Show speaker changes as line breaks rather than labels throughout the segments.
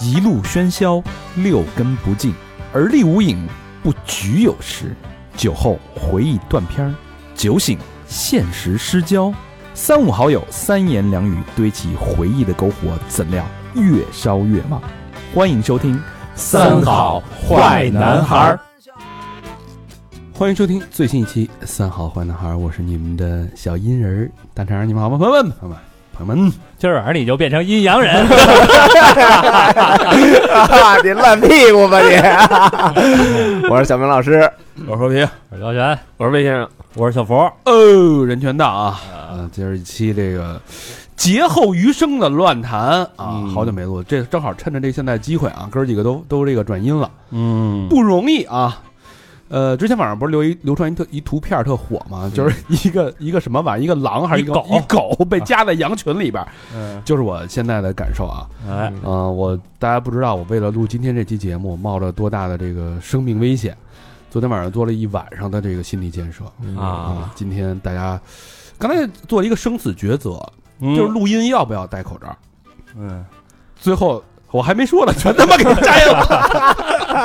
一路喧嚣，六根不净，而立无影，不局有时。酒后回忆断片儿，酒醒现实失焦。三五好友，三言两语堆起回忆的篝火，怎料越烧越旺。欢迎收听《
儿》。
欢迎收听最新一期《三好坏男孩》，我是你们的小阴人儿大肠儿，你们好吗？朋友们，朋友们，朋友们，
今儿晚上你就变成阴阳 人，
啊， 你烂屁股吧你！我是小明老师，
我是和平，
我是高璇，
我说魏先生，
我是小佛，
哦，人权大啊！呃，今儿一期这个劫后余生的乱谈啊，
嗯
好久没录，这正好趁着这现在机会啊，哥儿几个都都这个转阴了，
嗯，
不容易啊。呃，之前网上不是流一流传一特一图片儿特火吗？就是一个一个什么玩意儿，一个狼还是
嗯一
个
狗啊
一狗被夹在羊群里边儿，
嗯，
就是我现在的感受啊。
哎，
呃，我大家不知道，我为了录今天这期节目，冒着多大的这个生命危险，昨天晚上做了一晚上的这个心理建设
嗯
啊，
今天大家刚才做了一个生死抉择，就是录音要不要戴口罩。
嗯，
最后我还没说呢，全他妈给摘了。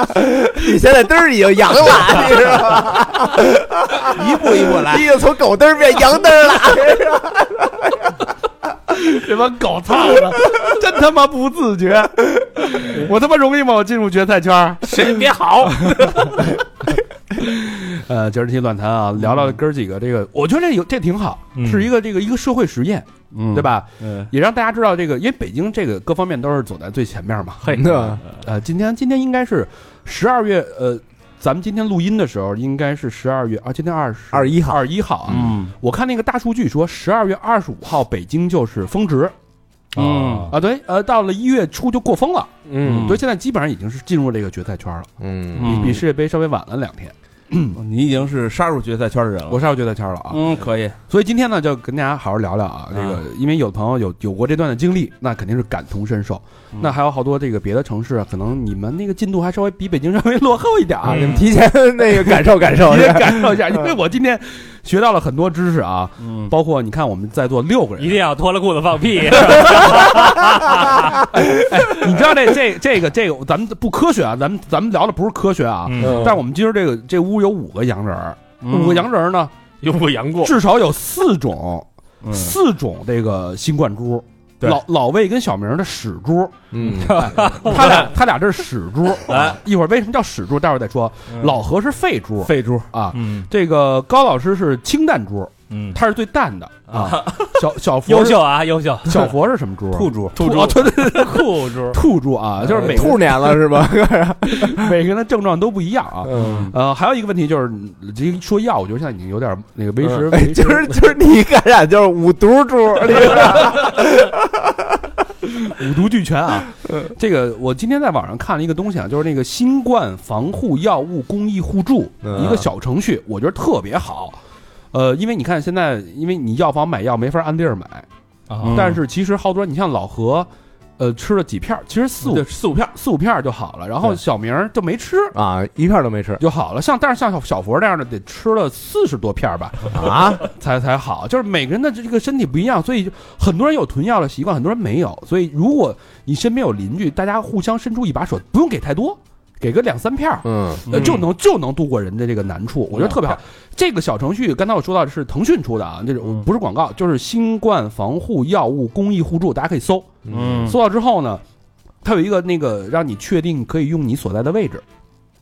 你现在嘚儿已经阳了，你知道吗？一步一步 来，你已经从狗嘚儿变羊嘚儿了。
这帮狗操的，真他妈不自觉。 我他妈容易吗？我进入决赛圈儿？
谁也别好，
呃，今儿这期乱谈啊，聊聊哥儿几个这个，我觉得这有这挺好，
嗯
是一个这个一个社会实验，
嗯
对？吧？
嗯，
也让大家知道这个，因为北京这个各方面都是走在最前面嘛。
嘿，
那
呃，今天今天应该是十二月，呃，咱们今天录音的时候应该是十二月啊，今天二十
21号
二一号啊。
嗯
我看那个大数据说，十二月二十五号北京就是峰值
嗯
啊，对，呃，到了一月初就过峰了，
嗯
所以现在基本上已经是进入这个决赛圈了，
嗯，
嗯
比世界杯稍微晚了两天，
你已经是杀入决赛圈的人了。
嗯我上决赛圈了啊。
嗯，可以，
所以今天呢，就跟大家好好聊聊啊，这个因为有的朋友有有过这段的经历，那肯定是感同身受。那还有好多这个别的城市，啊可能你们那个进度还稍微比北京稍 微落后一点啊，你们
提前那个感受感受
提
是
前
吧
感受一下，因 为我今天学到了很多知识啊，
嗯，
包括你看我们在座六个
一
人，
定要脱了裤子放 屁，
你知道这这这个这个咱们不科学啊，咱们咱们聊的不是科学啊，
嗯
但是我们今儿这个这屋有五个洋人儿，五个洋人儿呢，
有不杨过，
至少有四种四种这个新冠株。
嗯对
老老魏跟小明的屎猪，
嗯，
他俩他俩这是屎猪，一会儿为什么叫屎猪，待会儿再说。老何是肺猪
废猪，
啊，
嗯
这个高老师是清淡猪，
嗯，
他是最淡的 啊。小小佛
优
是
秀啊，优秀，
小佛 是什么猪？
兔猪，
兔猪，哦对对对，
酷猪，
兔猪啊，就是每个
兔年了是 吧？
每个人的症状都不一样啊。
嗯，
呃，还有一个问题就是，这一说药，我觉得现在已经有点那个为时
哎
为时
就是就是你感染就是五毒 猪，你知道吗
五毒俱全啊。这个我今天在网上看了一个东西啊，就是那个新冠防护药物公益互助
嗯
一个小程序，我觉得特别好。呃，因为你看现在，因为你药房买药没法按粒儿买，
嗯
啊
但是其实好多你像老何，呃，吃了几片儿，其实四五
对，四五片儿，
四五片儿就好了。然后
对
小明儿就没吃
啊，一片都没吃
就好了。像但是像小小佛这样的，得吃了四十多片儿吧，
啊。
才才好。就是每个人的这个身体不一样，所以就很多人有囤药的习惯，很多人没有。所以如果你身边有邻居，大家互相伸出一把手，不用给太多，给个两三片儿。
嗯
呃，就能就能度过人的这个难处，我觉得特别好。这个小程序刚才我说到的是腾讯出的啊，这种不是广告，就是新冠防护药物公益互助，大家可以搜。
嗯
搜到之后呢，它有一个那个让你确定可以用你所在的位置，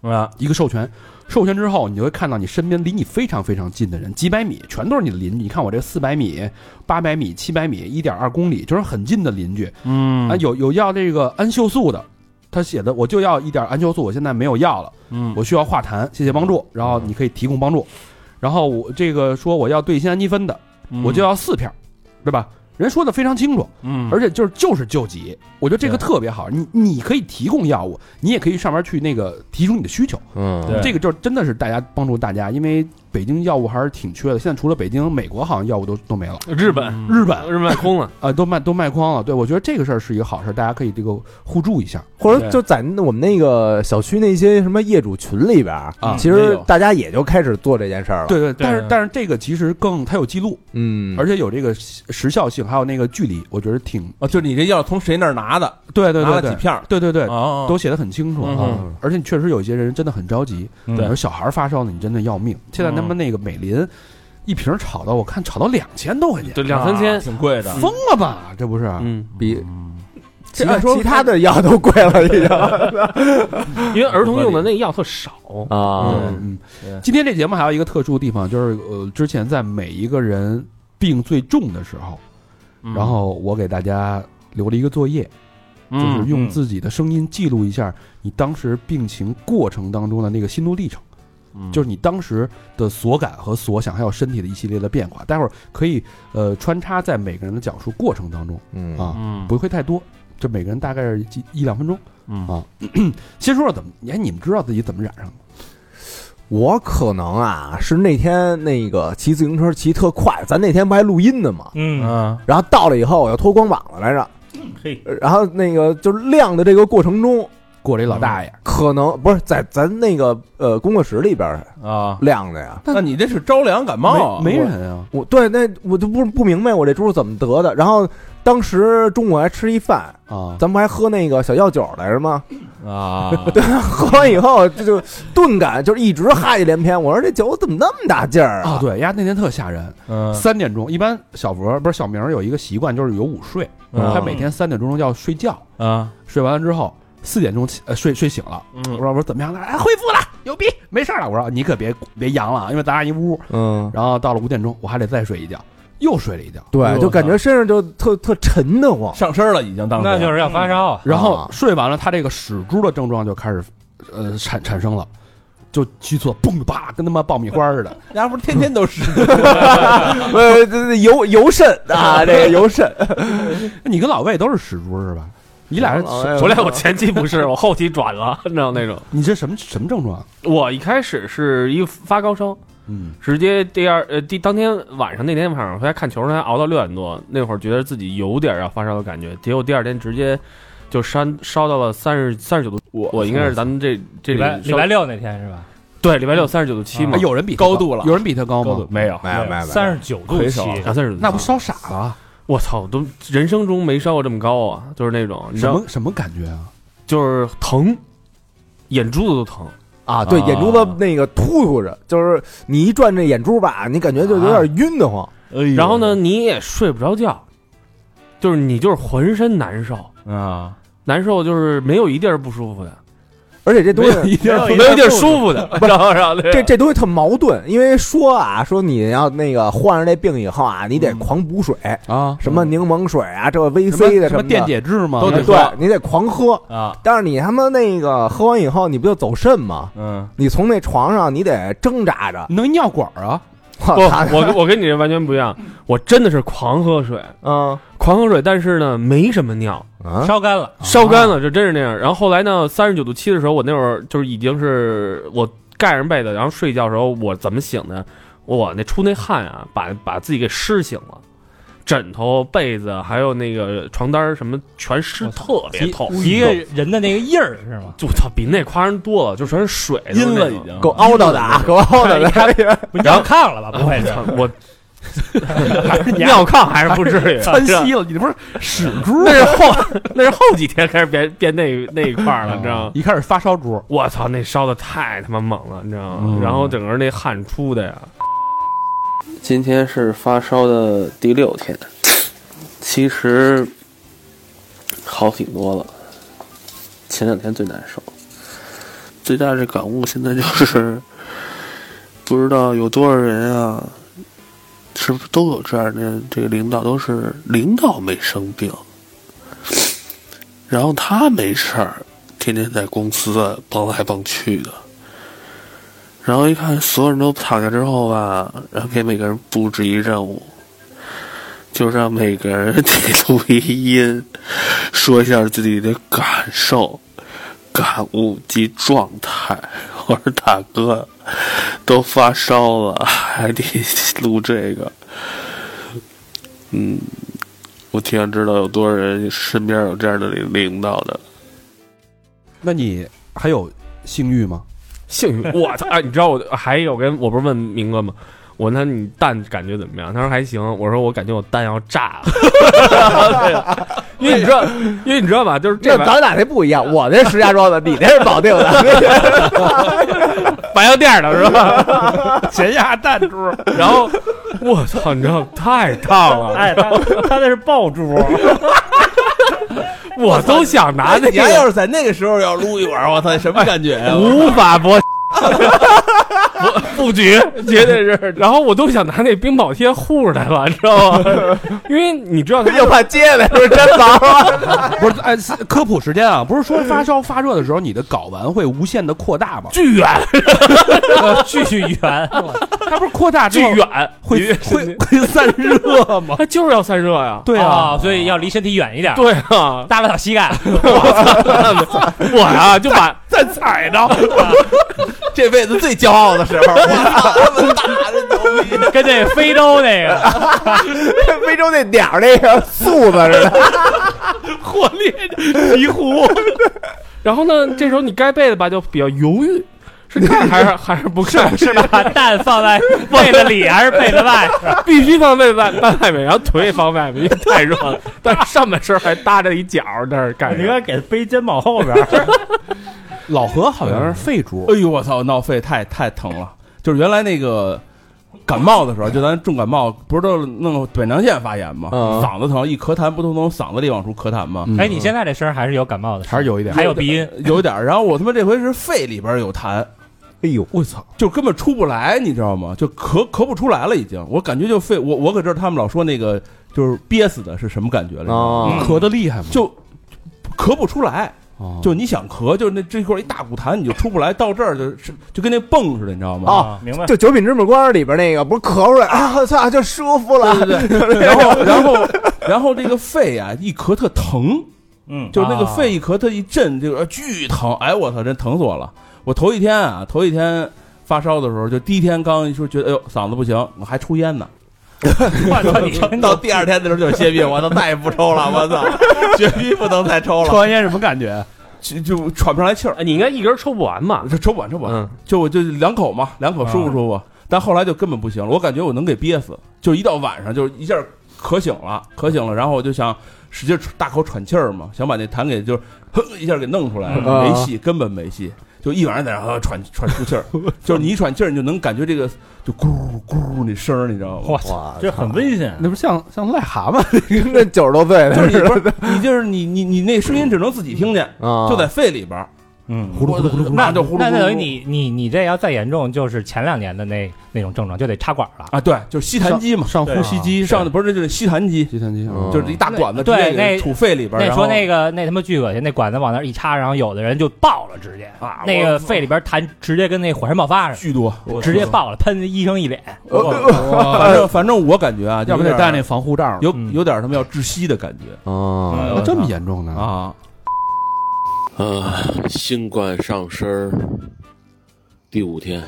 啊，
一个授权，授权之后，你就会看到你身边离你非常非常近的人，几百米全都是你的邻居。你看我这四百米、八百米、七百米、一点二公里，就是很近的邻居
嗯
啊。有有要这个氨锈素的，他写的我就要一点氨锈素，我现在没有药了，
嗯
我需要化痰，谢谢帮助。然后你可以提供帮助。然后我这个说我要对酰氨基酚的，我就要四片儿，对吧？人说的非常清楚，
嗯，
而且就是就是救急，我觉得这个特别好。你你可以提供药物，你也可以上面去那个提出你的需求。
嗯
对
这个就是真的是大家帮助大家，因为北京药物还是挺缺的。现在除了北京，美国好像药物都都没了，
日本，
嗯
日本啊、
日 本空了，
都卖都卖光了。对我觉得这个事儿是一个好事，大家可以这个互助一下。
或者就在我们那个小区那些什么业主群里边儿
啊
其
也
实
有
大家也就开始做这件事儿了。
对对，但是
对
但是这个其实更它有记录，
嗯，
而且有这个时效性。性，还有那个距离，我觉得挺
哦，就是你这药从谁那儿拿的？
对对
拿
对
了
对，
几片儿
对对对，
哦
都写的很清楚
嗯
啊
嗯。
而且你确实有一些人真的很着急，
嗯
有小孩发烧了，你真的要
嗯
命。现在他们那个美林一瓶炒到我看炒到两千多块钱，
对，两三
啊
千，
挺贵的。
疯了吧？这不是？
嗯，
比
这按说
其他的药都贵了，已经
因为儿童用的那个药特少。
啊
嗯
对
嗯。今天这节目还有一个特殊的地方，就是呃，之前在每一个人病最重的时候，
嗯
然后我给大家留了一个作业，就是用自己的声音记录一下你当时病情过程当中的那个心路历程，
嗯
就是你当时的所感和所想，还有身体的一系列的变化。待会儿可以呃穿插在每个人的讲述过程当中
嗯
啊，
嗯
不会太多，就每个人大概是几一两分钟
嗯
啊。 先说说怎么，哎，你们知道自己怎么染上的吗？
我可能啊是那天那个骑自行车骑特快，咱那天不还录音呢吗？
嗯，
啊，
然后到了以后我要脱光膀子来着，
嗯
嘿，
然后那个就是晾的这个过程中，
过来一老大爷，
可能不是在咱那个呃工作室里边
啊，
晾的呀。
那你这是着凉感冒啊？
没没人啊，
我对那我就不不明白我这猪是怎么得的。然后当时中午还吃一饭，
啊，
咱们还喝那个小药酒来着吗？
啊，
喝完以后这就顿感就是一直哈气连篇。我说这酒怎么那么大劲儿
啊，对，呀，那天特吓人，
嗯
三点钟，一般小博不是小明儿有一个习惯，就是有午睡，
嗯
他每天三点钟要睡觉，
啊，
睡完了之后四点钟起，呃，睡睡醒了，
嗯
我说我说怎么样了？哎，恢复了，牛逼，没事儿了。我说你可别别阳了啊，因为咱俩一屋。
嗯，
然后到了五点钟，我还得再睡一觉，又睡了一哎觉，
对，就感觉身上就特特沉的慌。
上身了已经当时。
那就是要发烧啊，
然后
啊
睡完了，他这个屎珠的症状就开始，呃，产产生了。就去厕，嘣吧，跟他妈爆米花 似的。
人家不是天天都是
呃，这这游游肾 啊，这个游肾，
你跟老魏都是屎珠是吧？你俩是，
哎
我俩我前期 不是，我后期转了，你知道那种。
你这什么什么症状？啊
我一开始是一发高烧，
嗯
直接第二呃第当天晚上那天晚上回家看球，还熬到六点多，那会儿觉得自己有点要发烧的感觉，结果第二天直接就烧烧到了三十三十九度，我我应该是咱们这这
礼
里
拜礼
稍
拜六那天是吧？
对礼拜六三十九度七嘛
哎，，有人比他
高度了
有人比他高吗？
高度
没有
没有没有，
三十九度
魁
七
首，
啊三十度，
那不烧傻了？
我操，都人生中没烧过这么高啊，就是那种你知
什
道
么什么感觉 啊？
就是疼，眼珠子都疼，
啊，对，
啊
眼珠子那个突突着，就是你一转这眼珠吧，你感觉就有点晕得慌。
然后呢你也睡不着觉，就是你就是浑身难受，
啊，
难受就是没有一地儿不舒服的。
而且这东西，
定
没有一地儿舒服 的，然后然后
这这东西特矛盾，因为说啊，说你要那个患上这病以后啊，你得狂补水，
啊，
什么柠檬水啊，这个
什么
VC 的
什
么
么
的
电解质吗？
都得
对
喝
你得狂喝。
啊，
但是你他妈那个喝完以后，你不就走肾吗？
嗯，
你从那床上，你得挣扎着。
能尿管啊？
我
不，
操！
我我跟你这完全不一样，我真的是狂喝水，
嗯
狂喝水，但是呢没什么尿，
啊，
烧干了，
烧干了，这真是那样。然后后来呢，三十九度七的时候，我那会儿就是已经是我盖上被子，然后睡觉的时候，我怎么醒的？我那出那汗啊，把把自己给湿醒了。枕头、被子还有那个床单儿什么全湿，
我
特别透。
一个人的那个印儿是吗？
就我操，比那夸张多了，就全是水，都是
阴了
那种
已经
给我凹到的啊，给我凹到的。
不你上炕了吧？不会是？
我尿炕还是不至于，
窜稀了，你这不是屎珠？
那是后那是后几天开始变变那那一块儿了，你知道吗？
一开始发烧珠，
我操，那烧的太他妈猛了，你知道吗？然后整个那汗出的呀，
今天是发烧的第六天，其实好挺多了。前两天最难受，最大的感悟现在就是， 不知道有多少人啊，是不是都有这样的这个领导都是领导没生病，然后他没事儿，天天在公司啊蹦来蹦去的。然后一看所有人都躺下之后吧，然后给每个人布置一任务，就让每个人记录一音，说一下自己的感受、感悟及状态。我说大哥，都发烧了，还得录这个，嗯。我挺想知道有多少人身边有这样的领领导的，
那你还有性欲吗？
幸运，我操！哎，你知道我还有跟我不是问明哥吗？我问他你蛋感觉怎么样？他说还行。我说我感觉我蛋要炸了， 对因为你知道，因为你知道吧，就是这
那
玩意儿
咱俩这不一样，我那是石家庄 的，你那是保定的。
白洋淀的是吧？
咸鸭蛋猪，
然后我操，你知道太烫了，
哎，他他那是爆珠，
啊
我都想拿那
你还哎要
个
是在那个时候要撸一管，我操，什么感觉啊呀？
无法 驳 不布局，绝对是。然后我都想拿那冰雹贴护着他了，你知道吗？ 因为你知道他
就怕接下来是 真忙
不是，哎，是科普时间啊，不是说发烧发热的时候，你的睾丸会无限的扩大吗？
巨 远
巨圆，
它不是扩大
巨
之后
远，
会会会散热吗？
他就是要散热呀。
对啊，
啊，所以要离身体远一点，
对啊，
大不了膝盖，
我呀就把
再踩着，这辈子最骄傲的时候，我操，这么大的牛逼！
跟那非洲那 个
非洲那鸟那个素子似
嗯
的，
火烈鹈鹕。然后呢，这时候你该背的吧就比较犹豫，是看还是还是不看？是吧？
把蛋放在被子里还是被子外？
必须放背外半外面，然后腿也放外面，因为太热了。但是上半身还搭着一角在那儿干
你
着。
该给背肩膀后边，
老何好像是肺猪，
哎呦，我操，闹肺太太疼了，就是原来那个。感冒的时候，就咱重感冒，不是都弄扁桃腺发炎吗？
嗯
嗓子疼，一咳痰不都从嗓子里往出咳痰吗？
嗯
哎，你现在这声还是有感冒的，
还是有一点
还有鼻音，
有点儿。然后我他妈这回是肺里边有痰，
哎呦，我操！
就根本出不来，你知道吗？就咳咳不出来了，已经。我感觉就肺，我我可知道他们老说那个就是憋死的是什么感觉了，嗯
哦
啊咳的厉害吗？
就咳不出来。
哦
就你想咳，就那这块儿一大股痰，你就出不来，到这儿就是就跟那泵似的，你知道吗？
哦，
明白。
就《九品芝麻官》里边那个，不是咳出来啊，我操，就舒服了。对对 对，
然后然后然后这个肺啊一咳特疼，
嗯，
就是那个肺一咳特一震，这个巨疼，哎我操，真疼死我了！我头一天啊，头一天发烧的时候，就第一天刚一说觉得哎呦嗓子不行，我还抽 烟呢。
我操，你真
到第二天的时候就是歇逼，我操，再也不抽了，啊我操，绝逼不能再抽了，
完烟什么感觉？
就就喘不上来气儿，
哎你应该一根抽不完吧？
这抽不完，抽不完，
嗯，
就我就两口嘛，两口舒服舒服，但后来就根本不行了，我感觉我能给憋死，就一到晚上就是一下咳醒了，咳醒了，然后我就想使劲大口喘气儿嘛，想把那痰给就是哼一下给弄出来，
嗯
没戏，根本没戏。就一晚上在那儿啊喘喘出气儿，就是你一喘气儿，你就能感觉这个就咕咕那声儿，你知道吗？
我操，
哇，
这很危险。
那不是像像癞蛤蟆？
那九十多岁
就是你
的，
不是你就是你你你那声音只能自己听见，
啊
就在肺里边儿，
嗯，
呼噜呼噜呼噜，那就呼噜。
那那等于你你你这要再严重，就是前两年的那那种症状，就得插管了。啊
啊，对，就是吸痰机嘛，
上呼吸机，
上的不是那就是吸痰机，
吸痰机啊，
嗯
就是一大管子直
哦对
接
那
给吐肺里边儿。
那
然
说
后
那个那他妈巨恶心，那管子往那儿一插，然后有的人就爆了，直接
啊
那个肺里边痰直接跟那火山爆发似
巨多，
的，直接爆了，喷医生一 脸。
反
哦
正反正我感觉啊，
要不
就
得
有
戴
点
那防护罩呢？
有
嗯
有点他妈要窒息的感觉哎
啊，
啊这么严重呢？
啊。
啊，新冠上身儿第五天，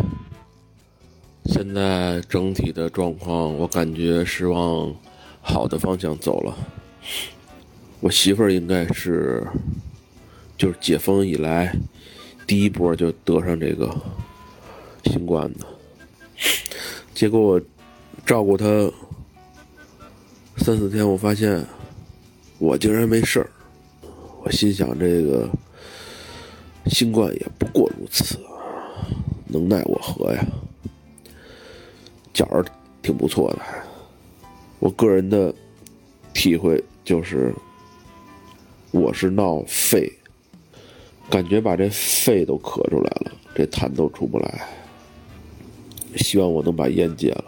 现在整体的状况我感觉是往好的方向走了。我媳妇儿应该是就是解封以来第一波就得上这个新冠的，结果我照顾她三四天，我发现我竟然没事儿。我心想这个新冠也不过如此，啊能奈我何呀？觉儿挺不错的，还。我个人的体会就是，我是闹肺，感觉把这肺都咳出来了，这痰都出不来。希望我能把烟戒了。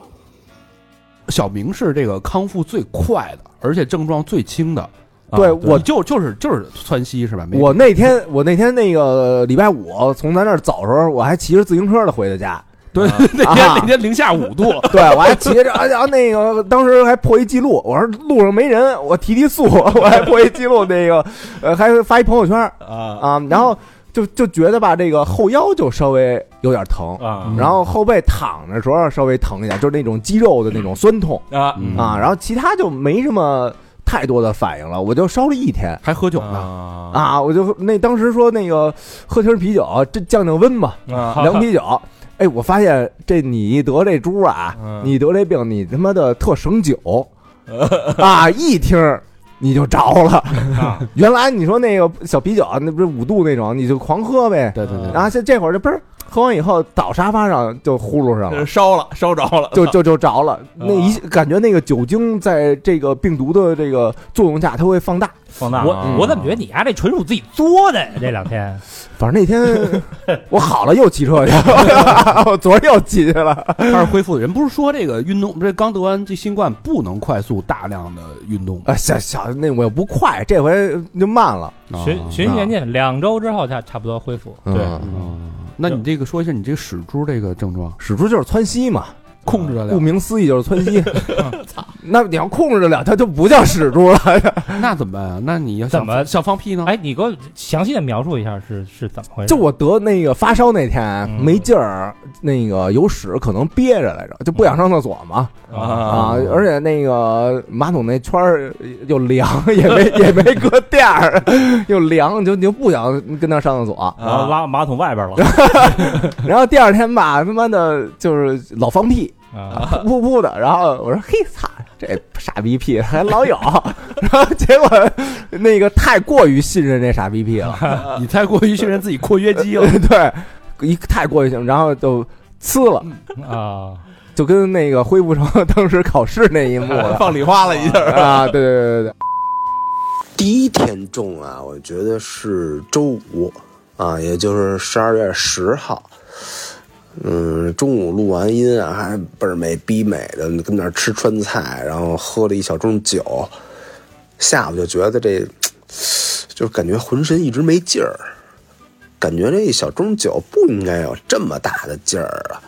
小明是这个康复最快的，而且症状最轻的。
啊
对我
你就就是就是窜稀是吧？没
我那天我那天那个礼拜五从咱这儿走的时候，我还骑着自行车的回的家。
对 那天
啊
那天零下五度，
对，我还骑着，哎然后那个当时还破一记录，我说路上没人，我提提速，我还破一记录，那个呃还发一朋友圈
啊
啊，然后就就觉得吧，这个后腰就稍微有点疼，
啊
然后后背躺的时候稍微疼一点，就是那种肌肉的那种酸痛
啊
嗯
啊，然后其他就没什么太多的反应了，我就烧了一天。
还喝酒呢。
啊
啊，我就那当时说那个喝瓶啤酒，这降降温嘛，
啊
凉啤酒。哎，我发现这你得这猪啊，
嗯
你得这病，你他妈的特省酒啊！一听你就着了。
啊，
原来你说那个小啤酒，啊那不是五度那种，你就狂喝呗。
对对对，
然后这这会儿就嘣儿喝完以后倒沙发上就呼噜上了，
烧了，烧着了，
就就就着
啊
了。那一感觉那个酒精在这个病毒的这个作用下，它会放大。
放大了啊
啊
我
我怎么觉得你丫、这纯属自己作的呀？这两
啊
天
反正那 天我好了又骑车去， 我昨儿又骑去了。
开始恢复。人不是说这个运动，这刚得完这新冠不能快速大量的运动吗
啊，小小那我又不快，这回就慢了。
啊
循循序渐进，两周之后差差不多恢复。
对
嗯那你这个说一下你这个屎猪这个症状
使出就是窜稀嘛，
控制得
顾
了，
名思义就是窜稀。那你要控制得了，它就不叫使出了。
那怎么办啊？那你要
怎么
想放屁呢？
哎，你给我详细的描述一下是是怎么回事？
就 我得那个发烧那天
哎嗯
没劲儿，那个有屎可能憋着来着，就不想上厕所嘛
嗯
啊
啊，而且那个马桶那圈儿又凉，也没也没搁垫儿， 又凉，就就不想跟那上厕所。啊
然后拉啊马桶外边了
然后第二天吧，他妈的就是老放屁，
啊！
噗噗的，然后我说嘿擦，这傻逼屁还老有， 然后结果那个太过于信任这傻逼屁了，
你太过于信任自己括约肌了。
对，一太过于信任，然后就呲了，
啊，
就跟那个恢复成当时考试那一幕 了
放礼花了一下，
啊，对对对对对，
第一天中啊，我觉得是周五啊，也就是十二月十号。嗯，中午录完音啊，还倍儿美逼美的，跟那儿吃川菜，然后喝了一小盅酒。下午就觉得这，就感觉浑身一直没劲儿，感觉这一小盅酒不应该有这么大的劲儿啊。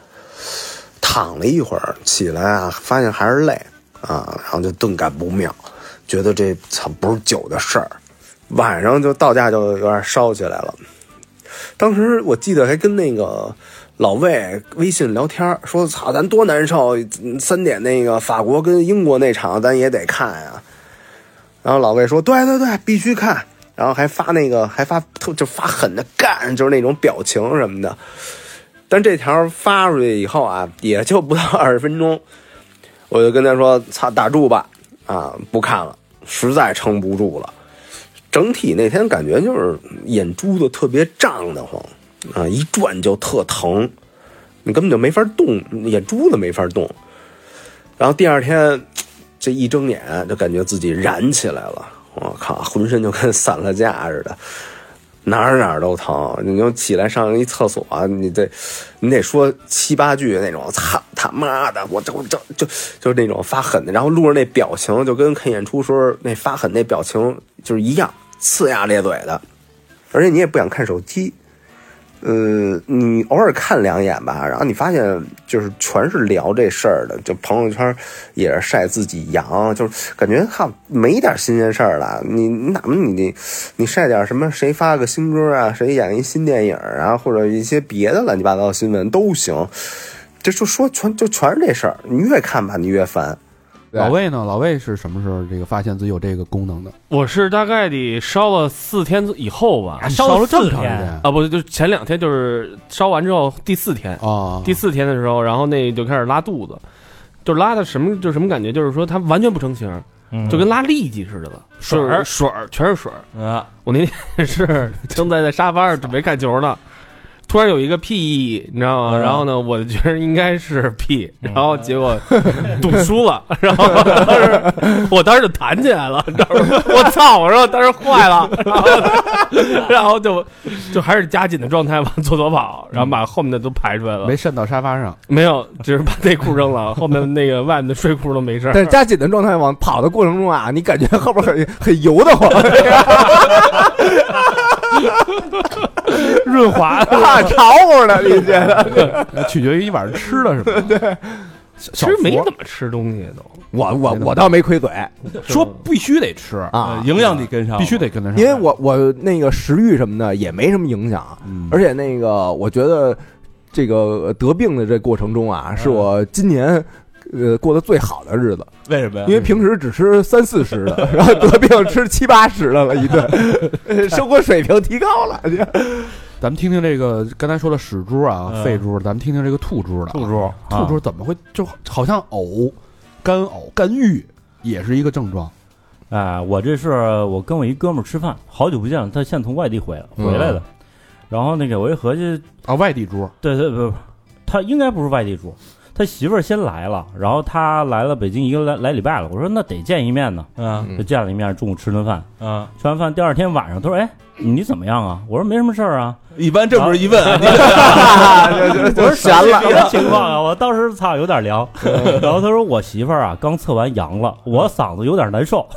躺了一会儿，起来啊，发现还是累啊，然后就顿感不妙。觉得这操不是酒的事儿，晚上就到家就有点烧起来了。当时我记得还跟那个老魏微信聊天儿，说操咱多难受，嗯三点那个法国跟英国那场咱也得看呀。然后老魏说对对对，必须看。然后还发那个还发特就发狠的干，就是那种表情什么的。但这条发出去以后啊，也就不到二十分钟， 我就跟他说：“操，打住吧，啊，不看了，实在撑不住了。整体那天感觉就是眼珠子特别胀得慌，啊，一转就特疼，你根本就没法动，眼珠子没法动。然后第二天，这一睁眼就感觉自己燃起来了，我靠，浑身就跟散了架似的。哪儿哪儿都疼，你就起来上一厕所，你得，你得说七八句那种，操他妈的，我这我这就就是那种发狠的，然后录上那表情就跟看演出时候那发狠那表情就是一样，呲牙咧嘴的，而且你也不想看手机，呃，你偶尔看两眼吧，然后你发现就是全是聊这事儿的，就朋友圈也是晒自己阳，就是感觉哈没点新鲜事儿了。你你哪怕你你你晒点什么，谁发个新歌啊，谁演一新电影啊，或者一些别的乱七八糟的新闻都行。这就说全就全是这事儿，你越看吧，你越烦。
对
老魏呢？老魏是什么时候这个发现自己有这个功能的？
我是大概得烧了四天以后吧，
啊烧了
了这么
四
长时
天
间
啊，不就前两天就是烧完之后第四天，
哦
啊？
第四天的时候，然后那就开始拉肚子，就拉的什么就什么感觉，就是说它完全不成形，
嗯
就跟拉痢疾似的了，
水
就是
儿
水儿全是水儿。
啊，
我那天是正在在沙发上准备看球呢，突然有一个 PE，你知道吗？
嗯
然后呢，我觉得应该是 P，
嗯
然后结果赌 输了，然后当时我当时就弹起来了，你知道吗？我操！我说我当时坏了， 然后然后就就还是加紧的状态往厕所跑，
嗯
然后把后面的都排出来了。
没渗到沙发上，
没有，只是把内裤 扔了，后面那个外面的睡裤都没事儿。
但是加紧的状态往跑的过程中啊，你感觉后边很很油的慌，
润滑
啊，潮乎的，你觉得？
呃取决于 一晚上吃的什么。对，
其
其
实没怎么吃东西都，
我我我倒没亏嘴
说必须得吃，
啊，
营养得跟上，
必须得 跟得上，
因为我我那个食欲什么的也没什么影响，
嗯
而且那个我觉得这个得病的这过程中啊，
嗯
是我今年。呃，过得最好的日子，
为什么呀
因？为平时只吃三四十的，然 后得病吃七八十的了一顿，生活水平提高了。
咱们听听这个刚才说的屎猪啊、
嗯
肺猪，咱们听听这个兔猪的啊。
兔猪，
兔猪怎么会就好像呕、干呕、干郁也是一个症状？
啊，我这是我跟我一哥们儿吃饭，好久不见了，他现在从外地回来回来了，然后那个我一合计，
嗯啊，外地猪
对对不不，他应该不是外地住，他媳妇儿先来了，然后他来了北京一个来来礼拜了，我说那得见一面呢，
嗯
就见了一面，中午吃顿饭，
嗯，
吃完饭第二天晚上，他说哎你怎么样啊？我说没什么事儿啊，
一般这么一
啊
问，你
就
我
就
说
闲了，
什么情况啊？我当时操有点凉，然后他说我媳妇儿啊刚测完阳了，我嗓子有点难受，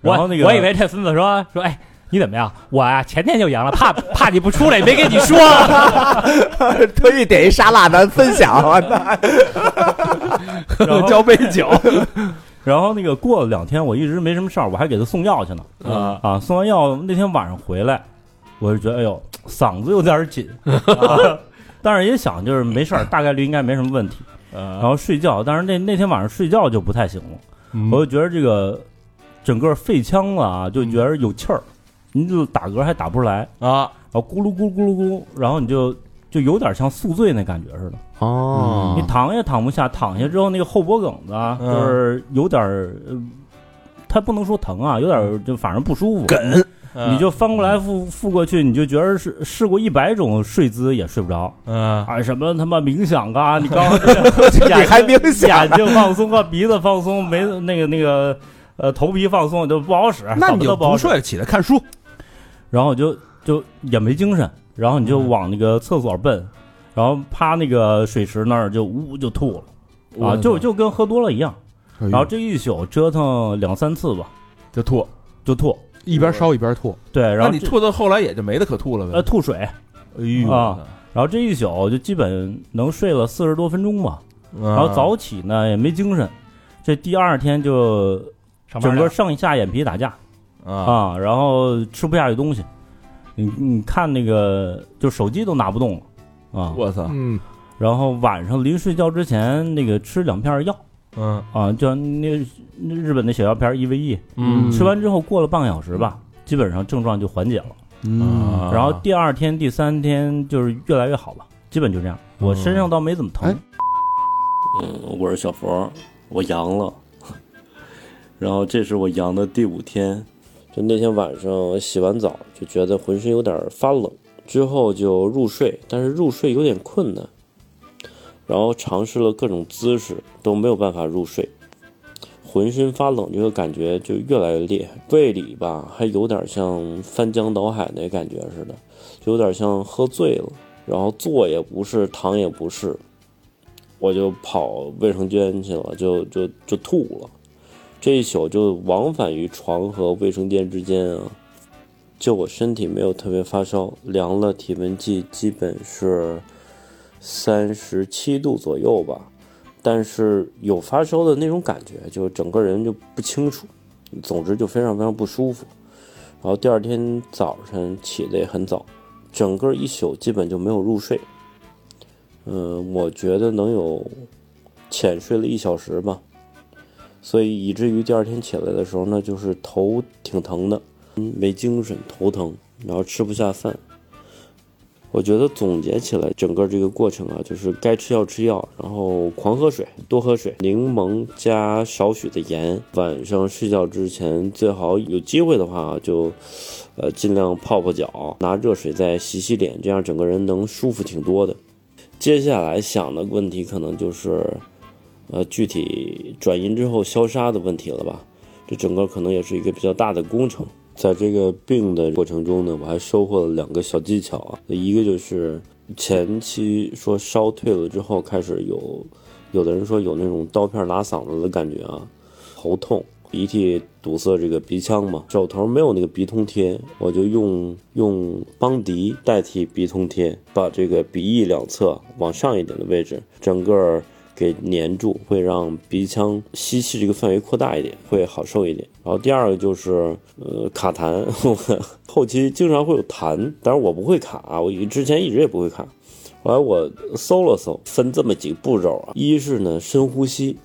然后那个
我以为这孙子说说，哎，你怎么样？我
啊
呀、前天就阳了，啊怕怕你不出来，没跟你 说。
特意点一沙 拉咱分享，我操，
然后
交杯酒，
然后那个过了两天，我一直没什么事儿，我还给他送药去呢。
嗯
啊
啊，送完药那天晚上回来，我就觉得哎呦，嗓子有点 紧，啊、但是也想就是没事儿，大概率应该没什么问 题。
啊
然后睡觉，但是那那天晚上睡觉就不太行了，
嗯
我就觉得这个整个肺腔了啊，就觉得有气儿，你就打嗝还打不出来，
啊，
然后咕噜咕噜咕噜咕噜，然后你就就有点像宿醉那感觉似的。
哦
你躺也躺不下，躺下之后那个后脖梗子啊，
嗯
就是有点儿，呃它不能说疼啊，有点儿就反正不舒服，梗，你就翻过来覆覆过去，你就觉得是试过一百种睡姿也睡不着
嗯
啊，什么他妈冥想啊，你刚
你
眼
还冥想
眼
呢？
睛放松啊，鼻子放松，没那个那个呃头皮放松就不好使，
那
怎
你
么
就
都不好
不
使，
睡起来看书，
然后我就就也没精神，然后你
嗯
就往那个厕所奔，然后趴那个水池那儿就呜就吐了。啊，就就跟喝多了一样。
哎
然
然后这一宿折腾两三次吧，
就吐，
就吐。
一边烧一边吐，
对，然
那
后
你
这
吐到后来也就没得可吐了
呃
呗。
吐水，
哎呦
啊，然后这一宿就基本能睡了四十多分钟吧。然
然
后早起呢也没精神，这第二天就
上班
整
去
个上下眼皮打架
啊
啊，然后吃不下去东西。你你看那个，就手机都拿不动了啊。
我操，
嗯，
然后晚上临睡觉之前，那个吃两片药
嗯
啊，就那那日本那小药片一 v 一，
嗯
吃完之后过了半个小时吧，基本上症状就缓解了。
啊
嗯，
然后第二天、第三天就是越来越好吧，基本就这样。我身上倒没怎么疼
哎。
嗯，我是小佛，我阳了， 然后这是我阳的第五天，就那天晚上我洗完澡就觉得浑身有点发冷，之后就入睡，但是入睡有点困难，然后尝试了各种姿势都没有办法入睡，浑身发冷这个感觉就越来越厉害，胃里吧还有点像翻江倒海那感觉似的，就有点像喝醉了，然后坐也不是，躺也不是，我就跑卫生间去了，就就就吐了。这一宿就往返于床和卫生间之间啊。就我身体没有特别发烧，量了体温计基本是三十七度左右吧，但是有发烧的那种感觉，就整个人就不清楚，总之就非常非常不舒服。然后第二天早晨起得也很早，整个一宿基本就没有入睡。嗯，我觉得能有浅睡了一小时吧，所以以至于第二天起来的时候呢，就是头挺疼的，嗯，没精神，头疼，然后吃不下饭。我觉得总结起来，整个这个过程啊，就是该吃药吃药，然后狂喝水，多喝水，柠檬加少许的盐。晚上睡觉之前，最好有机会的话啊就，呃，尽量泡泡脚，拿热水再洗洗脸，这样整个人能舒服挺多的。接下来想的问题可能就是，呃，具体转阴之后消杀的问题了吧？这整个可能也是一个比较大的工程。在这个病的过程中呢，我还收获了两个小技巧啊，一个就是前期说烧退了之后开始有，有的人说有那种刀片拉嗓子的感觉啊，头痛。鼻涕堵塞这个鼻腔嘛，手头没有那个鼻通贴，我就用用邦迪代替鼻通贴，把这个鼻翼两侧往上一点的位置，整个儿给粘住，会让鼻腔吸气这个范围扩大一点，会好受一点。然后第二个就是呃卡痰， 我后期经常会有痰，但是我不会卡，啊我以之前一直也不会卡。后来我搜了搜，分这么几个步骤啊，一是呢深呼吸，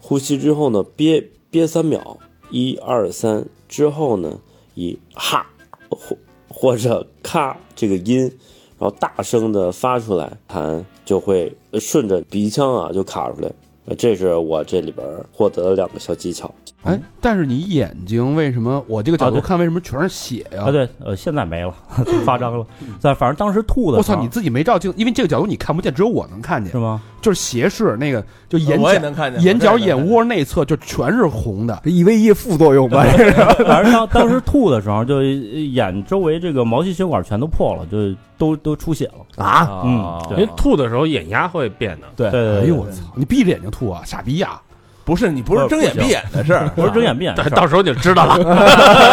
呼吸之后呢，憋憋三秒，一二三，之后呢，以哈呼
或者咔这个音，然后大声的发出来，痰就会顺着鼻腔啊就卡出来。呃这是我这里边获得的两个小技巧。
哎，但是你眼睛为什么我这个角度
嗯啊对
看为什么全是血呀、嗯
啊，对，呃，现在没了，发张了。但反正当时吐的
我
时候，
操！你自己没照镜，因为这个角度你看不见，只有我能看见
是。吗？
就是斜视那个，就眼
我也
角、
能看见
眼角、眼
窝。
窝内侧就全是红的。
这一 v 一副作 用吧，这是
反 正当当时吐的时候，就眼周围这个毛细血管全都破了，就都都出血了。
啊，
嗯，
因
对
为吐的时候眼压会变的。
对对，
哎
对
呦我操！你闭着眼睛吐啊，傻逼呀、
不是你不是睁眼闭眼的事儿，
呃不是睁眼闭眼的
但
事儿，
到时候你就知道了，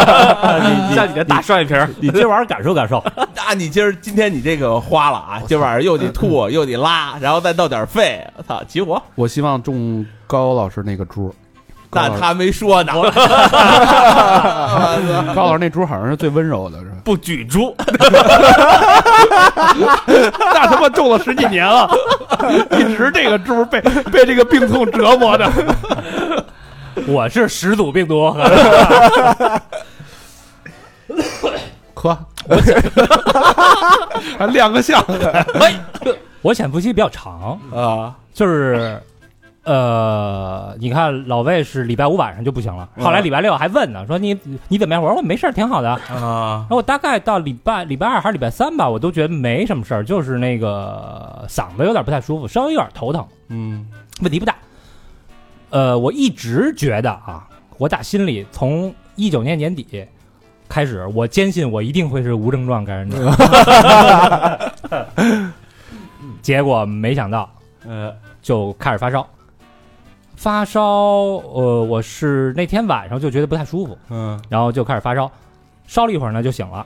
你
像你这大双眼皮儿，
你今晚上感受 感受，
那啊你今儿今天你这个花了啊，今晚上又得吐又得拉，然后再闹点肺，我操，齐 活！
我希望中高老师那个猪，高
那
老师
他没 说呢，
高老师那猪好像是最温柔的，是吧？
不举 猪，
那他妈中了十几年了，一直这个猪被被这个病痛折磨着。
我是始祖病 毒，
呵，还亮个相，
哎我潜伏期比较长
啊，
就是，呃，你看老魏是礼拜五晚上就不行了，后来礼拜六还问呢，说你你怎么样？我说我没事儿，挺好的。
嗯啊
然后我大概到礼拜礼拜二还是礼拜三吧，我都觉得没什么事儿，就是那个嗓子有点不太舒服，稍微有点头疼，
嗯
问题不大。呃，我一直觉得啊，我打心里从一九年年底开始，我坚信我一定会是无症状感染者。 结果没想到，
呃，
就开始发烧。发烧，呃，我是那天晚上就觉得不太舒服，
嗯
然后就开始发烧，烧了一会儿呢就醒了，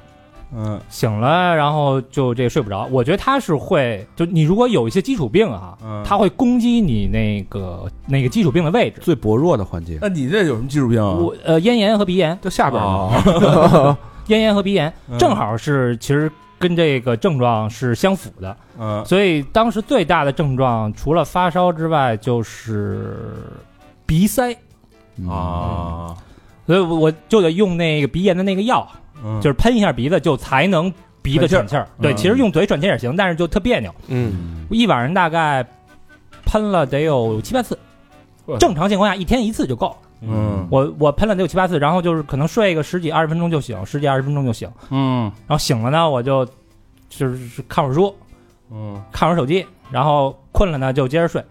嗯
醒了然后就这睡不着。我觉得它是会，就你如果有一些基础病啊，
嗯
它会攻击你那个那个基础病的位置，
最薄弱的环节，
那你这有什么技术病啊？
嗯
我呃咽炎和鼻炎，
就下边儿嘛。
哦
咽炎和鼻炎
嗯
正好是其实跟这个症状是相符的，
嗯
所以当时最大的症状除了发烧之外就是鼻塞。
嗯
啊，
所以我就得用那个鼻炎的那个药，
嗯
就是喷一下鼻子，就才能鼻子喘气儿。对，
嗯
其实用嘴喘气儿也行，但是就特别扭。
嗯，
一晚上大概喷了得有七八次， 正常情况下一天一次就够了。
嗯
我我喷了得有七八次，然后就是可能睡个十几二十分钟就醒，十几二十分钟就醒。
嗯
然后醒了呢，我就就是看会儿书，
嗯
看会儿手机，然后困了呢就接着睡。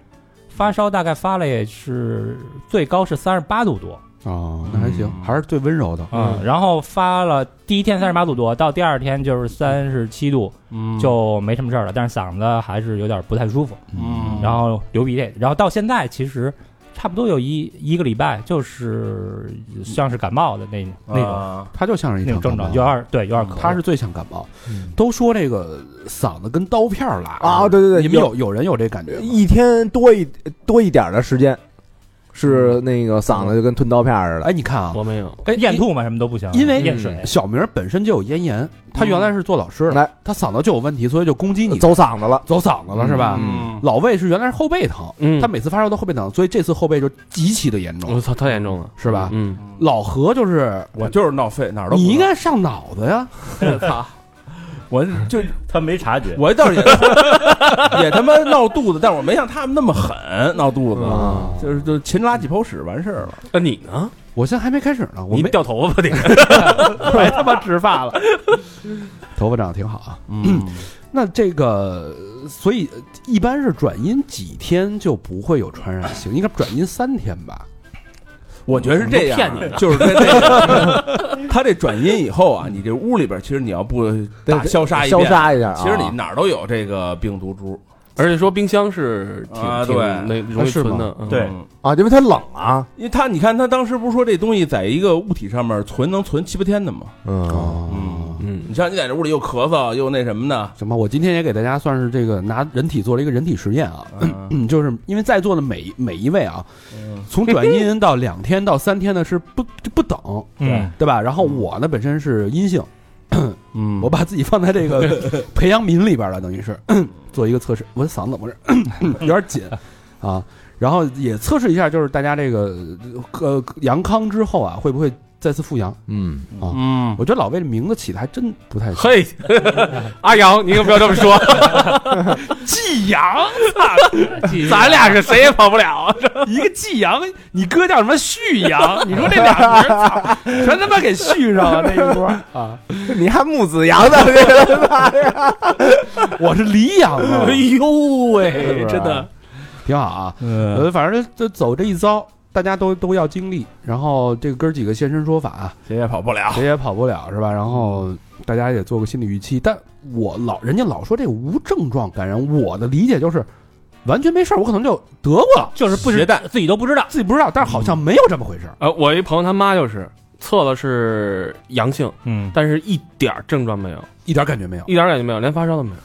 发烧大概发了也是最高是三十八度多，
哦，那还行，
嗯
还是最温柔的。
嗯，然后发了第一天三十八度多，到第二天就是三十七度，
嗯
就没什么事儿了。但是嗓子还是有点不太舒服，
嗯
然后流鼻涕，然后到现在其实差不多有一一个礼拜，就是像是感冒的那那种、
啊
他就像是一
那种
场
症状，
感冒嗯
有点对有点咳。
他是最像感冒。都说这个嗓子跟刀片儿拉
啊对对对
你们
有
有有人有这感觉吗？
一天多一多一点儿的时间，是那个嗓子就跟吞刀片儿似的。
嗯哎，你看啊，
我没有，
哎，
咽吐嘛，什么都不行，
因为
咽水。
小明本身就有咽炎，他原来是做老师
来
的，他嗓子就有问题，所以就攻击你，
走嗓子了，
走嗓子了是吧？
嗯
老魏是原来是后背疼，
嗯
他每次发烧都后背疼，所以这次后背就极其的严重
我，操，太严重了，
是吧？
嗯，
老何就是
我就是闹肺，哪儿都
你应
该
该上脑 子呀，
我就
他没察觉，
我倒是也也 他妈闹肚子，但我没像他们那么狠闹肚子，就是就勤拉几泡屎完事儿了。
啊那你呢？
我现在还没开始呢，我
你
没
掉头 发的，
白他妈植发了，头发长得挺好啊。
嗯，
那这个，所以一般是转阴几天就不会有传染性，应该转阴三天吧？
我觉得是这样啊，
我骗你
就是在这个他这转阴以后啊，你这屋里边其实你要不大
对
消杀一
消
遍，
杀一下啊。
其实你哪儿都有这个病毒株，
而且说冰箱是挺
啊
挺
对
那容易
是吗
存的，嗯
对
嗯
啊，因为它冷啊，
因为他你看他当时不是说这东西在一个物体上面存能存七八天的吗？
嗯，
哦，
嗯
你像你在这屋里又咳嗽又那什么的，
行吧，我今天也给大家算是这个拿人体做了一个人体实验啊，嗯，就是因为在座的每每一位啊，
嗯
从转阴到两天到三天呢是不就不等，
嗯，
对吧？然后我呢本身是阴性，
嗯
我把自己放在这个培养皿里边了，等于是做一个测试。我的嗓子怎么回事？有点紧啊。然后也测试一下，就是大家这个呃阳康之后啊，会不会再次复阳。啊
嗯，
嗯，
我觉得老魏这名字起的还真不太行。
嘿，阿阳，你可不要这么说，季阳， 咱俩是谁也跑不了，啊
一个季阳，你哥叫什么旭阳？你说这俩名儿，操全他妈给续上了那一波。
啊
你还木子阳的，这个
我是黎阳啊，
呦
是不
喂
是
真的，
挺好啊。
嗯，
呃，反正就走这一遭，大家都都要经历。然后这个哥儿几个现身说法，啊
谁也跑不了。
谁也跑不了是吧？然后大家也做个心理预期。但我老人家老说这无症状感染，我的理解就是完全没事儿，我可能就得过了，
就是不知
携带
自己都不知道，
自己不知道，但是好像没有这么回事儿。
呃，我一朋友他妈就是测了是阳性，
嗯，
但是一点儿症状没有，
一点感觉没有。
一点儿感觉没有，连发烧都没有。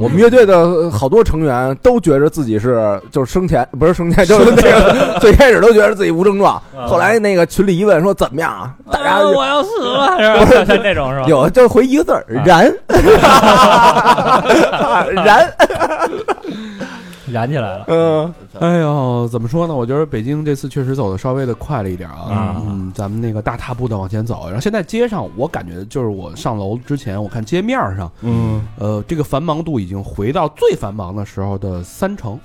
我们乐队的好多成员都觉着自己是就是生前不是生前 就是那个最开始都觉得自己无症状，后来那个群里一问说怎么样啊，大家
啊我要死了，是吧？像像这 种是吧？
有 就回一个字儿
啊
燃，燃，
燃起来了，
嗯，
哎呦，怎么说呢？我觉得北京这次确实走的稍微的快了一点啊
啊，
嗯，咱们那个大踏步的往前走。然后现在街上，我感觉就是我上楼之前，我看街面上，
嗯，
呃，这个繁忙度已经回到最繁忙的时候的三成，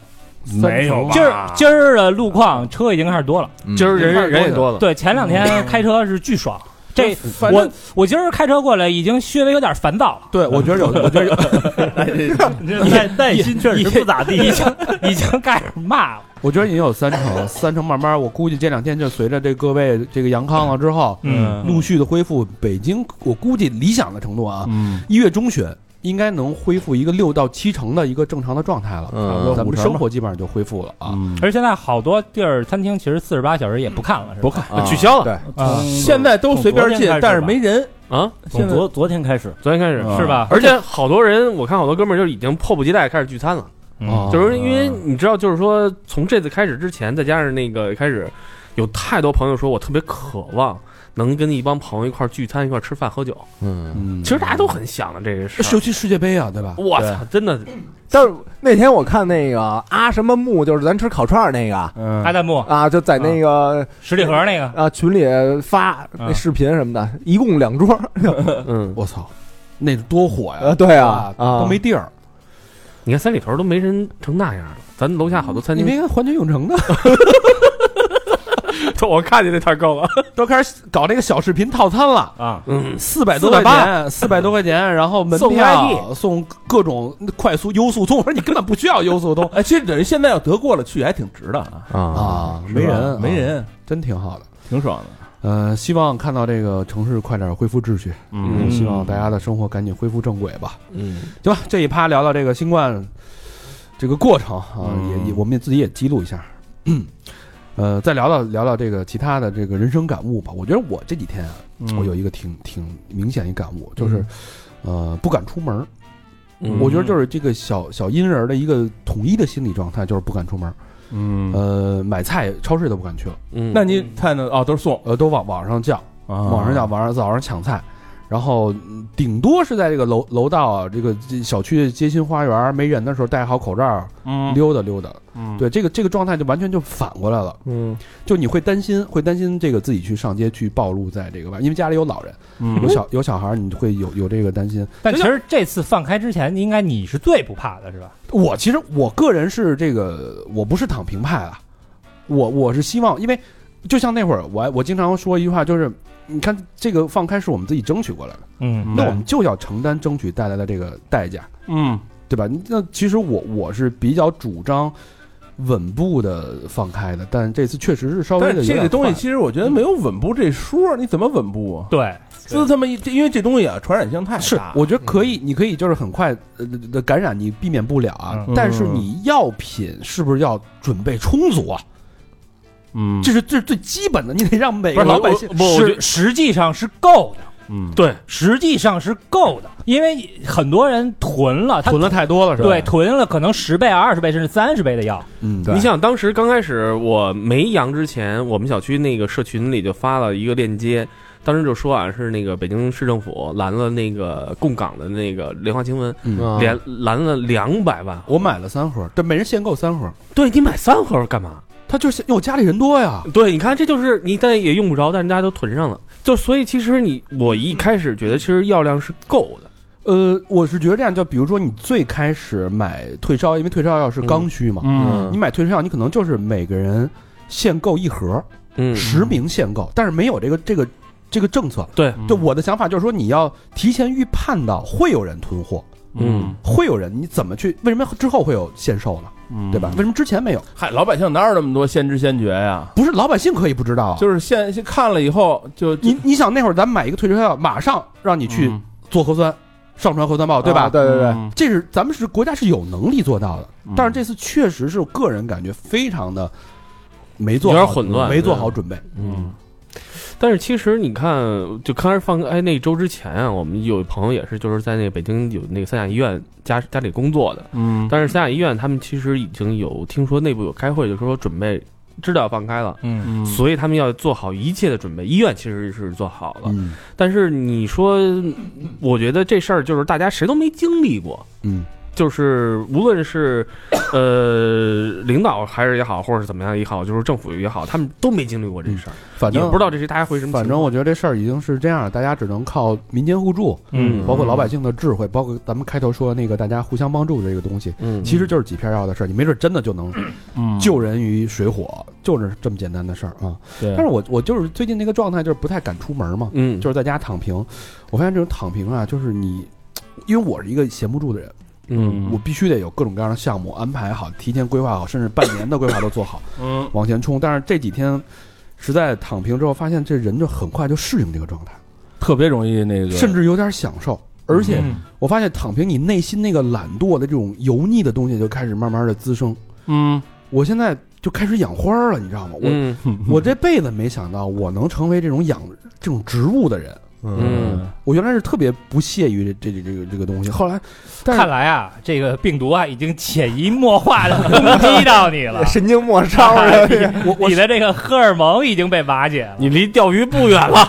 三成
没有吧
今儿今儿的路况车已经开始多了，
嗯
今儿人
人
人
人
也
也
多
多嗯
了，
对，前两天开车是巨爽，这
反正
我我今儿开车过来已经稍微有点烦躁了。
对，我觉得有，我 觉得有，
耐 耐心确实不咋地，
已经已经开始骂了，
我觉得也有三成，三成慢慢，我估计这两天就随着这各位这个阳康了之后，
嗯
陆续的恢复。北京，我估计理想的程度啊，
嗯，
一月中旬应该能恢复一个六到七成的一个正常的状态了，
嗯
差不多咱
五
们
成吧
生活基本上就恢复了啊。
嗯
而现在好多地儿餐厅其实四十八小时也不看了，是吧？
不看，
取消了
对
啊，
现在都随便
从昨
进
天开始，
但是
吧
没人。
啊！
从昨昨天开始，
昨天开始，
嗯
是
啊
吧？
而且好多人，我看好多哥们儿就已经迫不及待开始聚餐了，
啊
就是因为你知道，就是说从这次开始之前，再加上那个开始，有太多朋友说我特别渴望能跟一帮朋友一块儿聚餐、一块儿吃饭、喝酒。
嗯，
嗯
其实大家都很想的这个事
尤
儿。
其世界杯啊，对吧？
我操，真的
但是那天我看那个啊什么木，就是咱吃烤串儿那个
开弹幕，
啊，就在那个
十里河那个，
啊群里发那视频什么的，一共两桌，
嗯，
我操，那多火呀！
呃，对啊，啊，
都没地儿，
你看三里屯都没人成那样了，咱楼下好多餐
你
厅，
没 看环球影城的
我看见那摊高了。
都开始搞那个小视频套餐了。
嗯，
四百多块钱，四百多块钱，然后门票送各种快速优速通，我说你根本不需要优速 通
哎，其实等于现在要得过了去也还挺值的啊，
啊，
啊，
是吧
没人，
没
啊，
人，
真挺好的。
挺爽的。
呃，希望看到这个城市快点恢复秩序，
嗯
希望大家的生活赶紧恢复正轨吧。
嗯，
行吧，这一趴聊聊这个新冠这个过程啊，
嗯
也也我们也自己也记录一下。 呃，再聊聊聊聊这个其他的这个人生感悟吧。我觉得我这几天啊，我有一个挺挺明显一感悟，就是呃不敢出门儿。
嗯
我觉得就是这个小小阴人儿的一个统一的心理状态，就是不敢出门儿。
嗯
呃，买菜超市都不敢去了，
嗯
那你看的哦，都是送，
呃，都网网上叫，网上叫，
叫
网上早上抢菜，然后嗯顶多是在这个楼楼道啊，这个这小区街心花园儿没人的时候戴好口罩儿
嗯
溜达溜达。
嗯
对，这个这个状态就完全就反过来了，
嗯
就你会担心，会担心这个自己去上街去暴露在这个外，因为家里有老人，有小有小孩儿，你会有有这个担心。
但其实这次放开之前，应该你是最不怕的，是吧？
我其实我个人是这个，我不是躺平派啊，我我是希望，因为就像那会儿我我经常说一句话，就是你看这个放开是我们自己争取过来的，
嗯，
那我们就要承担争取带来的这个代价，
嗯
对吧？那其实我我是比较主张稳步的放开的，但这次确实是稍微
但
的
是
有
这个
点
东西
快。
其实我觉得没有稳步这说，你怎么稳步啊？
对，
这他妈一，这因为这东西啊，传染性太
是
大，嗯了。
我觉得可以，你可以就是很快呃的感染，你避免不了啊
嗯。
但是你药品是不是要准备充足啊？
嗯
这是这是最基本的，你得让每
不
个
是
老百姓。
不，我觉
实实际上是够的，
嗯
对，
实际上是够的，因为很多人囤了，他
囤了太多了，是吧？
对，囤了可能十倍啊、二十倍甚至三十倍的药，
嗯，
你想当时刚开始我没阳之前，我们小区那个社群里就发了一个链接，当时就说啊是那个北京市政府拦了那个供港的那个莲花清瘟，
嗯，
啊
连拦了两百万。
我买了三盒，但每人限购三盒，
对你买三盒干嘛？
他就是因为我家里人多呀，
对，你看，这就是你，但也用不着，但是大家都囤上了。就所以，其实你我一开始觉得，其实药量是够的。
呃，我是觉得这样，就比如说你最开始买退烧，因为退烧药是刚需嘛，
嗯
你买退烧药，你可能就是每个人限购一盒，
嗯
实名限购，但是没有这个这个这个政策。
对，
就我的想法就是说，你要提前预判到会有人囤货，
嗯，
会有人，你怎么去？为什么之后会有限售呢？
嗯
对吧？为什么之前没有？
嗨，哎老百姓哪有那么多先知先觉呀？
不是老百姓可以不知道啊，
就是现现看了以后就就
你你想那会儿咱买一个退烧药，马上让你去
嗯
做核酸，上传核酸报，对吧？
啊对对对，。
嗯
这是咱们是国家是有能力做到的，但是这次确实是我个人感觉非常的没做好
有点混乱
没做好准备。
嗯，但是其实你看，就刚开始放开那周之前啊，我们有朋友也是，就是在那北京有那个三甲医院家家里工作的，
嗯
但是三甲医院他们其实已经有听说内部有开会，就说准备知道放开了，
嗯，
嗯
所以他们要做好一切的准备。医院其实是做好了，
嗯
但是你说，我觉得这事儿就是大家谁都没经历过，
嗯，
就是无论是呃领导还是也好，或者是怎么样也好，就是政府也好，他们都没经历过这事儿，
反
也
正
不知道这是大家会什么情况。
反正我觉得这事儿已经是这样，大家只能靠民间互助，
嗯
包括老百姓的智慧，包括咱们开头说的那个大家互相帮助的这个东西，
嗯，
其实就是几片药的事儿，你没准真的就能
嗯
救人于水火，就是这么简单的事儿啊。
对
但是我我就是最近那个状态就是不太敢出门嘛，
嗯
就是在家躺平。我发现这种躺平啊，就是你，因为我是一个闲不住的人，
嗯
我必须得有各种各样的项目安排好，提前规划好，甚至半年的规划都 做好，嗯，往前冲。但是这几天实在躺平之后，发现这人就很快就适应这个状态，
特别容易那个，
甚至有点享受。而且
嗯
我发现躺平，你内心那个懒惰的这种油腻的东西就开始慢慢的滋生。
嗯
我现在就开始养花儿了，你知道吗？我、
嗯
我这辈子没想到我能成为这种养这种植物的人。
嗯
我原来是特别不屑于这这这这个这个东西，后来，但
看
是
来啊，这个病毒啊已经潜移默化的攻击到你了
神经末 梢了，这个
我你的这个荷尔蒙已经被瓦解了，
你离钓鱼不远了。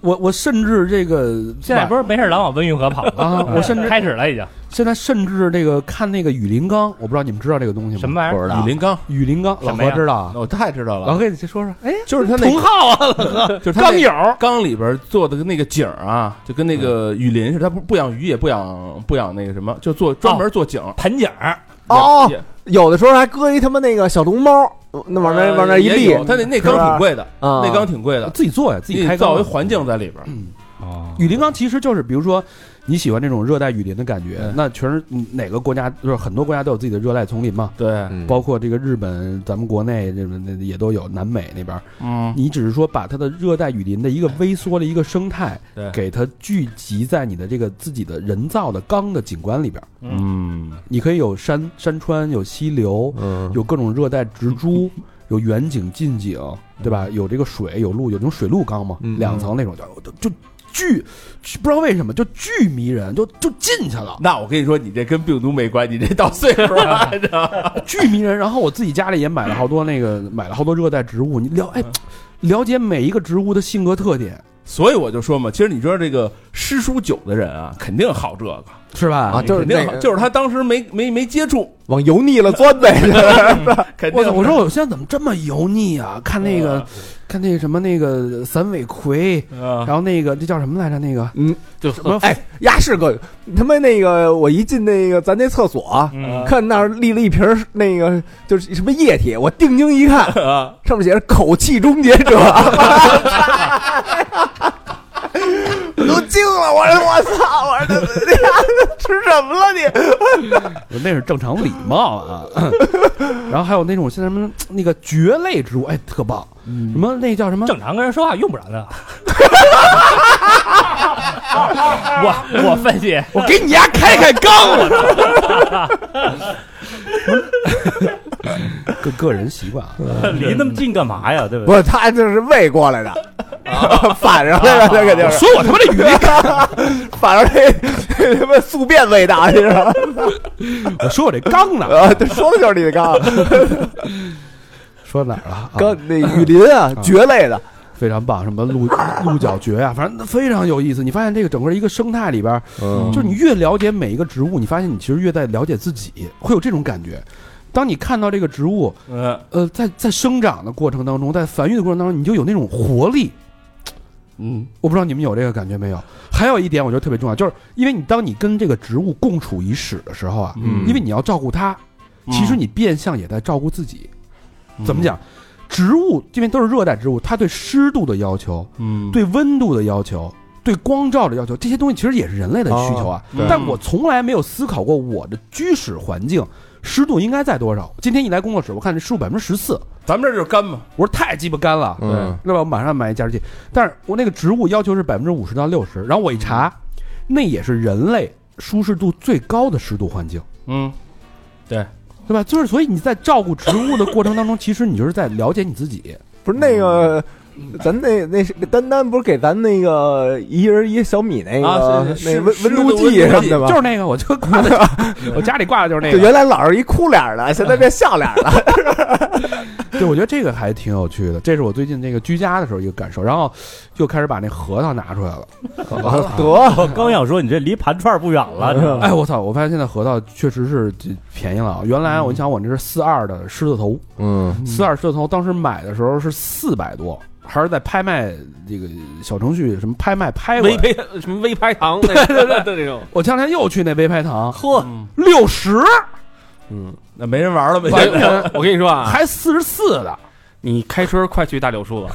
我我甚至这个
现在不
是
是没事老往温运河跑吗？
啊，我甚 至
开始了，已经
现在甚至这个看那个雨林缸，我不知道你们知道这个东西吗？
什么玩意儿？
李林刚，
雨林缸，老
什么
何
呀
知道啊？
我哦太知道
老
了，
何，你先说说。哎，
就是他那
同号啊，
就是他
刚
那
友
缸里边做的那个景儿啊，就跟那个雨林似的，他不不养鱼也不养不养那个什么，就做专门做景儿。
盆哦景儿，
哦
也，
有的时候还搁一他妈那个小龙猫，那往那
呃
往那一
也
立
有，他那那
是
缸
吧
挺贵的，
啊，
那缸挺贵的，
自己做呀，自己
你
开
得
缸
造一
啊。
环境在里边儿。哦
雨林缸其实就是，比如说你喜欢这种热带雨林的感觉，那全是嗯哪个国家就是很多国家都有自己的热带丛林嘛，
对，
包括这个日本，咱们国内这个那也都有，南美那边儿，
嗯，
你只是说把它的热带雨林的一个微缩的一个生态，
对
给它聚集在你的这个自己的人造的缸的景观里边儿。
嗯，，
你可以有山山川，有溪流，有各种热带植株，有远景近景，对吧？有这个水，有路，有那种水陆缸嘛，两层那种，就就就巨巨不知道为什么就巨迷人，就就进去了
那我跟你说，你这跟病毒没关系，你这到岁数了，你知道吗
巨迷人。然后我自己家里也买了好多那个买了好多热带植物，你了
嗯
哎，了解每一个植物的性格特点
所以我就说嘛，其实你知道这个诗书酒的人啊，肯定好这个，
是吧？
啊，就是
肯定
那
好，
个
就是他当时没没没接触， 嗯
往油腻了钻 呗，
肯定
我操！我说我现在怎么这么油腻啊？看那个，看那个什么那个散尾葵，
啊
然后那个这叫什么来着？那个
嗯
就
什么？
哎，呀是个他妈那个，我一进那个咱那厕所啊，
嗯
看那儿立了一瓶儿那个就是什么液体，我定睛一看，
嗯
上面写着“口气终结者”，
啊
我都惊了，我说我操，我说这啊这吃什么了你？
那是正常礼貌啊。 然后还有那种现在什么那个蕨类植物，哎，特棒。什么那叫什
嗯
么？
正常跟人说话用不着的。我我分析，
我给你家开开缸。个个人 习惯啊，
离那么近干嘛呀？对不
不是，
对？
他就是喂过来的， 反上来了，这个就是
啊说我他妈这鱼，啊
反正这他妈宿便喂大，你知道吗？
嗯
我说我这缸呢，
啊，这 说的就是你的缸
说哪儿了啊？
缸那雨林啊，蕨类的，
非常棒，什么鹿鹿角蕨啊，反正非常有意思。你发现这个整个一个生态里边，就是你越了解每一个植物，你发现你其实越在了解自己，会有这种感觉。当你看到这个植物，
嗯，
呃，在在生长的过程当中，在繁育的过程当中，你就有那种活力。
嗯，
我不知道你们有这个感觉没有？还有一点我觉得特别重要，就是因为你当你跟这个植物共处一室的时候啊，
嗯
因为你要照顾它，其实你变相也在照顾自己。
嗯
怎么讲？植物因为都是热带植物，它对湿度的要求、
嗯，
对温度的要求、对光照的要求，这些东西其实也是人类的需求啊。
哦对
但我从来没有思考过我的居室环境湿度应该在多少。今天一来工作室，我看这湿度百分之十四，
咱们这就是干嘛，
我说太鸡巴干了，
嗯，
对吧？我马上买一加湿器，但是我那个植物要求是百分之五十到六十，然后我一查，
嗯
那也是人类舒适度最高的湿度环境，
嗯，
对吧？就是所以你在照顾植物的过程当中，其实你就是在了解你自己。嗯
不是那个，咱那那是丹丹不是给咱那个一人一小米那
啊
个
是
那
是
温
是
温度
温度
计
计
什么的吧？
就是那个，我就 挂在我家里挂的就是那
就
个。
原来老是一哭脸儿的，现在变笑脸儿 了。
对，我觉得这个还挺有趣的，这是我最近那个居家的时候一个感受。然后又开始把那核桃拿出来了。
得，
我刚想说你这离盘串儿不远了，这
哎，我操！我发现现在核桃确实是便宜了啊。原来我想我那是四二的狮子头，
嗯
四二狮子头当时买的时候是四百多，还是在拍卖这个小程序什么拍卖拍过
微
来。
拍什么微拍 糖，对对对对，那种
我前两天又去那微拍堂，
呵，
六十
那没人玩了呗，
我跟我跟你说啊，
还四十四的，
你开春儿快去大柳树了，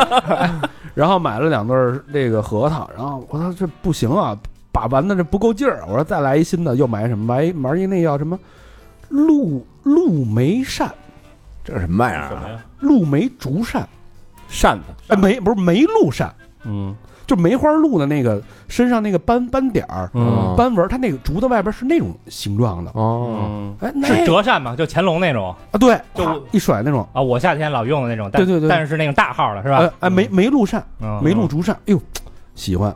然后买了两对儿这个核桃，然后我说这不行啊，把玩的这不够劲儿，啊我说再来一新的，又买什么？买一玩一那叫什么鹿鹿梅扇、
这是什么玩意儿
什么
啊？
呀？
鹿梅竹扇，
扇子，
哎梅不是梅鹿扇，
嗯
就梅花鹿的那个身上那个斑斑点儿、
嗯
斑纹儿，它那个竹子外边是那种形状的，
哦，
嗯，
哎，那
是折扇嘛，就乾隆那种
啊对，
就
啪一甩那种，
啊，我夏天老用的那种，但
对对对
但是是那种大号的是
哎
吧？
哎梅梅鹿扇、
啊
嗯
梅鹿竹扇，哎呦喜欢，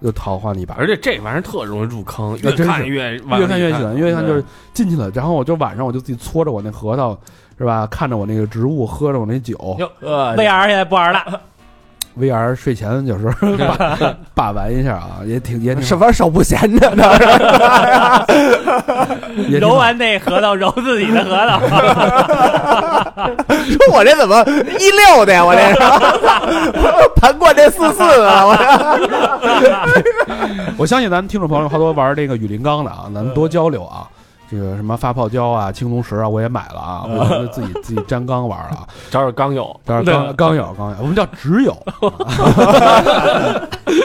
又桃花了一把，
而且这玩意儿特容易入坑，
那
越
真是
看越
越看越喜欢，越看就是
对
进去了。然后我就晚上我就自己搓着我那核桃，是吧？看着我那个植物，喝着我那酒。
哟，VR
呃
现在不玩了，
VR 睡前有时 候把把玩一下啊，也挺也挺
什么手不闲着呢？
也挺
揉完那核桃揉自己的核桃，
我这怎么一溜的呀？我这是 盘过这四四啊！我这
我相信咱们听众朋友好多玩这个雨林钢的
嗯
啊，咱们多交流啊。这个什么发泡胶啊、青龙石啊，我也买了啊，
嗯
我就 自己自己粘钢玩了啊。
找找刚友，
当然钢钢友钢友，我们叫直友，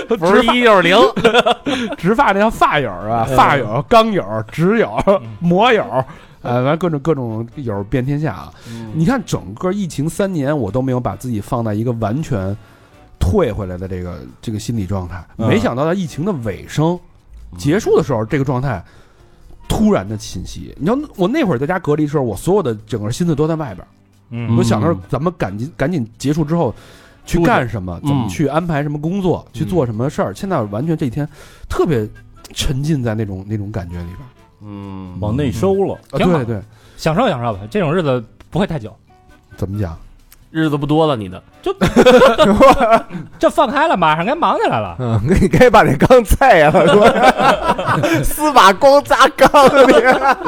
不是一就是零， 嗯
直发那叫发友是吧？发友、钢友、直友、魔友，呃，完各种各种友遍天下啊！
嗯
你看整个疫情三年，我都没有把自己放在一个完全退回来的这个这个心理状态。
嗯
没想到在疫情的尾声结束的时候，这个状态突然的侵袭。你知道我那会儿在家隔离的时候，我所有的整个心思都在外边儿，
嗯
我想着咱们赶紧赶紧结束之后去干什么，
嗯
怎么去安排什么工作，去做什么事儿。现在完全这几天特别沉浸在那种那种感觉里边儿。
嗯
往内收了，
啊，
挺好
对对，
享受享受吧，这种日子不会太久，
怎么讲？
日子不多了，你的
这放开了，马上该忙起来了。
嗯，你该把这缸菜呀，我 说司马光砸缸里。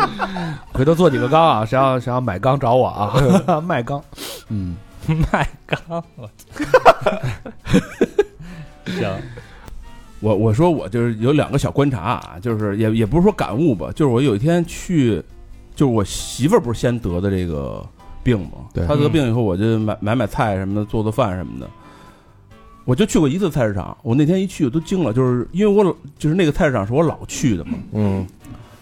回头做几个缸啊，谁要谁要买缸找 我啊，卖缸。嗯，
卖钢，我操！行，
我我说我就是有两个小观察啊，就是也也不是说感悟吧，就是我有一天去，就是我媳妇儿不是先得的这个病嘛，
对
她得病以后，我就买买买菜什么的，做做饭什么的。我就去过一次菜市场，我那天一去我都惊了，就是因为我老就是那个菜市场是我老去的嘛，
嗯，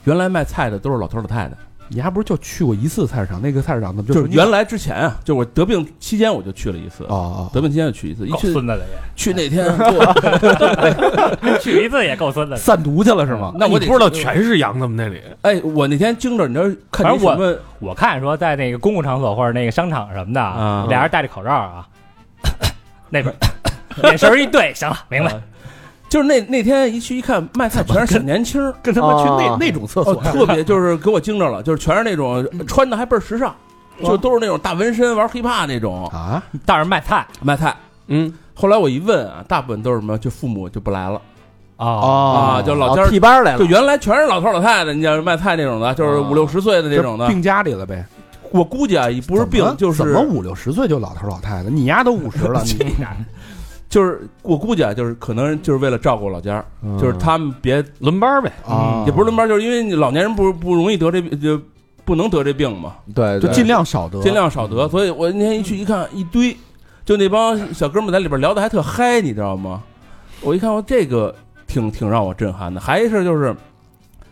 原来卖菜的都是老头儿老太太，
你还不是就去过一次菜市场？那个菜市场怎么
就是
说你
原来之前啊，就是我得病期间我就去了一次，
哦哦，
得病期间就去一次，一
够
去
孙子的也，
去那天给 我
去一次也够孙子的。
散毒去了是吗？
那我
你
得
不知道全是羊，他们那里
哎，我那天惊着，你知道看
反
见
正我
什么？
我看说在那个公共场所或者那个商场什么的啊
啊，
俩人戴着口罩啊，那边眼神一对，行了，
啊
明白。
就是那那天一去一看，卖菜全是小年轻儿，
跟他妈去那
哦
那种厕
哦
所，
特别就是给我惊着了，就是全是那种
嗯
穿的还倍儿时尚，就都是那种大纹身玩 hiphop 那种
啊？
但是卖菜，
卖菜。
嗯，
后来我一问啊，大部分都是什么？就父母就不来了，
啊，
啊，就老家
哦
儿
替班儿来
就
了，
原来全是老头老太太，你像卖菜那种的，就是五六十岁的这种的。
哦病家里了呗，
我估计啊，也不是病
怎么，
就是
怎么五六十岁就老头老太太，你丫都五十 了，你
就是我估计啊，就是可能就是为了照顾老家儿，就是他们别
轮班呗，
啊
也不是轮班，就是因为你老年人不不容易得这就不能得这病嘛，
对，
就
对
尽量少得，嗯
尽量少得。所以我那天一去一看，一堆就那帮小哥们在里边聊的还特嗨，你知道吗？我一看，我这个挺挺让我震撼的。还一事就是，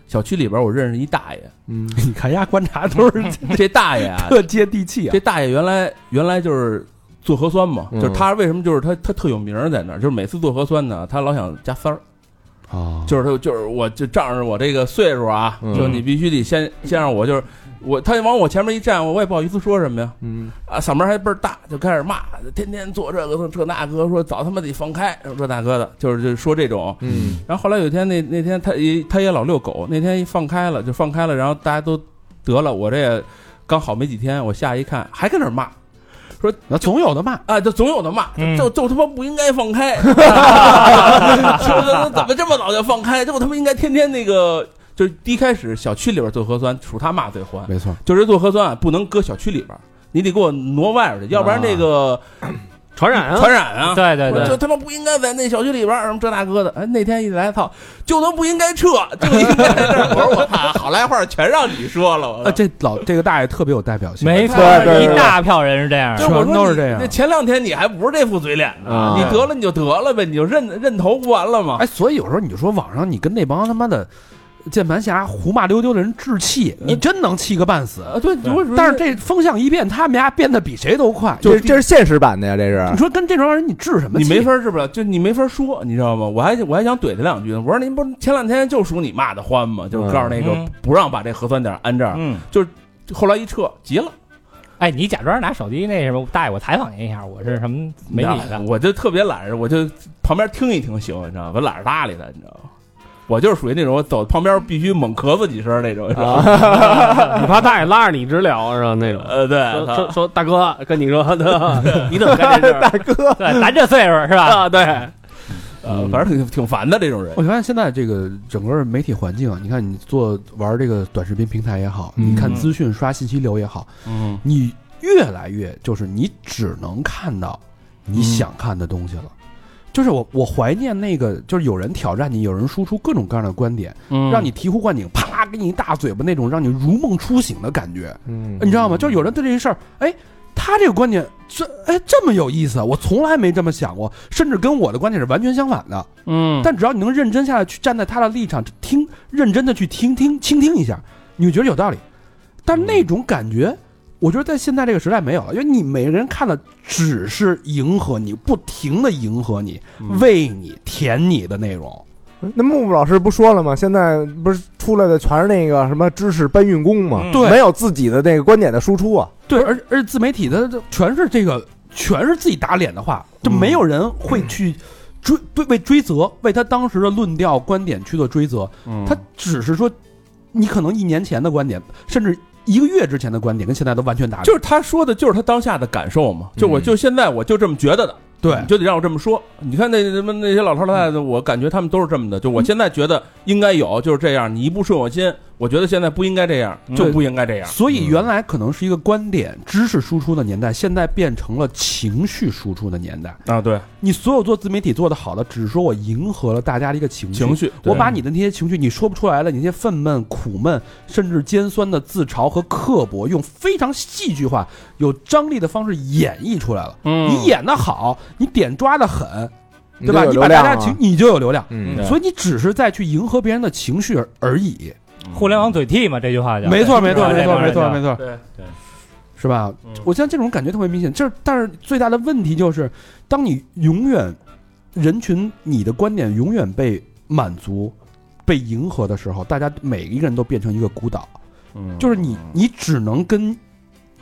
小区里边我认识一大爷，
嗯，你看丫观察都是
这大爷啊，
特接地气啊，
这大爷原来原来就是做核酸嘛，
嗯
就是他为什么就是他他特有名儿在那儿，就是每次做核酸呢，他老想加三儿，
啊
就是他就是我就仗着我这个岁数啊，
嗯
就你必须得先先让我就是我他往我前面一站，我我也不好意思说什么呀，
嗯
啊嗓门还倍儿大，就开始骂，天天做这个这那个，说早他妈得放开，这那个的，就是就说这种。
嗯
然后后来有一天那那天他也他也老遛狗，那天一放开了就放开了，然后大家都得了，我这也刚好没几天，我下一看还跟那儿骂。
那总有的骂，
啊，就总有的骂，
嗯
就就他妈不应该放开， 是不是？怎么这么早就放开？就他妈应该天天那个，就是第一开始小区里边做核酸，属他骂最欢，
没错，
就是做核酸啊不能搁小区里边，你得给我挪外边去，要不然那个
传染啊，
传染啊。
对对对
就，他妈不应该在那小区里边儿什么这那哥的，哎，那天一来，操，就他妈不应该撤，就应该在这儿。 我说我操，好赖话全让你说了，我
啊，这老这个大爷特别有代表性，
没错
对，对对
一大票人是这样
就
的。
是我说
全都是
你
这样
那前两天你还不是这副嘴脸呢，
啊
你得了你就得了呗，你就认认头不完了吗？
哎，所以有时候你就说网上你跟那帮他妈的键盘侠胡骂溜丢的人置气，你真能气个半死。
呃啊，对，如果
但是这风向一变，他们家变得比谁都快。
这这是现实版的呀，这
你
是
说跟这帮人你置什么
你
气？啊
没法治不了，就你没法说，你知道吗？我还我还想怼他两句呢。我说您不是前两天就属你骂的欢吗？就是告诉那个
嗯
不让把这核酸点安这儿，
嗯，
后来一撤急了，
哎，你假装拿手机那什么，大爷，我采访您一下，我是什么媒体的，
我就特别懒实，我就旁边听一听行，你知道吗？我懒得搭理他，你知道吗？我就是属于那种我走旁边必须猛咳嗽几声那种，
啊，
你怕大爷拉着你直聊是吧？那种。
呃，对，
说
他
说说大哥跟 你说的，你怎么干这事儿
对，咱这岁数是吧？
啊？对，
呃，反正挺挺烦的这种人。
我就发现现在这个整个媒体环境啊，你看你做玩这个短视频平台也好，你看资讯刷信息流也好，
嗯，
你越来越就是你只能看到
嗯
你想看的东西了。就是我我怀念那个，就是有人挑战你，有人输出各种各样的观点，
嗯
让你醍醐灌顶，啪给你一大嘴巴那种让你如梦初醒的感觉，
嗯
呃你知道吗？就是有人对这些事儿，哎，他这个观点这哎这么有意思，我从来没这么想过，甚至跟我的观点是完全相反的。
嗯，
但只要你能认真下来，去站在他的立场听，认真的去听听倾听一下，你就觉得有道理。但
嗯
那种感觉，我觉得在现在这个时代没有了，因为你每个人看的只是迎合你，不停的迎合你，
嗯
喂你填你的内容。
那木木老师不说了吗？现在不是出来的全是那个什么知识搬运工
嗯
吗？
对
没有自己的那个观点的输出啊。
对，而而自媒体它它全是这个，全是自己打脸的话，就没有人会
嗯
去追对为追责，为他当时的论调观点去做追责。
嗯
他只是说，你可能一年前的观点，甚至一个月之前的观点，跟现在都完全打
就是他说的，就是他当下的感受嘛。就我就现在我就这么觉得的，
嗯对
你。就得让我这么说。你看那什么那些老头老太太，我感觉他们都是这么的。就
嗯
我现在觉得应该有，就是这样。你一不顺我心，我觉得现在不应该这样，就不应该这样。
嗯
嗯
所以原来可能是一个观点、知识输出的年代，现在变成了情绪输出的年代。
啊，对，
你所有做自媒体做的好的，只是说我迎合了大家的一个情绪，
情绪，
我把你的那些情绪，你说不出来了，你那些愤懑、苦闷，甚至尖酸的自嘲和刻薄，用非常戏剧化、有张力的方式演绎出来了。
嗯
你演得好，你点抓得狠，对吧？
你
你
就有流
把
量啊
大家情，你就有流量。
嗯
对
所以你只是在去迎合别人的情绪而而已。
互联网嘴替嘛，这句话叫
没错，没错，
对
没错，
对
没错，
对
没错。
对
对，
是吧？我现在这种感觉特别明显，就是但是最大的问题就是，当你永远人群你的观点永远被满足、被迎合的时候，大家每一个人都变成一个孤岛，
嗯
就是你你只能跟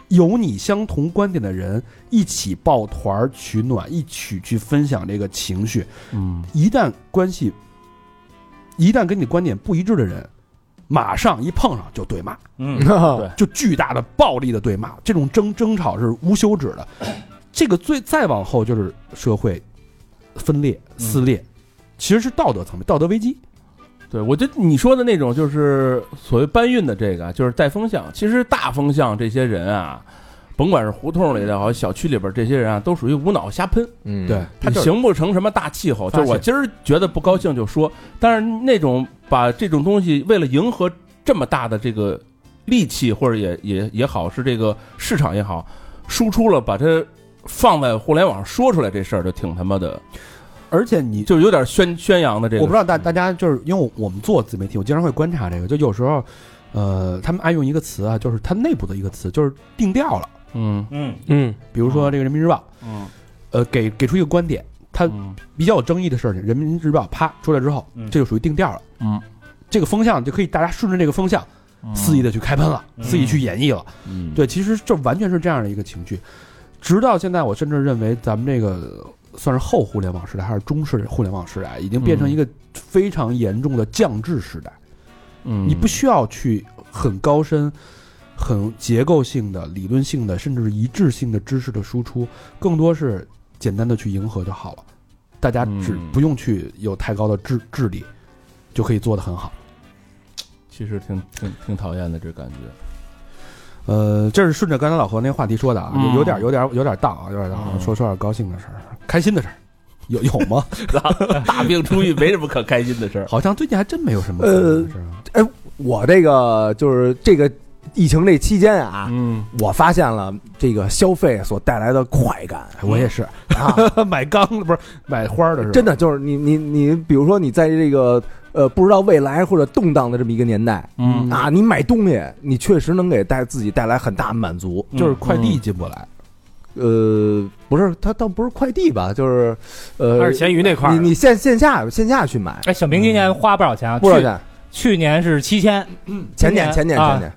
有你相同观点的人一起抱团儿取暖，一起去分享这个情绪。
嗯，
一旦关系，一旦跟你观点不一致的人，马上一碰上就对骂。
嗯，
对
就巨大的暴力的对骂，这种争争吵是无休止的。这个最再往后就是社会分裂、撕裂、其实是道德层面，道德危机。
对，我觉得你说的那种就是所谓搬运的这个，就是带风向。其实大风向这些人啊，甭管是胡同里的也好，小区里边这些人啊，都属于无脑瞎喷，
嗯，
对，
他形不成什么大气候。
大
就
气
是我今儿觉得不高兴就说，但是那种把这种东西为了迎合这么大的这个戾气，或者也也也好，是这个市场也好，输出了，把它放在互联网上说出来这事儿，就挺他妈的，
而且你
就是有点宣宣扬的这个。
我不知道大大家就是因为我我们做自媒体，我经常会观察这个，就有时候，呃，他们爱用一个词啊，就是它内部的一个词，就是定调了。
嗯
嗯
嗯
比如说这个《人民日报》，
嗯，
呃，给给出一个观点，它
嗯
比较有争议的事情，《人民日报》啪出来之后，
嗯
这就属于定调了。
嗯，
这个风向就可以大家顺着这个风向肆意的去开喷了，
嗯
肆意去演绎了。
嗯，
对，其实这完全是这样的一个情绪。直到现在，我甚至认为咱们这个算是后互联网时代，还是中式互联网时代，已经变成一个非常严重的降智时代。
嗯，
你不需要去很高深、很结构性的、理论性的，甚至是一致性的知识的输出，更多是简单的去迎合就好了。大家只
嗯
不用去有太高的智智力，就可以做得很好。
其实挺挺挺讨厌的这感觉。
呃，这是顺着刚才老何那话题说的啊，
嗯
有点有点有点荡啊，有点荡啊，说说点高兴的事儿，开心的事儿，有有吗？
大病初愈没什么可开心的事儿。
好像最近还真没有什么开心的事儿啊。
呃哎我这个就是这个疫情这期间啊，
嗯，
我发现了这个消费所带来的快感
哎我也是
啊，
买缸的，不是买花儿的是吧？
真的就是你你你，比如说你在这个呃不知道未来或者动荡的这么一个年代
嗯
啊，你买东西，你确实能给带自己带来很大满足。
嗯
就是快递进不来，
呃，不是，它倒不是快递吧，就是呃
还，是咸鱼那块儿
你，你线线下线下去买，
哎，小明今年花不少钱啊，
不知道
去
钱，
去年是七千，
前年前
今
年
啊
前年，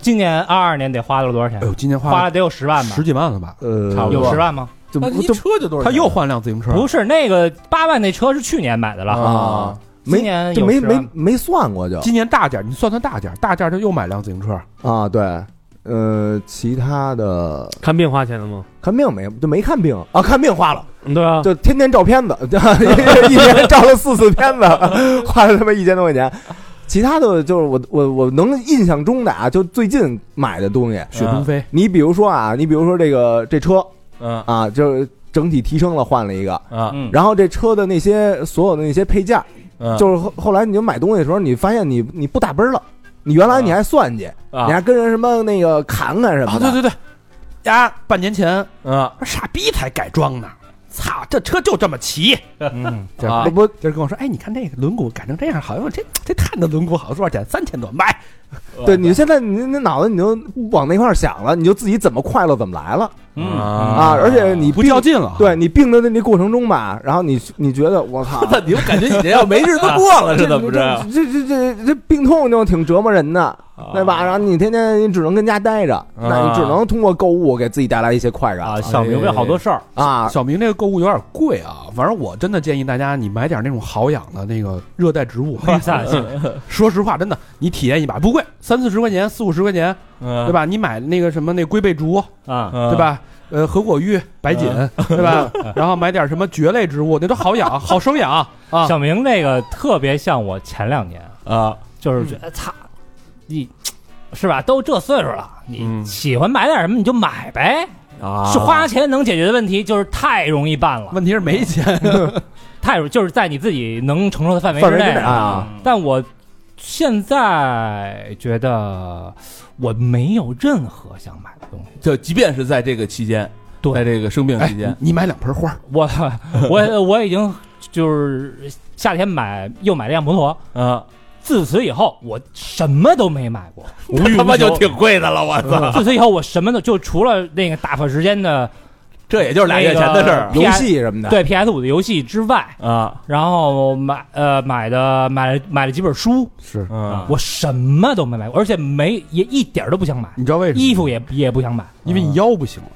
今年二二年得花了多少钱
哎？呦，今年
花
花
了得有十万吧
十？几万了吧？
呃，
差不多
有十万吗？
就
那一
就
车就多少
他
钱？啊
又换辆自行车，
不是，那个八万那车是去年买的了，
啊，
今
没
年
就
有
没
10
没
万
没算过就
今年大件儿，你算算大件儿，大件儿他又买辆自行车，
啊，对，呃，其他的
看病花钱了吗？
看病没就没看病啊，看病花了。
嗯对啊，
就天天照片子， 一年照了四次片子， 花了他妈一千多块钱。其他的就是我我我能印象中的啊，就最近买的东西，
雪中飞，
你比如说啊，你比如说这个这车
嗯
啊，就是整体提升了，换了一个，
啊
嗯
然后这车的那些所有的那些配件儿，
嗯，
就是后后来你就买东西的时候，你发现你你不打奔儿了，你原来你还算计，
啊
你还跟人什么那个砍砍什么的，
对对，呀，半年前
啊
傻逼才改装呢，操，这车就这么骑，
嗯，
这
啊
不不就是跟我说，哎，你看这个轮毂改成这样，好像我这这碳的轮毂好像多少钱？三千多，买。
对你现在你那脑子你就不往那块儿想了，你就自己怎么快乐怎么来了
嗯
啊！而且你
不
并
较劲了，
对你病的那那过程中吧，然后你你觉得我 靠，
你们感觉你这 要没日子过了
这
似的， 不是？啊
这这这这这病痛就挺折磨人的，对吧？然后你天天你只能跟家待
啊
着，那你只能通过购物给自己带来一些快
啊，
感哎
想明白好多事儿，
啊！
小明这个购物有点贵啊，反正我真的建议大家，你买点那种好养的那个热带植
哎
物。 嗯说实话，真的，你体验一把不贵，三四十块钱，四五十块钱，对
对？
吧？你买那个什么那龟背竹，
嗯啊，嗯
对
对？
吧？呃，合果玉、白锦，对吧？ 然后买点什么蕨类植物，那都 好养，好生养啊。
小明这个特别像我前两年
啊，
就是
嗯
觉得擦，你是吧？都这岁数了，你
嗯
喜欢买点什么你就买呗，
啊
是花钱能解决的问题，就是太容易办了，
问题是没钱，
太容就是在你自己能承受的范围
范围之
内
内啊，
但我现在觉得我没有任何想买的东西，
就即便是在这个期间，
对
在这个生病
哎
期间，，
你买两盆花儿，
我我我已经就是夏天买又买了辆摩托，
啊，
自此以后我什么都没买过。嗯
他妈就挺贵的了，我操！
自此以后，我什么都就除了那个打发时间的
这也就是俩月前的事儿
那个
游戏什么的，
对 PS 五的游戏之外，
啊。
然后买呃买的买了买了几本书，
是
嗯，
啊
我什么都没买过，而且没也一点儿都不想买，
你知道为什么吗？
衣服也也不想买，啊
因为你腰不行了，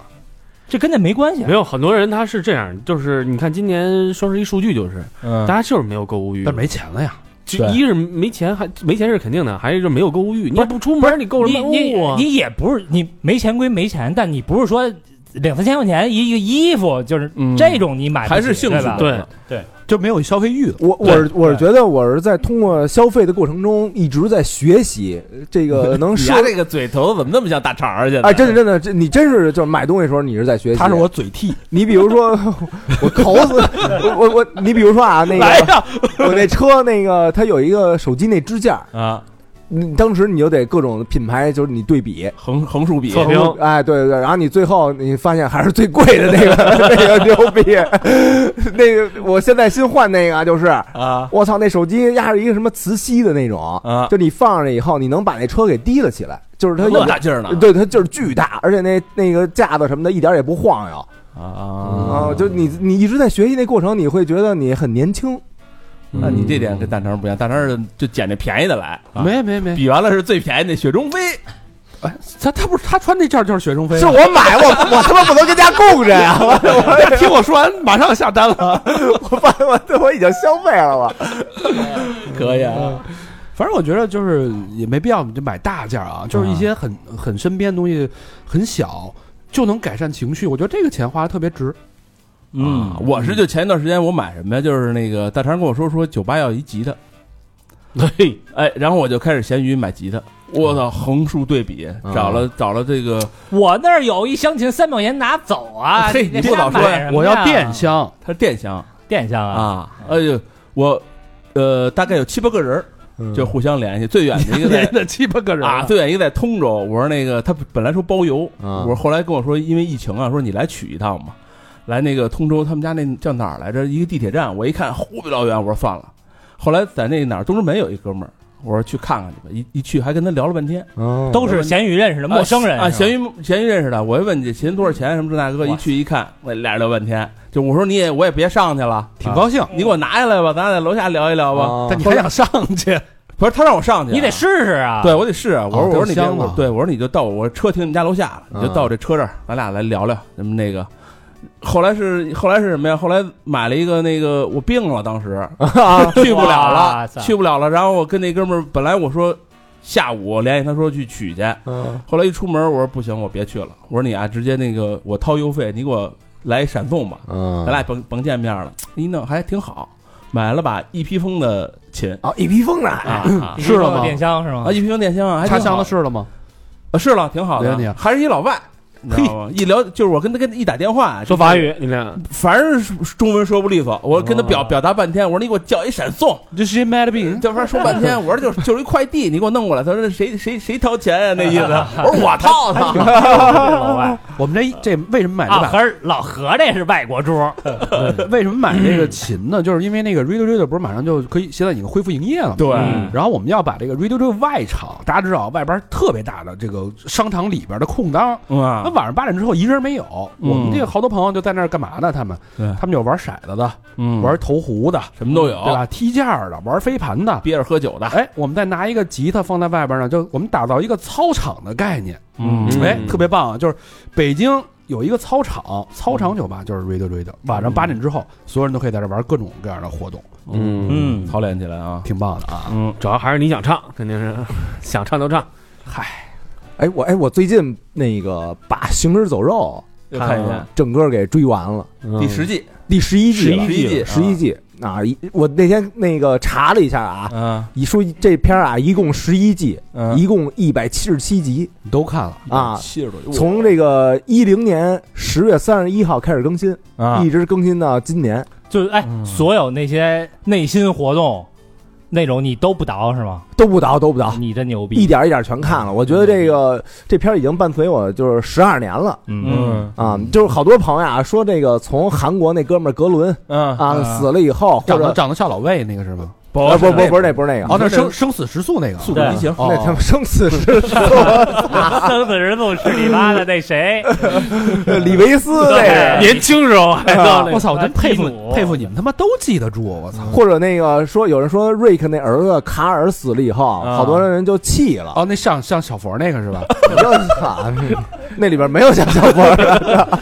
这跟那没关系啊
没。有很多人他是这样，就是你看今年双十一数据就是，
嗯
嗯
大家就是没有购物欲，
但没钱了呀。
就一是没钱，还没钱是肯定的，还有就是没有购物欲。你
不
也
是
不出门，你购什
你
么
你
物啊？
你也不是你没钱归没钱，但你不是说两三千块钱一个衣服，就是
嗯
这种你买不起
还是兴趣
对吧？
对，
就没有消费欲了。
我我是我是觉得我是在通过消费的过程中一直在学习这 个能
你
摄
家这个嘴头怎么那么像大肠儿去？
哎，真的真的，这你真是就是买东西的时候你是在学习。
他是我嘴替，
你比如说 我口死我我我，你比如说啊，那
来
个
呀
我那车那个它有一个手机那支架，
啊，
你当时你就得各种品牌就是你对比，
横横竖比
测评
哎，对对对，然后你最后你发现还是最贵的那个 那个牛逼，那个我现在新换那个啊就是。
啊
我操，那手机压着一个什么磁吸的那种，
啊，
就你放上了以后，你能把那车给提了起来，就是它
那大劲儿呢
对，它就是巨大，而且那那个架子什么的，一点儿也不晃悠
啊
啊！就你你一直在学习那过程，你会觉得你很年 轻。
那你这点跟大肠儿不一样，大肠儿就捡这便宜的来，啊
没没没，
比完了是最便宜那雪中飞，
哎，他他不是他穿那件儿就是雪中飞啊
是，我买我 我他妈不能跟家供着呀！ 我我
哎听我说完马上下单了。
我发现我我已经消费了我。
可以啊，
反正我觉得就是也没必要，你就买大件儿啊，就是一些很很身边的东西，很小就能改善情绪，我觉得这个钱花的特别值。
嗯，我是就前一段时间我买什么呀？就是那个大肠跟我说说酒吧要一吉他，嘿，哎，然后我就开始闲鱼买吉他，我操，横竖对比，找了找了这个
我那儿有一箱琴，三毛钱拿走啊！
嘿
你
你不早说呀
呀！
我要电箱，
它是电箱
电箱啊！
啊，哎呦，我呃大概有七八个人儿
嗯
就互相联系，最远的一个在
那七八个人
啊，最远一个在通州。我说那个他本来说包邮，
啊
我说后来跟我说因为疫情啊，说你来取一趟嘛，来那个通州他们家那叫哪儿来着？一个地铁站，我一看呼比老远，我说算了。后来在那哪儿东直门有一哥们儿，我说去看看去吧。一一去还跟他聊了半天，
哦
都是闲鱼认识的陌生人
啊，
是吧
咸鱼咸鱼认识的，我一问你钱多少钱什么这那个，一去一看，我俩人聊半天，就我说你也我也别上去了，啊
挺高兴，哦
你给我拿下来吧，咱俩在楼下聊一聊吧。
啊
但你还想上去？
不是他让我上去啊，
你得试试啊！
对，我得试啊！我说、
哦
我说你
这
别
有箱子
我对我说你就到我我车停你家楼下了，你就到这车这儿，咱俩来聊聊咱们那个。后来是后来是什么呀？后来买了一个那个我病了，当时去不了
哇
了，
塞
去不了了。然后我跟那哥们儿本来我说下午联系他说去取去，后来一出门我说不行，我别去了。我说你啊，直接那个我掏邮费，你给我来一闪送吧，
嗯
咱俩甭甭见面了。一弄还挺好，买了把一披风的琴
啊，一披风呢？
啊啊
你说
是了
的
吗
电箱是吗
啊！？一披风电箱啊，还
插
挺好
箱子试了吗？
啊，是了，挺好
没
的，
问题啊
还是一老外，你知道吗？一聊就是我跟他跟他一打电话，啊
说法，语，你俩
反正是中文说不利索，我跟他表表达半天，我说你给我叫一闪送，
这是 mad 病，
这玩意儿说半天，我说就是就是一快递，你给我弄过来。他说谁谁谁掏钱啊？那意思，我说我掏操，
老外
我们 这这 为什么买这
啊，
把？
合着老何这是外国猪，
为什么买
嗯
这个琴呢？就是因为那个 Radio Radio 不是马上就可以，现在已经恢复营业了嘛。
对
嗯
然后我们要把这个 Radio Radio 外场，大家知道外边特别大的这个商场里边的空当，那
啊，
晚上八点之后一人没有。我们这个好多朋友就在那儿干嘛呢？他们
嗯对
他们有玩骰子的，
嗯
玩投壶的，
什么都
对
有，
吧？踢毽儿的，玩飞盘的。
憋着喝酒的，
哎，我们再拿一个吉他放在外边呢，就我们打造一个操场的概念。
嗯
哎，特别棒啊！就是北京有一个操场，操场酒吧就是 Radio Radio，晚上八点之后，所有人都可以在这玩各种各样的活动，
嗯，
嗯，
操练起来啊，
挺棒的啊！
嗯，主要还是你想唱，肯定是 想唱就唱。
哎，我哎，我最近那个把《行尸走肉
又看一看》
整个给追完了，
嗯
第十季，
第十一季了，
十一季，
十一季啊！一我那天那个查了一下啊，
啊，
一说这片儿啊，一共十一季，
嗯
一共一百七十七集
你都看了，
啊。
七十多，
从这个一零年十月三十一号开始更新，
啊
一直更新到今年。
就是哎，所有那些内心活动那种你都不倒是吗？
都不倒，都不
嗯
倒，
你真牛
一
逼！
点儿一点儿全看了。我觉得
嗯
这个这片儿已经伴随我就是十二年了
嗯，
啊！就是好多朋友啊说这个从韩国那哥们儿格伦
嗯
啊死了以后，或
长得
者
长得像老魏那个是吗？
不
啊不不不是那不是那
哦，
个，哦
那生生死时速那个，啊
速度与激
哦
情，
那他妈生死是
啊生死时速是你妈的那谁？
李维斯那个，啊
年轻时候还到那
啊我操！我真佩服
基努
佩服你们，他妈都记得住，我
啊
操！
或者那个说有人说瑞克那儿子卡尔死了以后，
啊
好多人就气了，
哦，那像 像小佛那个是吧？
嗯 我就惨，那里边没有像小波儿的。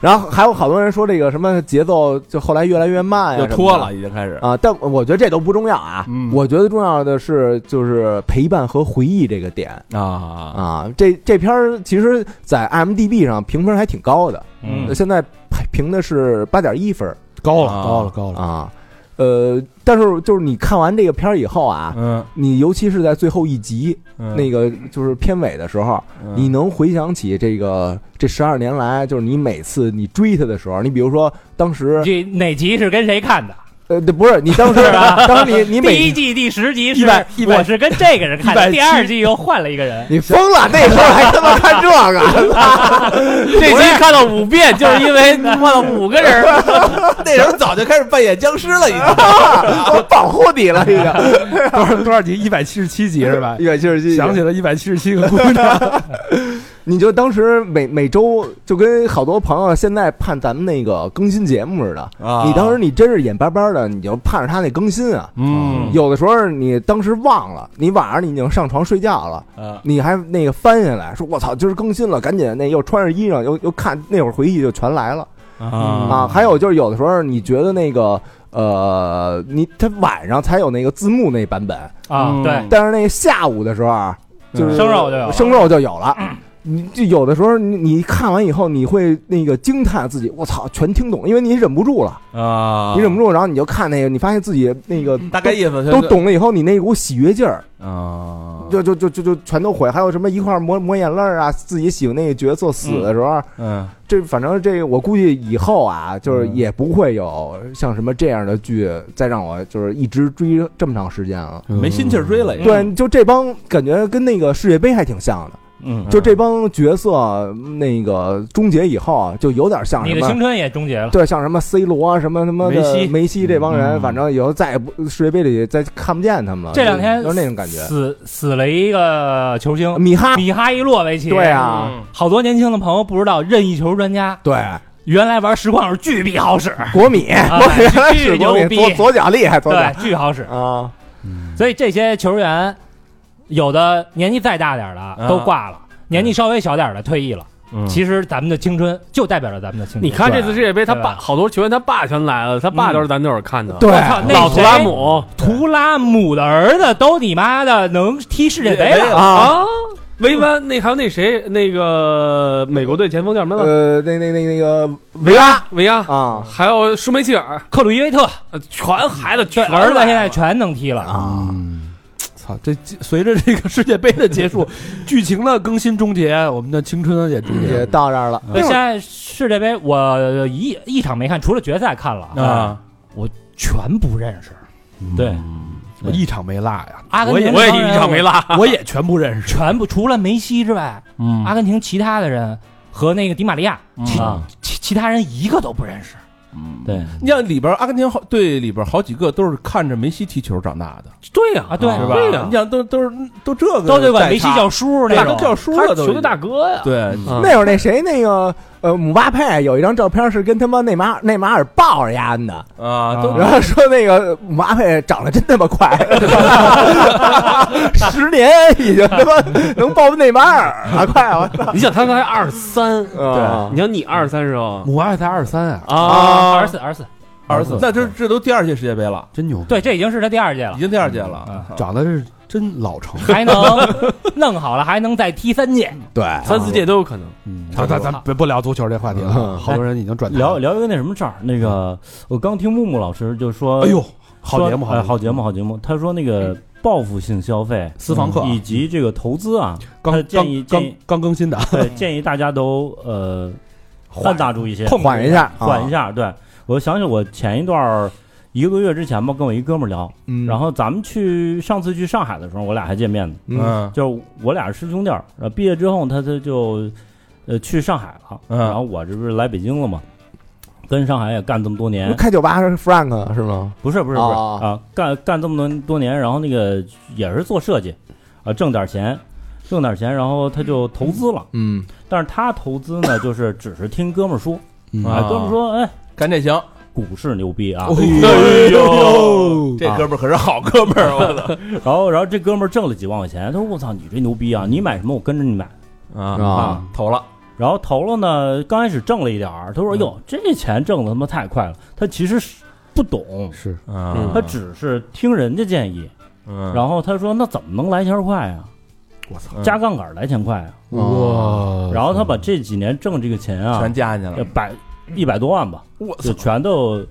然后还有好多人说这个什么节奏，就后来越来越慢呀
就
什么的，
脱了，已经开始。
啊。但我觉得这都不重要啊，
嗯
我觉得重要的是就是陪伴和回忆这个点
啊，
啊。这这片儿其实，在 IMDB 上评分还挺高的，
嗯
现在评的是八点一分儿
高了
啊
高了高了，
啊。呃，但是就是你看完这个片儿以后啊，
嗯，
你尤其是在最后一集
嗯
那个就是片尾的时候，你能回想起这个这十二年来，就是你每次你追他的时候，你比如说当时
这哪集是跟谁看的？
呃对不是你 当时当时你你
第一
每
季第十集是
一百一百
我是跟这个人看
一百
的，
七
第二季又换了一个人。
你疯了，那时候还他妈 看这个，
这集看到五遍，就是因为看到五个人儿。
那时候早就开始扮演僵尸了，已经我保护你了，已经
多少多少集？一百七十七集是吧？
一百七十七
想起了一百七十七个姑娘，
你就当时每每周就跟好多朋友现在盼咱们那个更新节目似的，
啊
你当时你真是眼巴巴的，你就盼着他那更新啊。
嗯
有的时候你当时忘了，你晚上你已经上床睡觉了，
哎
啊
你还那个翻下来说：“我操，今儿更新了，赶紧那又穿上衣裳，又又看那会儿回忆就全来了啊！”还有就是有的时候你觉得那个呃，你他晚上才有那个字幕那版本，
嗯
啊，对，
但是那下午的时候啊就是
生肉就有了
生肉就有了。你就有的时候你你看完以后，你会那个惊叹自己，我操，全听懂，因为你忍不住了，
嗯
啊嗯
你忍不住，然后你就看那个，你发现自己那个
大概意思
都懂了以后，你那股喜悦劲儿，
嗯
啊，
就就就就就全都毁，还有什么一块儿抹抹眼泪儿啊，自己喜欢那个角色死的时候，
嗯
这反正这我估计以后啊，就是
嗯
也不会有像什么这样的剧再让我就是一直追这么长时间了。
没心气儿追了已经。
对，就这帮感觉跟那个世界杯还挺像的，
嗯，
就这帮角色那个终结以后啊，就有点像
你
什
的青
么。
春也终结了。
对，像什么 C 罗啊，什么他妈的
梅西
梅西这帮人，
嗯
反正以后再也不世界杯里再看不见他们了。
这两天
啊就是那种感觉。
死死了一个球星，
米哈，
米哈伊洛维奇。嗯
对，啊，
好多年轻的朋友不知道，任意球专家
对，啊
原来玩实况是巨逼好使，啊
国米，我原来是国
牛
米，
逼
左左脚厉害，左脚
对，巨好使。
啊，
所以这些球员，有的年纪再大点儿
啊
的都挂了，年纪稍微小点儿的退役了。其实咱们的青春就代表着咱们的青春。
嗯你看这次世界杯，他爸
对
好多球员他爸全来了，他爸都是咱那会儿看的。
对
我操，那
老
谁
图拉姆，
图拉姆的儿子都你妈的能踢世界杯了，
啊，
啊，维班那还有那谁，那个美国队前锋叫什么来着？
呃，那那那那个维拉
维亚，
啊
还有舒梅切尔，
克鲁伊维特
呃全孩子
对
全
儿子
来
现在
了
全能踢了。
啊，
嗯操！这随着这个世界杯的结束，剧情的更新终结，我们的青春也终
也
结。
到这儿
嗯
了，
对，现在世界杯我一一场没看，除了决赛看了，哎
啊，
全不认识。
对，
我一场没落呀，
阿根廷
我也
这帮人
一场没 落。
我也全不认识。
全部除了梅西之外，
嗯
阿根廷其他的人和那个迪玛利亚，其其其他人一个都不认识。
对，
你像里边阿根廷好队里边好几个都是看着梅西踢球长大的，
对呀
啊对
是吧？
对呀
你，想都都是都这个
都得管
代
梅西
差
叫叔那
大都
种，
叫叔
他
了，
是
都
球队
已经
大哥呀。
对，
嗯
那会儿那谁那个呃姆巴佩有一张照片是跟他妈内马尔内马尔抱着丫的，
啊，都
然后说那个姆巴佩长得真他妈快， 十年已经他妈能抱内马尔了，快我操！
你想他才二三，
啊
你想你二三时候
母爱才二三啊，
啊，
二十四，二十四，
儿子，那这这都第二届世界杯了，
真牛！
对，，这已经是他第二届了
已，经第二届了
啊，
啊长得是真老成。
还 能弄好了，还能再踢三届。
对，
三四届都有可能。
嗯，咱咱咱别不聊足球这话题了，
嗯
好多人已经转台了
聊。聊一个那什么事儿，那个我刚听木木老师就说，
哎呦，好
说
节目，
哎好节目，，好节目。他说那个报复性消费嗯
私房课啊
以及这个投资啊，
刚
他建
刚
议
刚
建议
刚更新的，
对，建议大家都呃换大注一些，
缓一
啊
下，
缓一下。对我想起我前一段儿一个多月之前吧，跟我一哥们儿聊，
嗯，
然后咱们去上次去上海的时候，我俩还见面呢，
嗯
就是我俩是师兄弟儿。呃，毕业之后他他就呃去上海了，
嗯
然后我这不是来北京了吗？跟上海也干这么多年，
开酒吧是 Frank 是吗？
不是不是不是
哦
啊，干干这么多多年，然后那个也是做设计，啊，挣点钱，挣点钱，然后他就投资了。
嗯，
但是他投资 呢，就是只是听哥们儿说，啊，
啊
哥们儿说，哎，
干这行，
股市牛逼啊，
哎呦，这哥们儿可是好哥们儿，我操
然后然后这哥们儿挣了几万块钱，他说我操，你这牛逼啊，你买什么我跟着你买
啊
啊
投了，嗯
然后头了呢，刚开始挣了一点儿，他说：“哟，这钱挣的他妈太快了。”他其实是不懂，
是
啊
嗯
他啊只是听人家建议。
嗯
然后他说：“那怎么能来钱快呀？
我操
嗯
加杠杆来钱快呀
哇！”
然后他把这几年挣这个钱啊
全，加进去
呃
了，
百一百多万吧，
我操
就！全都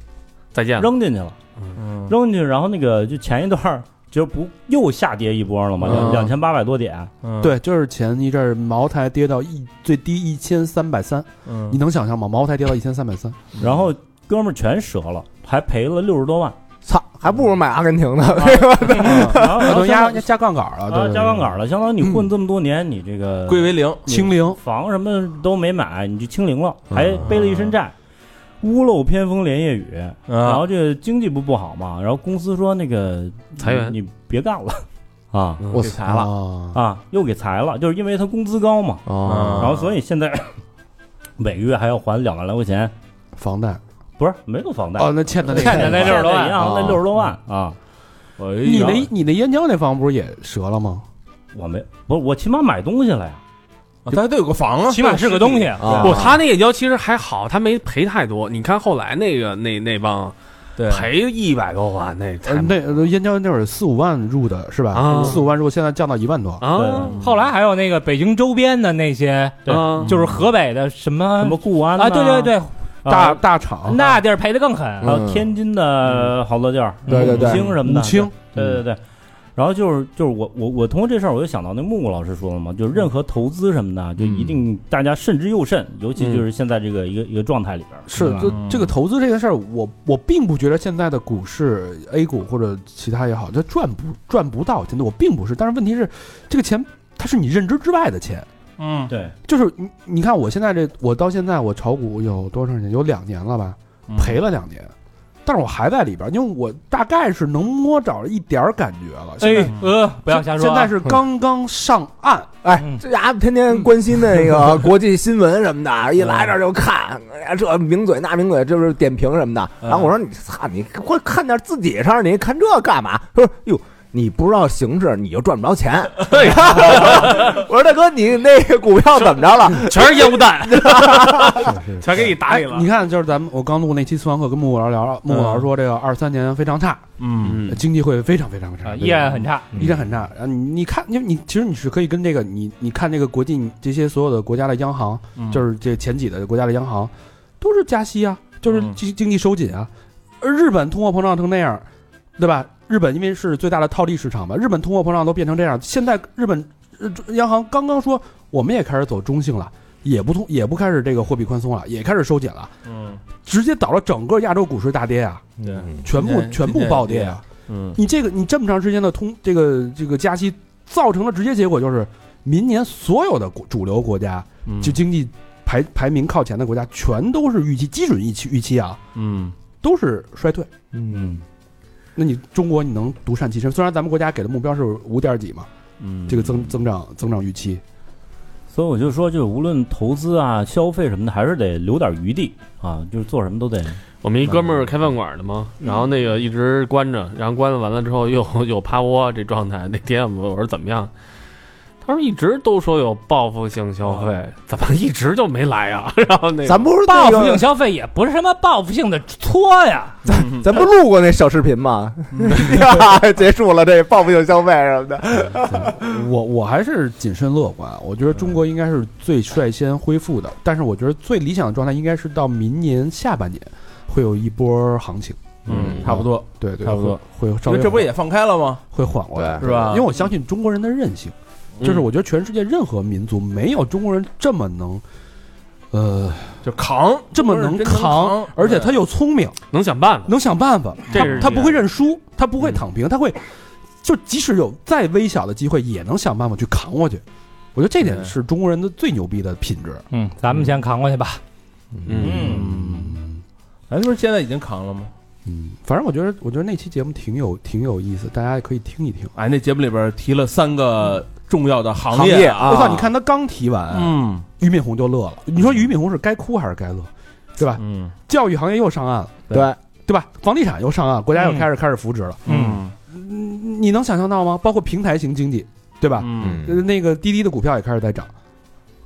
再见了，
扔进去了，
嗯
扔进去。然后那个就前一段儿就不又下跌一波了嘛，两
嗯
两千八百多点。
嗯，
对，就是前一阵儿茅台跌到一最低一千三百三，
嗯
你能想象吗？茅台跌到一千三百三，嗯
然后哥们儿全折了，还赔了六十多万，
操，还不如买阿根廷
啊
呢。
然后然
那
后
都
啊相
压
当
压加杠杆了，
啊
对嗯
加杠杆了，相当于你混这么多年，你这个
归为零，
清零，
房什么都没买，你就清零了，
嗯
还背了一身债，屋漏偏逢连夜雨。
啊
然后这个经济不不好嘛，然后公司说那个
裁员
你你别干了啊
我哦
给裁了
了
啊，又给裁了，就是因为他工资高嘛，
啊！
然后所以现在 每个月还要还两万来块钱，
房贷
不是没有房贷，
哦，那欠的那
欠的那
现
60多
在
万
一样，那
啊
六十多万啊，
你那你那燕江那房不是也折了吗？
我没不是我起码买东西了呀。
啊他都有个房
嗯
啊，
起码是个东西。
啊
不，他那也交其实还好，他没赔太多。你看后来那个那那帮
对
赔一百多万，那太
呃那呃燕江那会儿四五万入的是吧
啊？
四五万入，现在降到一万多。
啊
后来还有那个北京周边的那些，
对
啊，
就是河北的什么
什么固安
啊，对对对，啊
对
大大厂啊嗯
那地儿赔的更狠。
还有天津的好多地儿，
对对对
武清什么的，
武清，
对，对
嗯
对对。然后就是就是我我我通过这事儿，我就想到那木木老师说了嘛，就是任何投资什么的，就
嗯
一定大家慎之又慎，尤其就是现在这个一个一个状态里边儿，
是
吧嗯
这这个投资这个事儿，我我并不觉得现在的股市 A 股或者其他也好，它赚不赚不到钱的，我并不是。但是问题是，这个钱它是你认知之外的钱，
嗯，
对，
就是你你看我现在这，我到现在我炒股有多长时间？有两年了吧，赔了两年，但是我还在里边儿，因为我大概是能摸着一点儿感觉了。嗯现在
哎呃，不要瞎说
现
啊。
在是刚刚上岸，
哎
嗯，
这丫天天关心那个 国际新闻什么的，一来这
嗯
儿就看，哎呀，这名嘴那名嘴，就是点评什么的。
嗯
然后我说你操，你快看点自己上，你看这干嘛？他说哟。你不知道形势，你就赚不着钱。
哎
我说大哥，你那个股票怎么着了？
全是烟雾弹，
是是
全给你打理了。
哎你看，就是咱们我刚录那期私房课，跟木木老师聊了，木木老师说这个二三年非常差，呃
嗯
经济会非常非常非
啊，
常
依然很差。
依然很差。然后你你看，因为你其实你是可以跟这个你你看这个国际这些所有的国家的央行，就是这前几的国家的央行都是加息啊，就是
嗯
经经济收紧啊。而日本通货膨胀成那样，对吧？日本因为是最大的套利市场嘛，日本通货膨胀都变成这样，现在日本呃央行刚刚说我们也开始走中性了，也不通也不开始这个货币宽松了，也开始收紧了。
嗯，
直接导了整个亚洲股市大跌啊，
对，
嗯
全部
今天
全部暴跌啊！
嗯
你这个你这么长时间的通这个这个加息，造成的直接结果就是，明年所有的国主流国家
嗯
就经济排排名靠前的国家，全都是预期基准预期预期啊，
嗯
都是衰退。
嗯，
那你中国你能独善其身？虽然咱们国家给的目标是五点几嘛，
嗯，
这个增增长增长预期，
所以我就说，就是无论投资啊、消费什么的，还是得留点余地啊，就是做什么都得
我们一哥们儿开饭馆的嘛，然后那个一直关着，然后关了完了之后又 又趴窝这状态。那天我们我说怎么样？他说一直都说有报复性消费，怎么一直就没来啊？ 然后那个
咱不是
报
那
复性
个，
消费也不是什么报复性的搓呀，
咱不录过那小视频 吗？ 呀，结束了这报复性消费什么的。
我我还是谨慎乐观，我觉得中国应该是最率先恢复的，但是我觉得最理想的状态应该是到明年下半年会有一波行情，
嗯，差不多，
对对，
差不多
会会
这
稍微
这不也放开了吗？
会缓过来，
是吧嗯
因为我相信中国人的韧性，就是我觉得全世界任何民族没有中国人这么能，呃，
就扛，
这么
能
能扛，而且他又聪明，
能想办法。
能想办法，
这
他
是这
他不
样
会认输，他不
嗯
会躺平，他会就即使有再微小的机会，也能想办法去扛过去。我觉得这点
对
是中国人的最牛逼的品质。
嗯，咱们先扛过去吧。
嗯，
咱说现在已经扛了吗？
嗯，反正我觉得，我觉得那期节目挺有挺有意思，大家也可以听一听。
哎，那节目里边提了三个重要的行
行业
业，
啊，
我操，你，看他刚提完，
嗯
俞敏洪就乐了。你说俞敏洪是该哭还是该乐，对吧？
嗯
教育行业又上岸了，
对，
对吧？房地产又上岸，国家又开始开始扶持了。
嗯
嗯，你能想象到吗？包括平台型经济，对吧？
嗯
呃那个滴滴的股票也开始在涨，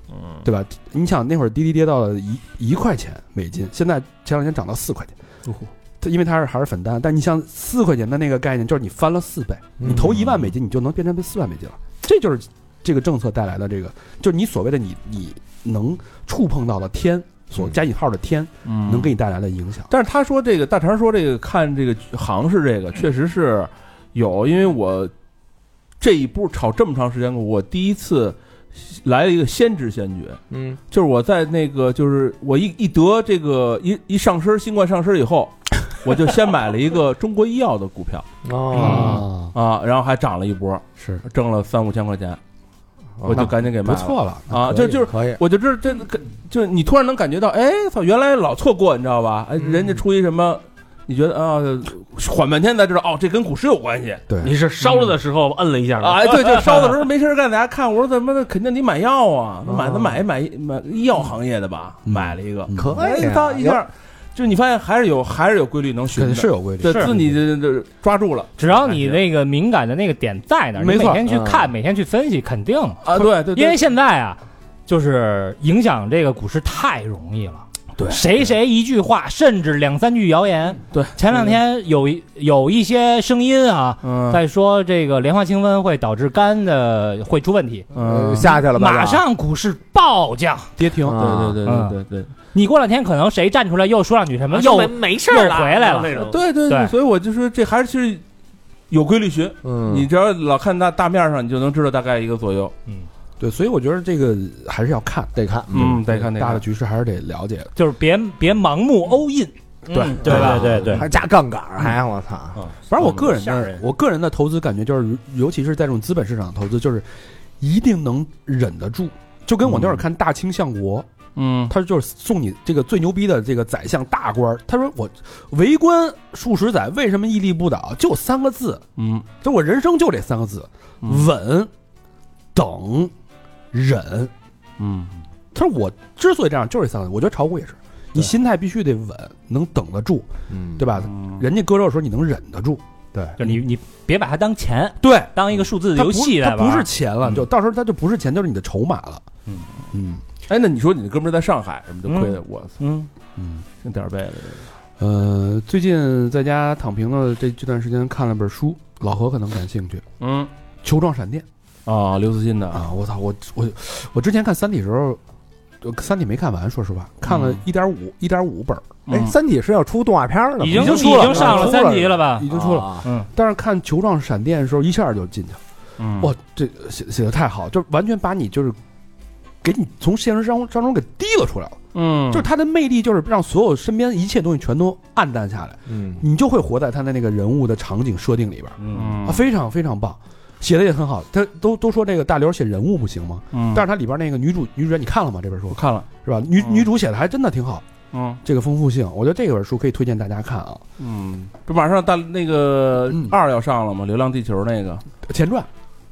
嗯，
对吧？你想那会儿滴滴跌到了一一块钱美金，现在前两天涨到四块钱，它因为它是还是粉单，但你像四块钱的那个概念，就是你翻了四倍，你投一万美金，你就能变成四万美金了，这就是这个政策带来的这个，就是你所谓的你你能触碰到的天。所加引号的天
嗯
能给你带来的影响，
但是他说这个大肠说这个看这个行市这个确实是有，因为我这一波炒这么长时间，我第一次来了一个先知先觉，
嗯
就是我在那个就是我一一得这个一一上身新冠上身以后，我就先买了一个中国医药的股票
啊，
啊，然后还涨了一波，
是
挣了三五千块钱，我就赶紧给卖
不
了。
错了
啊，就就是
可以，
我就这这个，就是你突然能感觉到，哎，操，原来老错过，你知道吧？哎，人家出一什么，你觉得啊，缓半天才知道，哦，这跟股市有关系。
你是烧了的时候摁了一下吗？
哎，对，就烧的时候没事儿干，大家看，我说怎么的，肯定得买药啊，买咱买买买医药行业的吧，
嗯
买了一个，
可
以啊
哎，他一下，就你发现还是有还是有规律能
肯
循
定
的，
嗯是有规律。
嗯对
是
自己这这抓住了哎
只要你那个敏感的那个点在那儿，你
没
每
错嗯
天去看，每天去分析，肯定。
啊，对对，对
因为现在啊，就是影响这个股市太容易了。
对
谁谁一句话，甚至两三句谣言。
对，
前两天有一有一些声音啊，
嗯
在说这个莲花清瘟会导致肝的会出问题，
嗯，
下去了吧，
马上股市暴降。
跌停，
啊
对对对对对对。
你过两天可能谁站出来又说两句什么，
又
又
啊没没事儿
又回来了
那种。
对对
对
所以我就说这还是有规律循，
嗯，
你只要老看大大面上，你就能知道大概一个左右。
嗯
对，所以我觉得这个还是要看，
得看，
嗯，得看那
大的局势还是得了解的。
就是别别盲目 all in。
对对
吧
对对
还加杠杆儿，
哎
还我操，
反正我个人
吓
的
人，
我个人的投资感觉就是，尤其是在这种资本市场投资，就是一定能忍得住。就跟我那会儿看《大清相国》
嗯
他就是送你这个最牛逼的这个宰相大官儿，他说我为官数十载，为什么屹立不倒？就三个字，
嗯
就我人生就这三个字：
嗯
稳、等、忍。
嗯
他说我之所以这样，就是这三个字。我觉得炒股也是，你心态必须得稳，能等得住，
嗯
对吧？人家割肉的时候你能忍得住，
就是你你别把它当钱，
对，
当一个数字
它
游戏
不它
来玩。
不是钱了，
嗯
就到时候它就不是钱，就是你的筹码了。
嗯
嗯
哎，那你说你哥们儿在上海什么就亏了，我操，
嗯，
嗯。
那点儿背了。
呃，最近在家躺平了这这段时间看了本书，老何可能感兴趣，《
嗯
球状闪电》
啊，刘慈欣的
啊！我操，我我我之前看《三体》时候，呃《三体》没看完，说实话，看了一点五一点五本儿，
哎，《
嗯
三体》是要出动画片儿了吗，
已经已
出了，
上了
出
三级了吧？
已经出了。
啊
嗯，
但是看《球状闪电》的时候，一下就进去了。
嗯
哇，这写写的太好，就完全把你就是给你从现实当中当中给提了出来了。
嗯
就是它的魅力，就是让所有身边一切东西全都暗淡下来，
嗯，
你就会活在他的那个人物的场景设定里边儿。
嗯
啊，非常非常棒，写的也很好。他都都说这个大刘写人物不行吗？
嗯
但是他里边那个女主女主角你看了吗？这本书
我看了，
是吧？女
嗯
女主写的还真的挺好，
嗯
这个丰富性，我觉得这本书可以推荐大家看啊。
嗯，不马上大那个
嗯
二要上了吗？《流浪地球》那个，
前传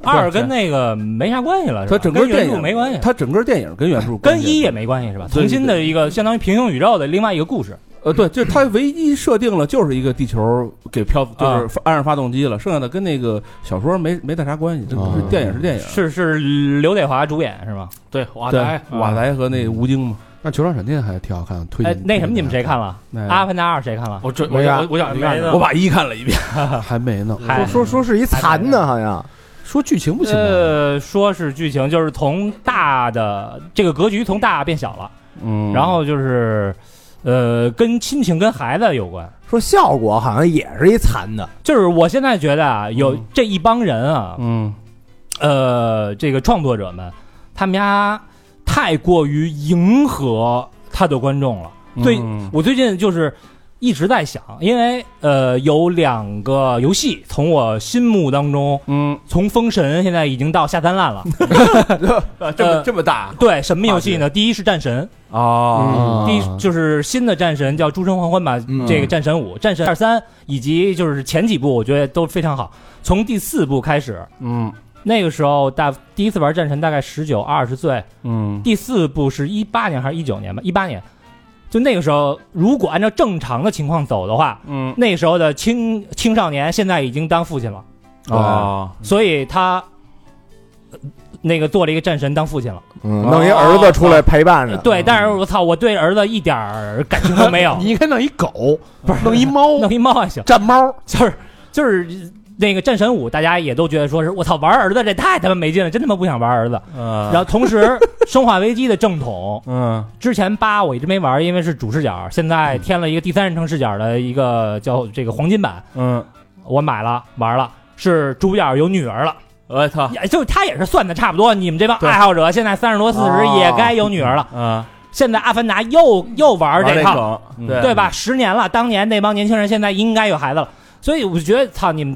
二跟那个没啥关系了，是吧
它整个
跟原
电
著
影
没关系，
它整个电影跟原著
跟一
一
也没关系是吧？
对
重新的一个相当于平行宇宙的另外一个故事。
呃，对，就是它唯一设定了就是一个地球给漂，就是安上发动机了，剩下的跟那个小说没没太啥关系，这
啊
这电影是电影，
是是刘德华主演是吗？
对，瓦
对
台，
瓦莱和那吴京嘛，
嗯那《球状闪电》还挺好看，推
哎
荐。，
那什么你们谁看了？
那
《阿凡达二》谁看了？
我准我
没啊
我我想去
没
看看。
呢
我把一看了一遍，
还没呢？
嗨
说说是一残的，好像
说剧情不啊行吗？
呃，说是剧情，就是从大的这个格局从大变小了，
嗯
然后就是，呃，跟亲情跟孩子有关。
说效果好像也是一残的，
就是我现在觉得啊，有
嗯
这一帮人啊，
嗯
呃，这个创作者们，他们家太过于迎合他的观众了。最、
嗯
我最近就是一直在想，因为呃，有两个游戏从我心目当中，
嗯，
从《封神》现在已经到下三滥了。
啊这么这么大
对，什么游戏呢？第一是《战神》嗯
啊
第一就是新的《战神》叫《诸神黄昏》吧，
嗯
这个《战神五》《战神二三》，以及就是前几部，我觉得都非常好。从第四部开始，
嗯
那个时候大第一次玩战神大概十九二十岁，
嗯
第四部是一八年还是一九年吧？一八年，就那个时候，如果按照正常的情况走的话，
嗯
那时候的青
哦
哦
青少年现在已经当父亲了，
啊
所以他呃那个做了一个战神当父亲了。
嗯，弄一儿子出来陪伴着，
嗯
哎
对，但是我操，我对儿子一点儿感情都没有
你，应该弄一狗，不是弄一猫，
弄一猫还行，
战猫，
就是就是。那个战神五，大家也都觉得说是我操玩儿子这太他妈没劲了，真他妈不想玩儿子。然后同时，《生化危机》的正统，
嗯
之前八我一直没玩，因为是主视角，现在添了一个第三人称视角的一个叫这个黄金版，
嗯，
我买了玩了，是主角有女儿了，
我操，
也就他也是算的差不多。你们这帮爱好者现在三十多四十
哦
也该有女儿了。
啊，
现在阿凡达又又嗯玩
玩
这
那
套，嗯
梗，
对吧？十年了，当年那帮年轻人现在应该有孩子了，所以我觉得操你们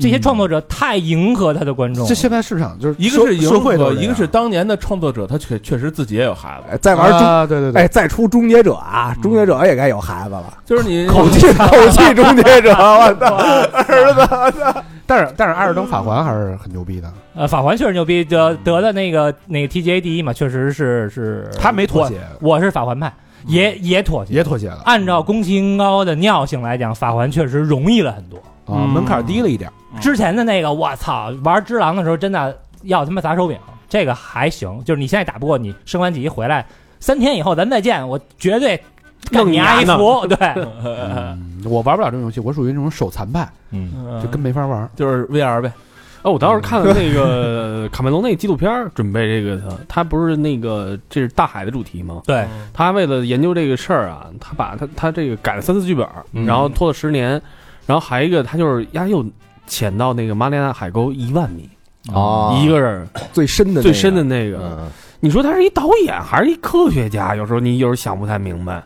这些创作者太迎合他的观众了
这。现在市场就是
一个
社
是迎
社会都
合，
这样，
一个是当年的创作者，他确确实自己也有孩子，
哎再玩终，
啊，对对对，
哎，再出终结者啊，终结者也该有孩子了。
就是 你
口气口气终结者，我操，儿子，我操
但是但是《艾尔登法环》还是很牛逼的，
呃，法环确实牛逼，得得的那个那个 TGA 第一嘛，确实是是。
他没妥协，嗯
我，我是法环派，也也妥协。
也妥协了
按照宫崎英高的尿性来讲，法环确实容易了很多。
啊，门槛低了一点。
之前的那个，我操，玩只狼的时候真的要他妈砸手柄，这个还行，就是你现在打不过你，升完级回来三天以后咱再见，我绝对
弄
干
你
阿
丫
一
呢
服， 对，
嗯我玩不了这种游戏，我属于那种手残派，
嗯
就跟没法玩。
就是 VR 呗，嗯
哦，我当时看了那个卡梅隆那纪录片儿，准备这个的，他不是那个这是大海的主题吗？
对，
嗯
他为了研究这个事儿啊，他把他他这个改了三次剧本儿，
嗯
然后拖了十年，然后还一个他就是呀又潜到那个马里亚纳海沟一万米，
啊
哦
一个人
最深的
最深的
那
那
个
个，
嗯
你说他是一导演还是一科学家？有时候你有时候想不太明白，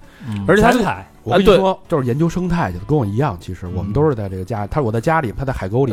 而且他
全彩，
啊
我跟你
对
说，就是研究生态去的，跟我一样。其实
嗯
我们都是在这个家，他我在家里，他在 海沟里。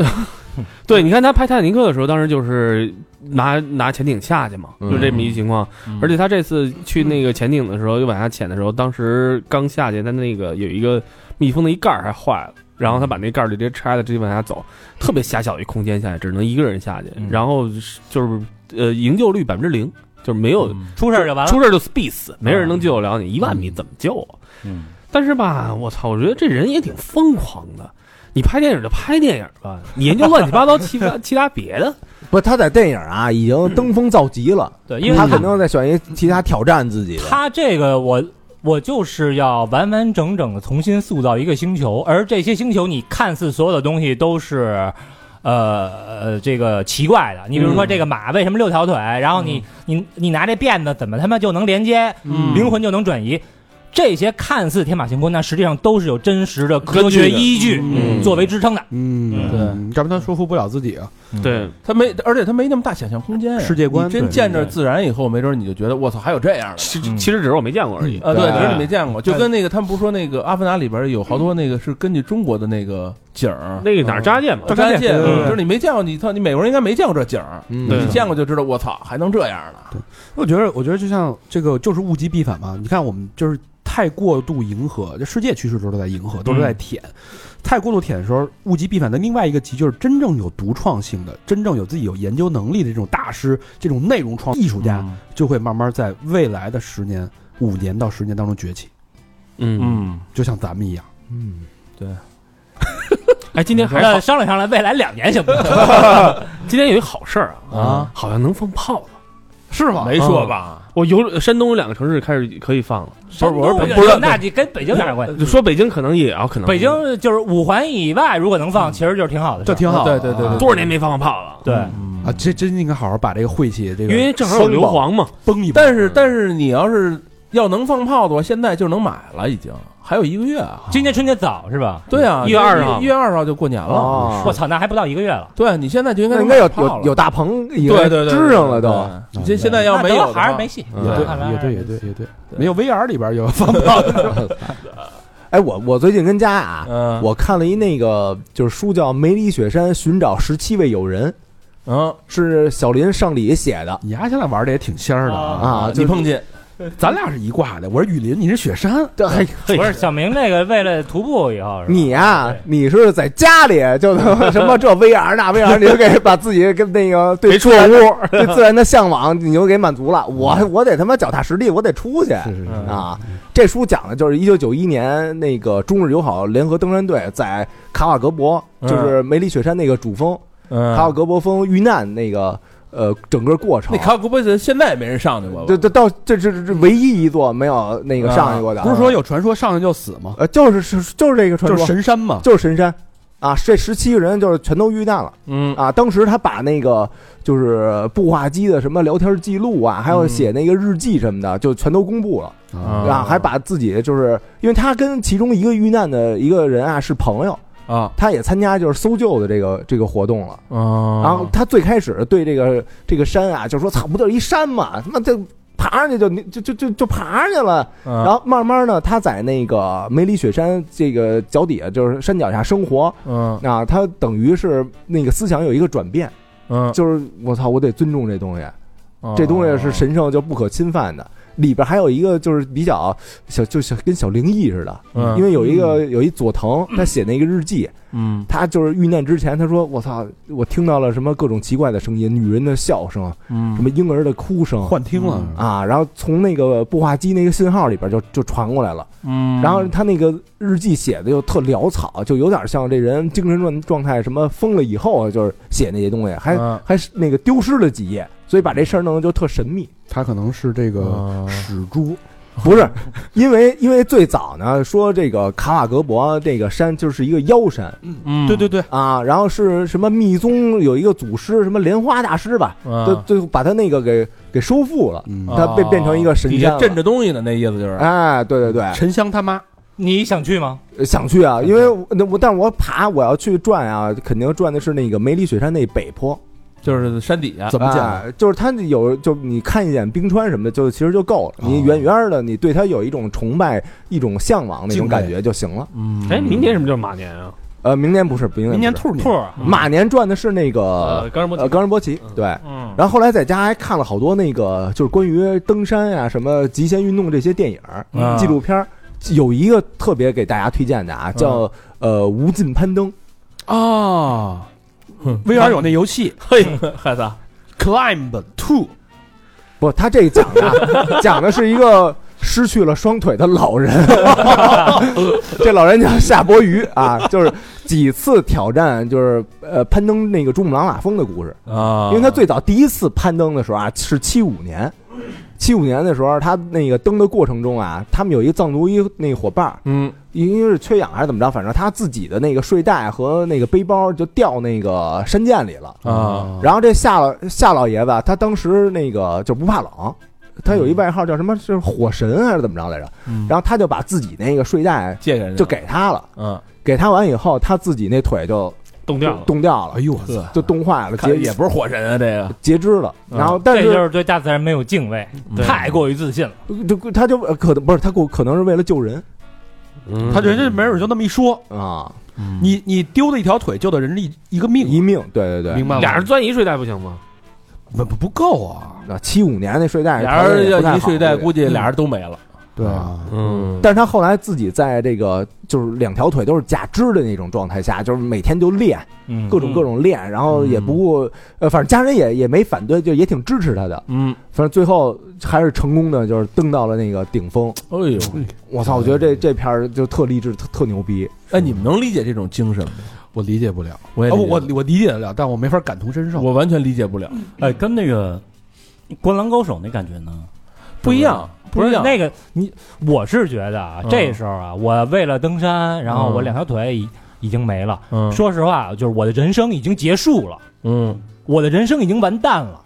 嗯
对，你看他拍《泰坦尼克》的时候，当时就是拿拿潜艇下去嘛，就这
嗯
么一情况。而且他这次去那个潜艇的时候，又往下潜的时候，当时刚下去，他那个有一个密封的一盖儿还坏了，然后他把那盖儿就直接拆了，直接往下走，特别狭小一空间下去，只能一个人下去，
嗯
然后是就是呃营救率百分之零，就是没有、
嗯出事儿就完了。嗯
出事儿就必死，没人能救得了你，一万米怎么救啊？
嗯，
但是吧，我操，我觉得这人也挺疯狂的。你拍电影就拍电影吧，你研究乱七八糟其他 其他别的，
不，他在电影啊已经登峰造极了，
对，因为
他肯定在选一其他挑战自己的。
他这个我我就是要完完整整的重新塑造一个星球，而这些星球你看似所有的东西都是。呃呃，这个奇怪的，你比如说这个马为什么六条腿？然后你、你你拿这辫子怎么他妈就能连接、灵魂就能转移？这些看似天马行空，但实际上都是有真实的科学依据作为支撑的。
嗯，
嗯
要不然他说服不了自己啊。
对，
他没，而且他没那么大想象空间呀，
世界观
哎你真
对
见着自然以后，没准你就觉得我操，还有这样的。嗯
其其实只是我没见过而已。哎
呃，对，
对
只是你没见过，就跟那个他们不是说那个《阿凡达》里边有好多那个是根据中国的那个景儿，嗯啊
那个哪儿扎剑嘛？
张家界，
对对对
嗯就是你没见过，你操，你美国人应该没见过这景儿，
嗯
对
你见过就知道，我操，还能这样呢？
我觉得，我觉得就像这个，就是物极必反嘛。你看，我们就是太过度迎合，这世界趋势都是在迎合，都是在舔。太过度舔的时候，物极必反的另外一个极就是真正有独创性的、真正有自己有研究能力的这种大师、这种内容创艺术家，就会慢慢在未来的十年、五年到十年当中崛起，
嗯，
就像咱们一样。
嗯，
哎，今天
嗯
还
那
啊
好，
呃商量商量，未来两年行不行？
今天有一好事儿啊，
啊，
好像能放炮了。嗯
是吗？没说吧？
我有山东有两个城市开始可以放了，
不是
不是
不
不是
哦那你跟北京有点关系？
就说北京可能也要啊可能
北京就是五环以外，如果能放，其实就是挺好的事
这
儿。
挺好
嗯对
的，
对对对，
多少年没放过炮了？
对，
啊，这真应该好好把这个晦气，这个
因为正好有硫磺嘛。
崩一崩。
但
嗯
是但是你要是要能放炮的话，现在就能买了，已经还有一个月啊。
今年春节早是吧？
对啊，
一月二十号
一月二十号就过年了。
哦
我，操，那还不到一个月了。
对，你现在就应该
那应该有
能买炮
有
了
有大棚，已经
对对对，对
支上了都。。
啊
啊
对你这现在要没
那
有
得
的话
还是没戏。
嗯
对
看来
也对也对也对，没有 VR 里边有放 炮，
哎，我我最近跟家啊，
嗯
我看了一那个就是书叫《梅里雪山寻找十七位友人》，
嗯
是小林上礼写的
你丫现在玩的也挺仙儿的啊！
啊。
你
就
碰见
咱俩是一挂的，我是雨林，你是雪山，
对，哎
不是小明这个为了徒步以后是吧
你啊
对，
你是在家里就他妈什么这 VR 那 VR，你就给把自己跟那个对自然的对自然的向往，你就给满足了。我我得他妈脚踏实地，我得出去
嗯是是是
啊！这书讲的就是一九九一年那个中日友好联合登山队在卡瓦格博，就是梅里雪山那个主峰
嗯
卡瓦格博峰遇难那个呃整个过程
那。卡古贝斯现在也没人上去过吧？
这这到这这这唯一一座没有那个上去过的，
啊
啊
不是说有传说上去就死吗？
呃就是是就是这个传
就是
说，
神山嘛，
就是神山啊，这十七个人就是全都遇难了。
嗯
啊，当时他把那个就是步话机的什么聊天记录啊，
嗯
还有写那个日记什么的，就全都公布了啊，还把自己就是因为他跟其中一个遇难的一个人啊是朋友
啊，
他也参加就是搜救的这个这个活动了。
啊
然后他最开始对这个这个山啊，就说操，不就是一山嘛，他妈这爬上去就就就就就爬上去了。
啊
然后慢慢呢，他在那个梅里雪山这个脚底下，就是山脚下生活，
嗯
啊，他等于是那个思想有一个转变，
嗯，
就是我操，我得尊重这东西，
啊
这东西是神圣就不可侵犯的。里边还有一个就是比较小，就小跟小灵异似的，
嗯
因为有一个有一佐藤，他写那个日记，
嗯
他就是遇难之前，他说：“我操，我听到了什么各种奇怪的声音，女人的笑声，什
嗯
么婴儿的哭声
幻听了。
啊。”然后从那个步话机那个信号里边就就传过来了。
嗯
然后他那个日记写的又特潦草，就有点像这人精神状状态什么疯了以后啊，就是写那些东西，还
嗯
还是那个丢失了几页，所以把这事儿弄得就特神秘。
他可能是这个
嗯
始
不是，因为因为最早呢说这个卡瓦格博这个山就是一个妖山，
嗯
对对对，
啊，然后是什么密宗有一个祖师，什么莲花大师吧，
啊
嗯
就就把他那个给给收复了，
嗯，
他被变成一个神
哦底
仙
下
了。
镇着东西呢，那意思就是
哎，对对对，
沉香他妈，
你想去吗？
呃想去啊，因为
嗯
我那我但是我爬我要去转啊，肯定转的是那个梅里雪山那北坡，
就是啊山底
啊
下
怎么讲？
哎就是它有就你看一眼冰川什么的，就其实就够了，
哦
你远远的，你对它有一种崇拜、一种向往那种感觉就行了。
哎，明年什么就是马年啊？
呃，明年不是，明
明
年
年
不是
兔年
兔，儿，
马年转的是那个
呃，刚什
呃
么？
冈仁波齐，对。
嗯
然后后来在家还看了好多那个就是关于登山呀、什么极限运动这些电影儿、
嗯
纪录片儿，有一个特别给大家推荐的啊，叫、呃《无尽攀登》。
啊，VR 有那游戏
嘿，孩子，
Climb Two，
不，他这讲的啊讲的是一个失去了双腿的老人， 这老人叫夏伯渝啊，就是几次挑战就是呃攀登那个珠穆朗玛峰的故事。
啊
因为他最早第一次攀登的时候啊，是七五年，七五年的时候，他那个登的过程中啊，他们有一个藏族一那个伙伴儿，
嗯
因为是缺氧还是怎么着，反正他自己的那个睡袋和那个背包就掉那个山涧里了。
啊
然后这夏老夏老爷子啊，他当时那个就不怕冷，他有一外号叫什么，是火神还是怎么着来着？然后他就把自己那个睡袋啊
借给人家
就给他了，
嗯，
给他完以后，他自己那腿就
冻掉了。
冻掉了
哎，呦我操，
就冻坏了，
看
截
也不是火神啊，这个
截肢了。嗯
嗯
然后但
这
是
就是对大自然没有敬畏，太过于自信了。
就他就呃可能不是他可可能是为了救人
他人家没准就那么一说，
嗯
啊，
嗯
你你丢了一条腿救的人一一个
一
命，
命，对对对
明。白吗？
俩人钻一睡袋不行吗？
不不不够啊，
那七五年那睡袋，
俩人
条件也不太
要
好
一睡袋，估计
嗯
俩人都没了。
对啊，
嗯，
但是他后来自己在这个就是两条腿都是假肢的那种状态下，就是每天就练
嗯，
各种各种练，然后
嗯
也不顾呃，反正家人也也没反对，就也挺支持他的。
嗯，
反正最后还是成功的，就是登到了那个顶峰。
哎呦，
我操，我觉得这这片儿就特励志，特特牛逼。
哎，你们能理解这种精神吗？
我理解不了，
我也
啊
理
我
解
我我理解得了，但我没法感同身受。嗯
我完全理解不了，
哎，跟那个《灌篮高手》那感觉呢？
不一样，
不
一
是
样。
那个你，我是觉得啊，
嗯
这时候啊，我为了登山，然后我
嗯
两条腿已已经没了。
嗯
说实话，就是我的人生已经结束了，
嗯，
我的人生已经完蛋了。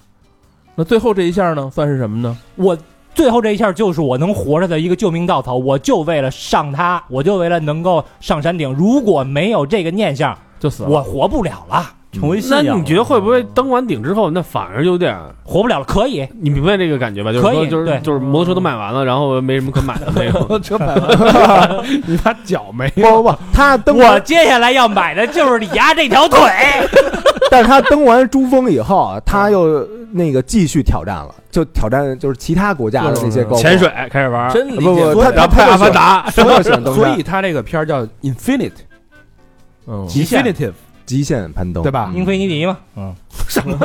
那最后这一下呢，算是什么呢？
我最后这一下就是我能活着的一个救命稻草，我就为了上它，我就为了能够上山顶。如果没有这个念想，
就死了。
我活不了了，
成为信
那
仰了
你觉得会不会登完顶之后，那反而有点儿？
活不了了，可以。
你明白这个感觉吧？就是
可
说，
以
就是
对
就是摩托车都卖完了，然后没什么可买的那 种。
车摆完， 你把脚没
不不不，他登
我
完，
接下来要买的就是你丫 这条腿。
但是他登完珠峰以后啊，他又那个继续挑战了，就挑战就是其他国家的那
嗯
些高手
潜水开始玩，
真理
不
解
不，
了
他他拍阿凡
达，
所有喜欢登
所
山
以，他这个片儿叫 Infinite
嗯，
Infinitive，
极限攀登，
对？吧？
英菲尼迪嘛，嗯， 什么？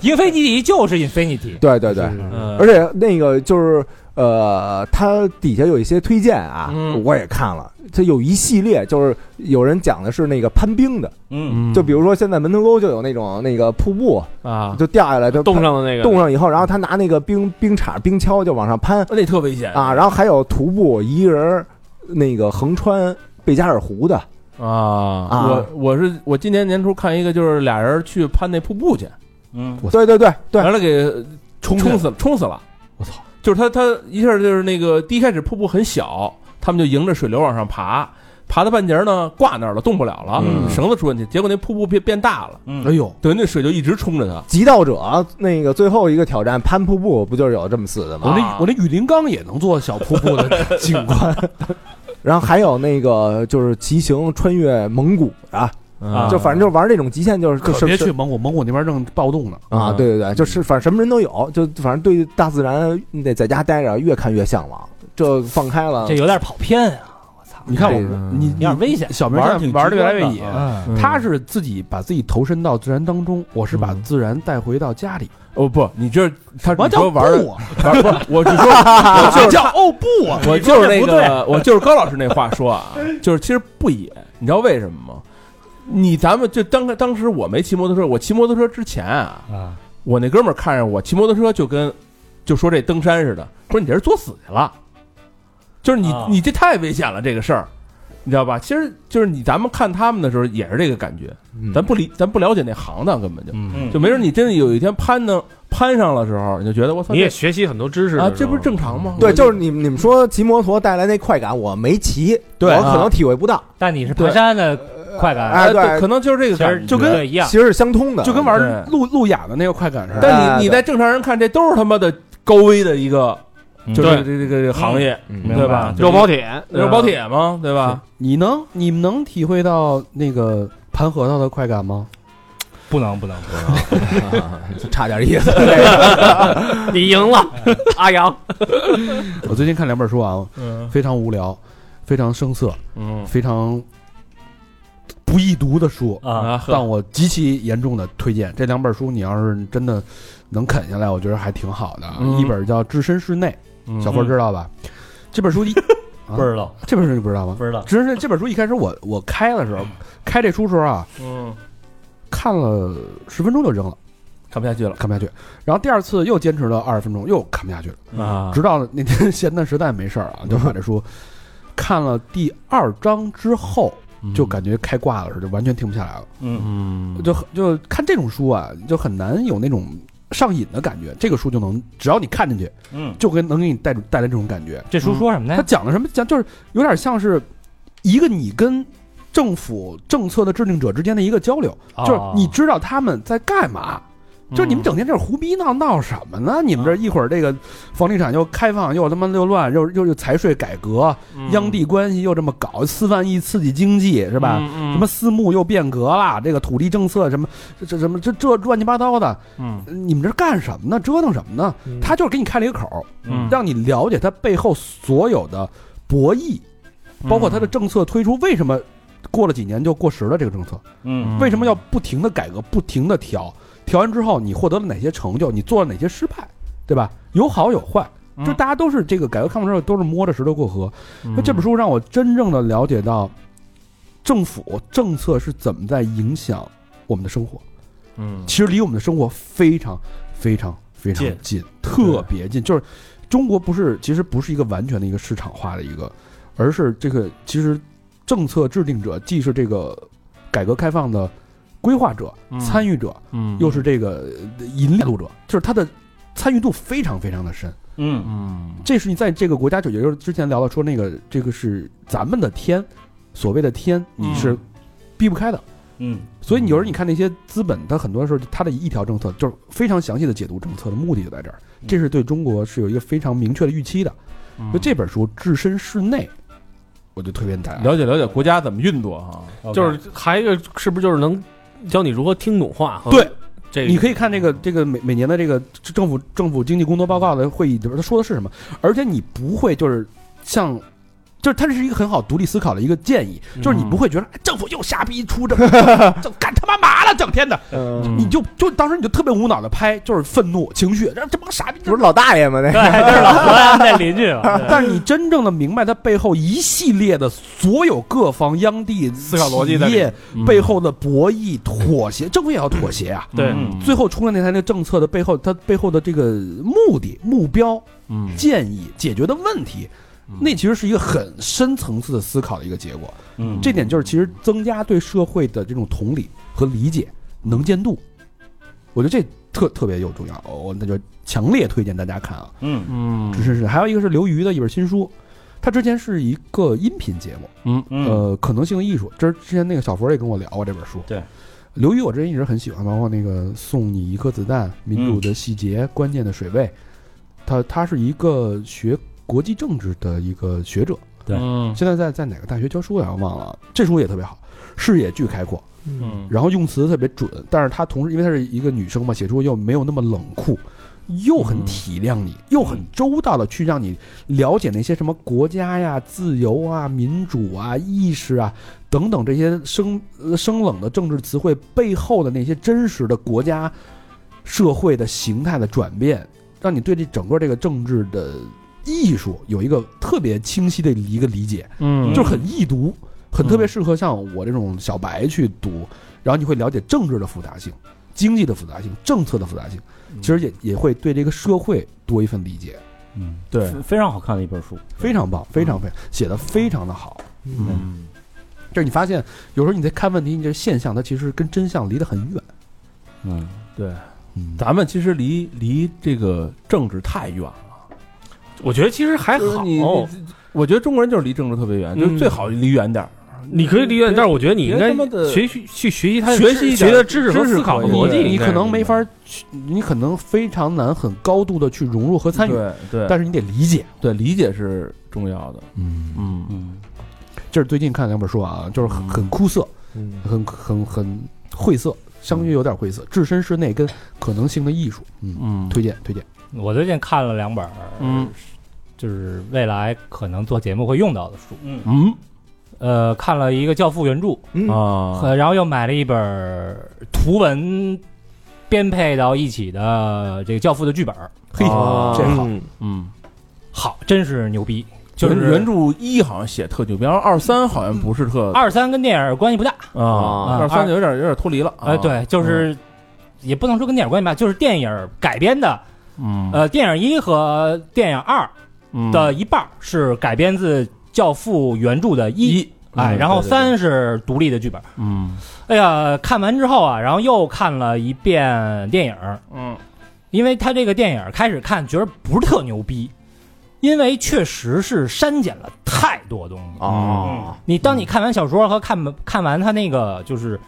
英菲尼迪就是 infinity，
对对对，
嗯
而且那个就是。呃，它底下有一些推荐啊，
嗯
我也看了，它有一系列就是有人讲的是那个攀冰的，
嗯
就比如说现在门头沟就有那种那个瀑布，
啊，
就掉下来就
冻上的那个
冻上以后，然后他拿那个冰冰碴冰锹就往上攀
那特危险
啊，然后还有徒步一人儿那个横穿贝加尔湖的
啊！
啊
我我是我今年年初看一个，就是俩人去攀那瀑布去，
嗯
对对对对
完了给冲
冲
冲死冲死了。
我操！
就是他他一下就是那个第一开始瀑布很小，他们就迎着水流往上爬，爬到半截儿呢挂那儿了，动不了了，
嗯
绳子出问题，结果那瀑布变变大了，
嗯
哎呦，
对，那水就一直冲着他。
极道者那个最后一个挑战攀瀑布不就是有这么四的吗？
我那、
啊
我那雨林缸也能做小瀑布 的景观，
然后还有那个就是骑行穿越蒙古啊，
啊
就反正就玩这种极限，就是就
可
是
别去蒙古，蒙古那边正暴动呢。
嗯
啊，对对对，就是反正什么人都有，就反正对大自然你得在家待着，越看越向往。这放开了
这，有点跑偏啊！我操，
你看我
这个
们，你
有点危险。
小明
玩
儿挺
玩的
极
越来
端
越野
啊
嗯
他是自己把自己投身到自然当中，我是把自然带回到家里。
哦不，你这他
我
你说玩儿
不啊？
玩不，我只说我 就是
叫哦不啊！
我就是那
你说这
个，我就是高老师那话说啊，就是其实不野，你知道为什么吗？你咱们就当当时我没骑摩托车，我骑摩托车之前啊，
啊
我那哥们儿看着我骑摩托车就跟就说这登山似的，不是你这是作死去了，就是你、
啊
你这太危险了这个事儿，你知道吧？其实就是你咱们看他们的时候也是这个感觉，
嗯
咱不理咱不了解那行当根本就
嗯
就没准你真的有一天攀呢攀上了时候，你就觉得我操
你也
这
学习很多知识
啊
的时
这
候
不是正常吗？
对，
我
就是你们你们说骑摩托带来那快感，我没骑，
对啊
我可能体会不到。
但你是爬山的快感，
哎，
哎对，可能就是这个
其
感
实
觉，
对一样。
其实是相通的，
就跟玩儿
对
路路亚的那个快感似的。
但
哎
你你
对
在正常人看，这都是他妈的高危的一个，
嗯
就
嗯对嗯
是这这这个行业，
嗯
明白
对吧？
肉包铁，
肉包铁嘛，对吧？
啊你能你们能体会到那个盘核桃的快感吗？
不能不能不 能，
啊差点意 思。
你赢 了，阿阳，
我最近看两本书啊，
嗯
非常无聊，非常生涩，
嗯
非常不易读的书
啊
啊，
但
呵
我极其严重的推荐这两本书，你要是真的能啃下来，我觉得还挺好的。啊
嗯
一本叫《置身事内》，小
伙
波知道吧？这本书 一，啊
不知道
这本书你不知道吗？
不知道。
置身事内这本书一开始我我开的时候，开这书时候啊，
嗯，
看了十分钟就扔了，
看不下去了
看不下去。然后第二次又坚持了二十分钟，又看不下去了。
啊
直到那天 闲的实在没事儿啊，就把这书看了第二章之后，
嗯
就感觉开挂了似的，完全停不下来了。
嗯
嗯，
就很就看这种书啊，就很难有那种上瘾的感觉。这个书就能，只要你看进去，
嗯，
就跟能给你带带来这种感觉。
这书说什么
它
呢？
讲的什么？讲就是有点像是一个你跟政府政策的制定者之间的一个交流，
哦
就是你知道他们在干嘛。
嗯
就是你们整天这儿胡逼闹闹什么呢？你们这一会儿这个房地产又开放，又他妈又乱，又又又财税改革，
嗯
央地关系又这么搞，四万亿刺激经济是
是
吧？
什
什么私募又变革啦，这个土地政策什么这这什么这这乱七八糟的，
嗯
你们这干什么呢？折腾什么呢？他就是给你开了一个口儿，
嗯
让你了解他背后所有的博弈，包括他的
嗯
政策推出为什么过了几年就过时了，这个政策
嗯
为什么要不停的改革，不停的调，调完之后你获得了哪些成就，你做了哪些失败，对吧？有好有坏。就大家都是这个改革开放之后都是摸着石头过河，那这本书让我真正的了解到，政府政策是怎么在影响我们的生活。
嗯
其实离我们的生活非常、非常、非常
近
近，特别近。就是中国不是，其实不是一个完全的一个市场化的一个，而是这个其实政策制定者既是这个改革开放的规划者、
嗯
参与者，
嗯
又是这个呃引领路者，就是他的参与度非常非常的深。
嗯
嗯
这是你在这个国家就也就是之前聊到说那个这个是咱们的天，所谓的天你是避不开的。
嗯
所以你有时候你看那些资本，它很多时候它的一条政策就是非常详细的解读政策的目的就在这儿，这是对中国是有一个非常明确的预期的。所以这本书《置身事内》，我就推荐大家。
了解了解国家怎么运作哈，
就是还有一个是不是就是能教你如何听懂话？和
对，
这个
你可以看这个这个每每年的这个政府政府经济工作报告的会议里边，他说的是什么，而且你不会就是像就是它是一个很好独立思考的一个建议，就是你不会觉得、哎政府又瞎逼出这个， 这干他妈嘛了，整天的，
嗯
你就就当时你就特别无脑的拍，就是愤怒情绪，这这帮傻逼，
不是老大爷吗？那
对，就是老何安那邻居 嘛。
但是你真正的明白它背后一系列的所有各方央地
思考逻辑在
企
里
业背后的博弈、妥协，政府也要妥协啊。
对，
最后出了那台那政策的背后，它背后的这个目的、目标、
嗯
建议、解决的问题，那其实是一个很深层次的思考的一个结果。
嗯
这点就是其实增加对社会的这种同理和理解、能见度，我觉得这特特别有重要。我那就强烈推荐大家看啊！
嗯
嗯
是是是，还有一个是刘瑜的一本新书，他之前是一个音频节目，
嗯
呃，可能性的艺术，这是之前那个小佛也跟我聊过这本书。
对，
刘瑜我之前一直很喜欢，包括那个《送你一颗子弹》《民
嗯
主的细节》关键的水位》，他他是一个学国际政治的一个学者，
嗯
现在在在哪个大学教书来着忘了，这书也特别好，视野巨开阔，
嗯
然后用词特别准，但是他同时因为她是一个女生嘛，写出又没有那么冷酷，又很体谅你，又很周到的去让你了解那些什么国家呀、自由啊、民主啊、意识啊等等这些生呃生冷的政治词汇背后的那些真实的国家社会的形态的转变，让你对这整个这个政治的艺术有一个特别清晰的一个理解。
嗯
就是很易读，很特别适合像我这种小白去读，
嗯
然后你会了解政治的复杂性、经济的复杂性、政策的复杂性，
嗯
其实也也会对这个社会多一份理解，
嗯，
对
非非常好看的一本书。
非常棒，非常非常写的非常的好。
嗯
就是你发现有时候你在看问题，你这现象它其实跟真相离得很远。
嗯，
对，
嗯，
咱们其实离离这个政治太远了。
我觉得其实还
就是
好，
你，你我觉得中国人就是离政治特别远，就是
嗯
最好离远点儿。
你可以理解，但是我觉得你应该
别他妈的
学习去学习他的
学习一
学
点
的知识和
知识
思考和
可以
逻辑，
你可能没法去，你可能非常难很高度的去融入和参与，
对对，
但是你得理解。
对理解是重要的。
嗯，
嗯
这是最近看两本书啊，就是很很枯涩，
嗯
很很很晦涩，相约有点晦涩。置身事内跟可能性的艺术，嗯，
嗯
推荐推荐。
我最近看了两本，
嗯，
就是未来可能做节目会用到的书。
嗯
呃，看了一个《教父》原著，
啊，
呃，然后又买了一本图文编配到一起的这个《教父》的剧本，
嘿，
哦
这好，
嗯
好，真是牛逼。就是
原原著一好像写特牛逼，然后二三好像不是
啊
特
二三跟电影关系不大，
啊，
啊
二三就有点有点脱离了。啊嗯
呃，，对，就是也不能说跟电影关系吧，就是电影改编的，
嗯
呃，电影一和电影二
嗯
的一半儿是改编自《教父》原著的一，哎，然后三是独立的剧本。
嗯
哎呀，看完之后啊，然后又看了一遍电影，
嗯
因为他这个电影开始看觉得不是特牛逼，因为确实是删减了太多东西。
哦，
你当你看完小说和看看完他那个就是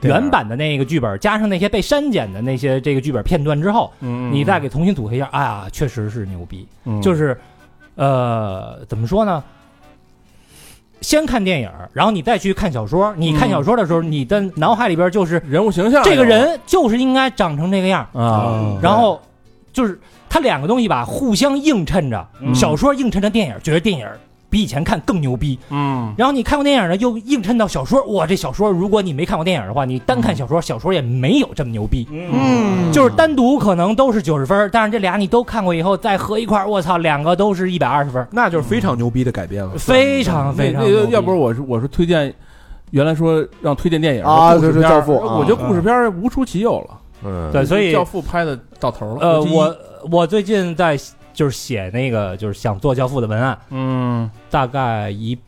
原版的那个剧本，加上那些被删减的那些这个剧本片段之后，
嗯
你再给重新组合一下，哎呀，确实是牛逼。
嗯
就是，呃，怎么说呢？先看电影，然后你再去看小说。你看小说的时候，你的脑海里边就是
嗯人物形象
这个人就是应该长成这个样，
嗯
啊，
然后就是它两个东西吧，互相映衬着。
嗯
小说映衬着电影，觉得电影比以前看更牛逼。
嗯
然后你看过电影呢，又映衬到小说。哇，这小说如果你没看过电影的话，你单看小说，小说也没有这么牛逼。
嗯
就是单独可能都是九十分儿，但是这俩你都看过以后再合一块儿，我操，两个都是一百二十分儿，嗯
那就是非常牛逼的改编了。
非常非
那
常
那
牛逼。
要不是我是我是推荐，原来说让推荐电影
啊
故事片
就是
儿
教父啊
我觉得故事片儿无出其右了。
嗯，
对，所以
教父拍的到头了。
呃，
估计
我我最近在就是写那个就是想做教父的文案，
嗯
大概一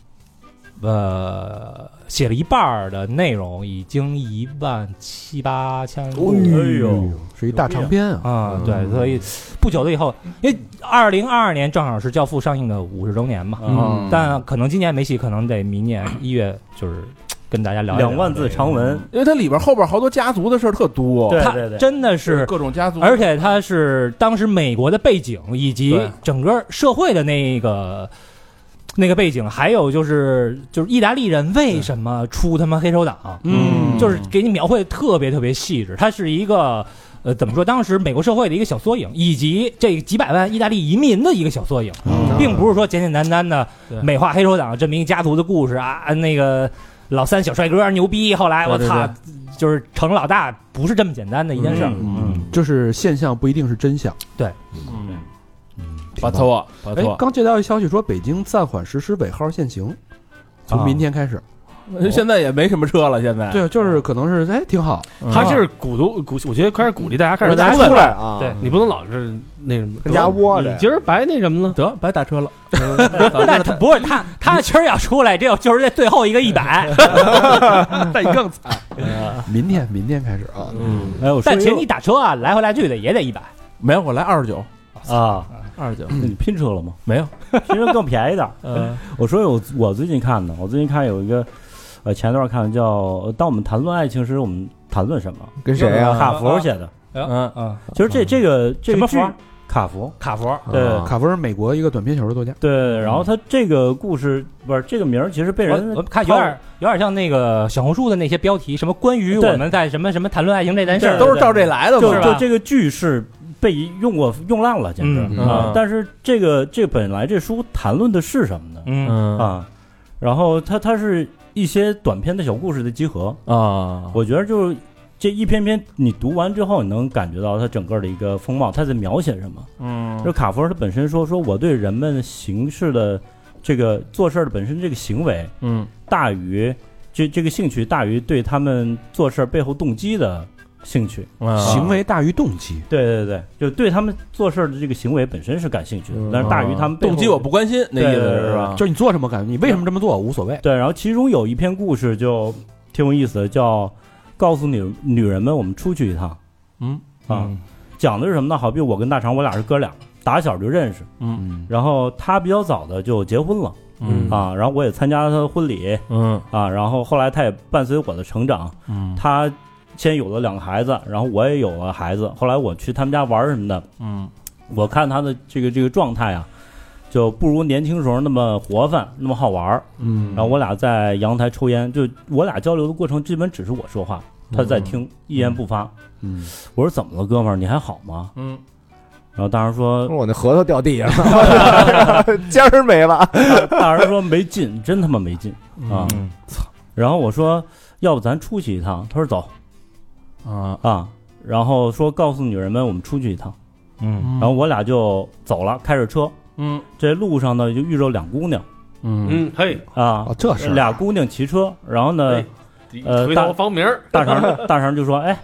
呃写了一半儿的内容，已经一万七八千字
哎
了。
哎
呦，是一大长篇啊！
啊、对，所
嗯
以不久了以后，因为二零二二年正好是《教父》上映的五十周年嘛，
嗯
但可能今年没戏，可能得明年一月就是跟大家
哎
聊一嗯聊
两万字长文，
因为它里边后边好多家族的事儿特多，
对
这个，
对对
它真的是，
各种家族，
而且它是当时美国的背景以及
对
整个社会的那个。那个背景，还有就是就是意大利人为什么出他妈黑手党，
嗯
就是给你描绘的特别特别细致。它是一个呃，怎么说？当时美国社会的一个小缩影，以及这几百万意大利移民的一个小缩影，
嗯
并不是说简简单单的
对
美化黑手党这么一个家族的故事啊。那个老三小帅哥牛逼，后来我
对对
操，就是成老大，不是这么简单的一件事儿。
嗯，就是现象不一定是真相。
嗯，
挺
不
好
错，不
哎，
错。
刚接到一消息说北京暂缓实施尾号限行，
啊
从明天开始。
现在也没什么车了，现在
对，就是可能是哎，挺好。
哎他这是鼓励鼓，我觉得开始鼓励大家开始
大家
出
出来
来
啊，
对
你不能老是那什么
跟家窝着
你今儿白那什么了？
得白打车了，
但他不是他，他今儿要出来，这就是这最后一个一百。
那你更惨。
明天，明天开始啊。
嗯，
哎，我说
但
一
其实
个
你打车啊，来回来去的也得一百。
没有，我来二十九，
啊，
二十九
你拼车了吗？
没有。
拼车更便宜的。
嗯
我说有我最近看的，我最近看有一个，呃，前段看的叫呃《当我们谈论爱情时，我们谈论什么
跟》，谁
是
啊？
卡佛写的。
嗯
嗯，
其实这这个这
什
个
么
剧
佛
卡佛，嗯
卡佛，
啊
对
卡夫是美国一个短篇小说作家，
对，然后他这个故事不是这个名儿，其实被人
我我看有点有点像那个小红书的那些标题，什么关于我们在什么什么谈论爱情这件事儿，
对
都是照这来的
就
嘛，
就这个剧是被用过用烂了，简直
嗯
啊
嗯！
但是这个这本来这书谈论的是什么呢？
嗯
嗯
啊，然后它它是一些短篇的小故事的集合，
啊，
我觉得就是这一篇篇你读完之后，你能感觉到它整个的一个风貌，它在描写什么。
嗯
就是卡佛他本身说说我对人们行事的这个做事儿的本身这个行为
嗯
大于这这个兴趣大于对他们做事儿背后动机的兴趣。
啊
行为大于动机。
对对对，就对他们做事儿的这个行为本身是感兴趣的，但是大于他们背后
嗯动机我不关心，那意思是吧？
就是你做什么感觉，你为什么这么做无所谓。
对。然后其中有一篇故事就挺有意思的，叫“告诉女女人们，我们出去一趟”。
嗯
啊，讲的是什么呢？好比我跟大肠，我俩是哥俩，打小就认识。
嗯，
然后他比较早的就结婚了
嗯
啊，然后我也参加他的婚礼
嗯
啊，然后后来他也伴随我的成长，
嗯
他先有了两个孩子，然后我也有了孩子。后来我去他们家玩儿什么的，
嗯
我看他的这个这个状态啊，就不如年轻时候那么活泛，那么好玩儿。
嗯
然后我俩在阳台抽烟，就我俩交流的过程，基本只是我说话，
嗯
他在听，一言不发。
嗯，
我说怎么了，哥们儿，你还好吗？
嗯
然后当时说，
我那核桃掉地上 了，尖儿没了。嗯
大人说没劲，真他妈没劲啊！操、然后我说，要不咱出去一趟？他说走
啊
啊。然后说告诉女人们，我们出去一趟。
嗯
然后我俩就走了，开着车。
嗯
这路上呢，就遇着两姑娘
嗯嗯嘿，
啊
哦，，这是
俩姑娘骑车。然后呢
哎，
呃
回头方名儿
大肠 大肠就说：“哎，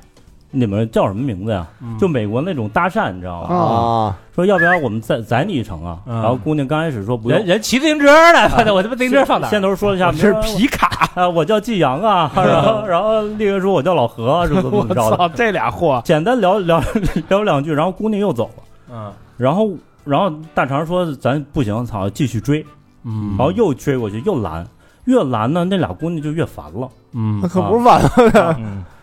你们叫什么名字呀？”
嗯
就美国那种搭讪，你知道吗？
啊，
说要不然我们载载你一程啊？
嗯
然后姑娘刚开始说不用啊
人， 人骑自行车呢，我 的我他妈自行车放哪 儿？
先头说了一下，
是
没事
皮卡，
啊，我叫季阳 啊，然后然后另一个说我叫老何啊，是怎么怎么着的，
操，这俩货，
简单聊聊 聊两句，然后姑娘又走了，
嗯
然后然后大肠说咱不行，操，继续追，
嗯
然后又追过去，又拦，越拦呢，那俩姑娘就越烦了，
嗯啊
那可不是晚了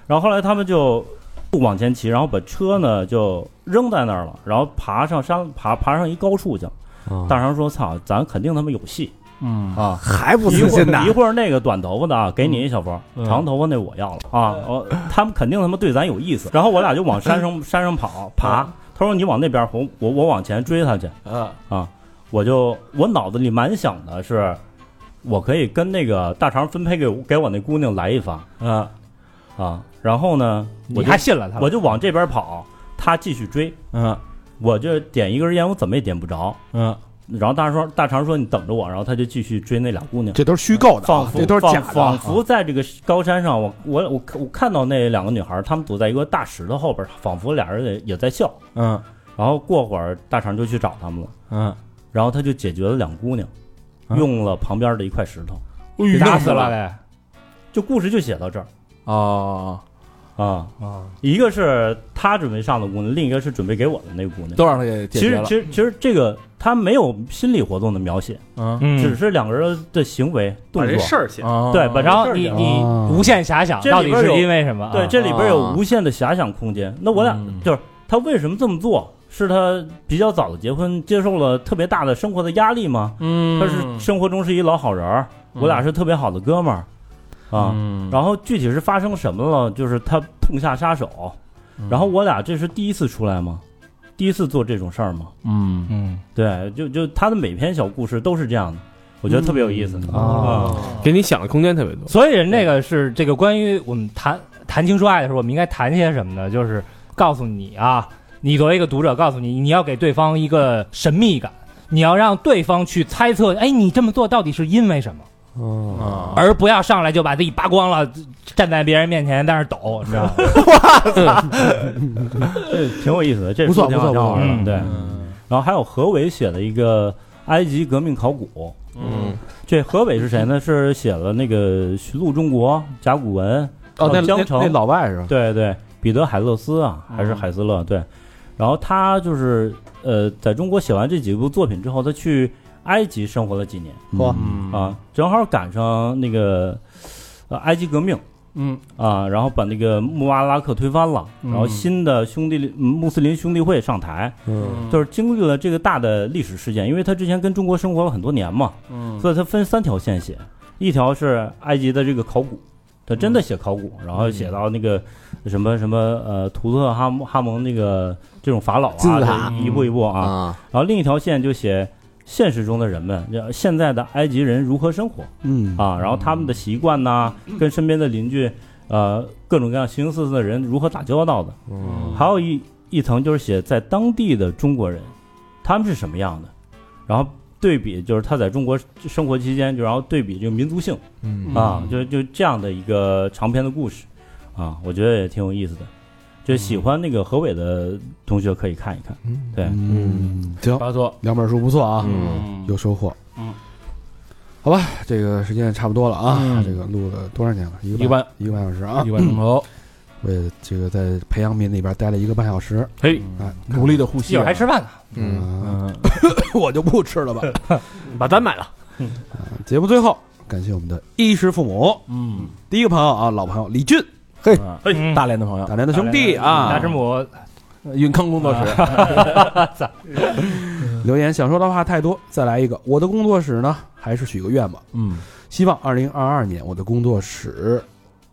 然后后来他们就不往前骑，然后把车呢就扔在那儿了，然后爬上山爬爬上一高处去了，大肠说操，咱肯定他妈有戏
啊嗯
啊，
还不
一
死
会
心
儿
呐
一？会儿那个短头发的啊，给你小佛，
嗯
长头发那我要了啊！哦，他们肯定他妈对咱有意思。然后我俩就往山上山上跑
啊
爬，他说你往那边儿，我我我往前追他去。啊
嗯
我就我脑子里满想的是，我可以跟那个大肠分配给我给我那姑娘来一发
嗯
啊。然后呢，我就
你还信了他？
我就往这边跑，他继续追，
嗯
我就点一根烟，我怎么也点不着。
嗯，
然后大肠说大肠说你等着我，然后他就继续追那俩姑娘。
这都是虚构的
仿
啊，
佛
这都是假的啊。
仿佛在这个高山上，我我我我看到那两个女孩，她们躲在一个大石头后边，仿佛俩人也也在笑。
嗯
然后过会儿大肠就去找她们了，
嗯，
然后他就解决了两姑娘，
嗯
用了旁边的一块石头。
哎
给打死了呗。
就故事就写到这儿
哦，
啊一个是他准备上的姑娘，另一个是准备给我的那个姑娘。
都让他给
其
解决
实
了。
其实其实这个他没有心理活动的描写，
嗯，
只
嗯，
是两个人的行为动
把
作
这。事儿写，
对，
本
然后你你
啊
哦
无限遐想，
这
到
里
底
边
是
有
因为什么？
对，
啊
这里边有无限的遐想空间。那我俩、
嗯
就是他为什么这么做？是他比较早的结婚，接受了特别大的生活的压力吗？
嗯
他是生活中是一老好人儿，我俩是特别好的哥们儿啊。
嗯
然后具体是发生什么了？就是他痛下杀手，然后我俩这是第一次出来吗？第一次做这种事儿吗？
嗯，
嗯，
对，就就他的每篇小故事都是这样的，我觉得特别有意思
嗯
啊。
给你想的空间特别多。
所以人这个是这个关于我们谈谈情说爱的时候，我们应该谈些什么呢？就是告诉你啊，你作为一个读者，告诉你你要给对方一个神秘感，你要让对方去猜测，哎，你这么做到底是因为什么？
啊，
而不要上来就把自己扒光了，站在别人面前在那儿抖，你知道 吗？
这挺有意思的，这
不错
书挺
不错
挺好玩的
不错
对，然后还有何伟写了一个埃及革命考古，
嗯，
这何伟是谁呢？是写了那个《寻路中国》甲骨文，
哦，那
江
那
城
那老外是吧？嗯
对对，彼得海勒斯啊，还是海斯勒对。然后他就是呃，在中国写完这几部作品之后，他去埃及生活了几年
哇
嗯
啊，正好赶上那个呃埃及革命。
嗯
啊，然后把那个穆巴拉克推翻了，然后新的兄弟嗯穆斯林兄弟会上台，
嗯
就是经历了这个大的历史事件，因为他之前跟中国生活了很多年嘛，
嗯
所以他分三条线写，一条是埃及的这个考古，他真
嗯
的写考古，然后写到那个什么什么呃图特哈姆哈蒙那个这种法老
金字
啊
塔，
这一步一步啊，
啊，
然后另一条线就写现实中的人们，就现在的埃及人如何生活
嗯
啊，然后他们的习惯呐、跟身边的邻居呃各种各样形形色色的人如何打交道的，还有一一层就是写在当地的中国人，他们是什么样的，然后对比就是他在中国生活期间，就然后对比这个民族性
嗯
啊，就就这样的一个长篇的故事啊，我觉得也挺有意思的。就喜欢那个何伟的同学可以看一看，对，
嗯，行，
不错，
两本书不错啊，
嗯
有收获。
嗯，
好吧，这个时间也差不多了啊，
嗯
这个录了多少年了？一个
一个半
一个半小时啊
一，万钟 头，
我也这个在培养皿里边待了一个半小时，
嘿，
哎，
努力的呼吸
一会儿
啊
还吃饭呢。
嗯，
嗯，
我就不吃了吧。
把单买了。
嗯
节目最后，感谢我们的衣食父母，
嗯，
第一个朋友啊，老朋友李俊，
嗯
大连的朋友，
大连的兄弟啊
大，师母，
云康工作室，
啊留言想说的话太多，再来一个。我的工作室呢，还是许个愿吧，
嗯
希望二零二二年我的工作室，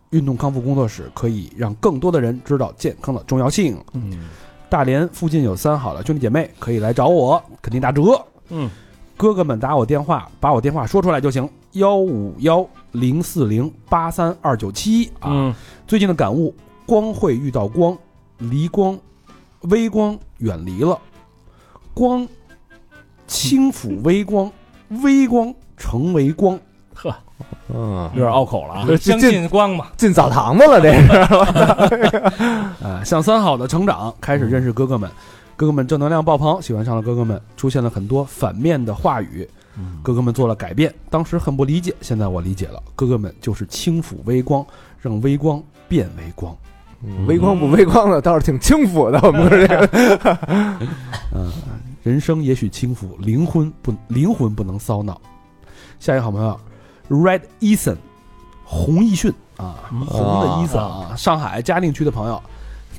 运动康复工作室可以让更多的人知道健康的重要性。
嗯
大连附近有三好的兄弟姐妹可以来找我，肯定打折。
嗯，
哥哥们打我电话，把我电话说出来就行，幺五幺零四零八三二九七啊。
嗯
最近的感悟：光会遇到光，离光，微光远离了，光轻抚微光， 微光成为光。
嗯，
有点拗口了啊，
相
这
信光嘛，
进澡堂子了，这是
呃，向三好的成长，开始认识哥哥们，哥哥们正能量爆棚，喜欢上了哥哥们，出现了很多反面的话语，哥哥们做了改变，当时很不理解，现在我理解了，哥哥们就是轻抚微光，让微光变为光。
微光不微光的，倒是挺轻浮的。我们这个
嗯，人生也许轻浮，灵魂不灵魂不能骚脑。下一个好朋友，Red Eason，洪奕迅啊，红的 Eason 啊，上海嘉定区的朋友，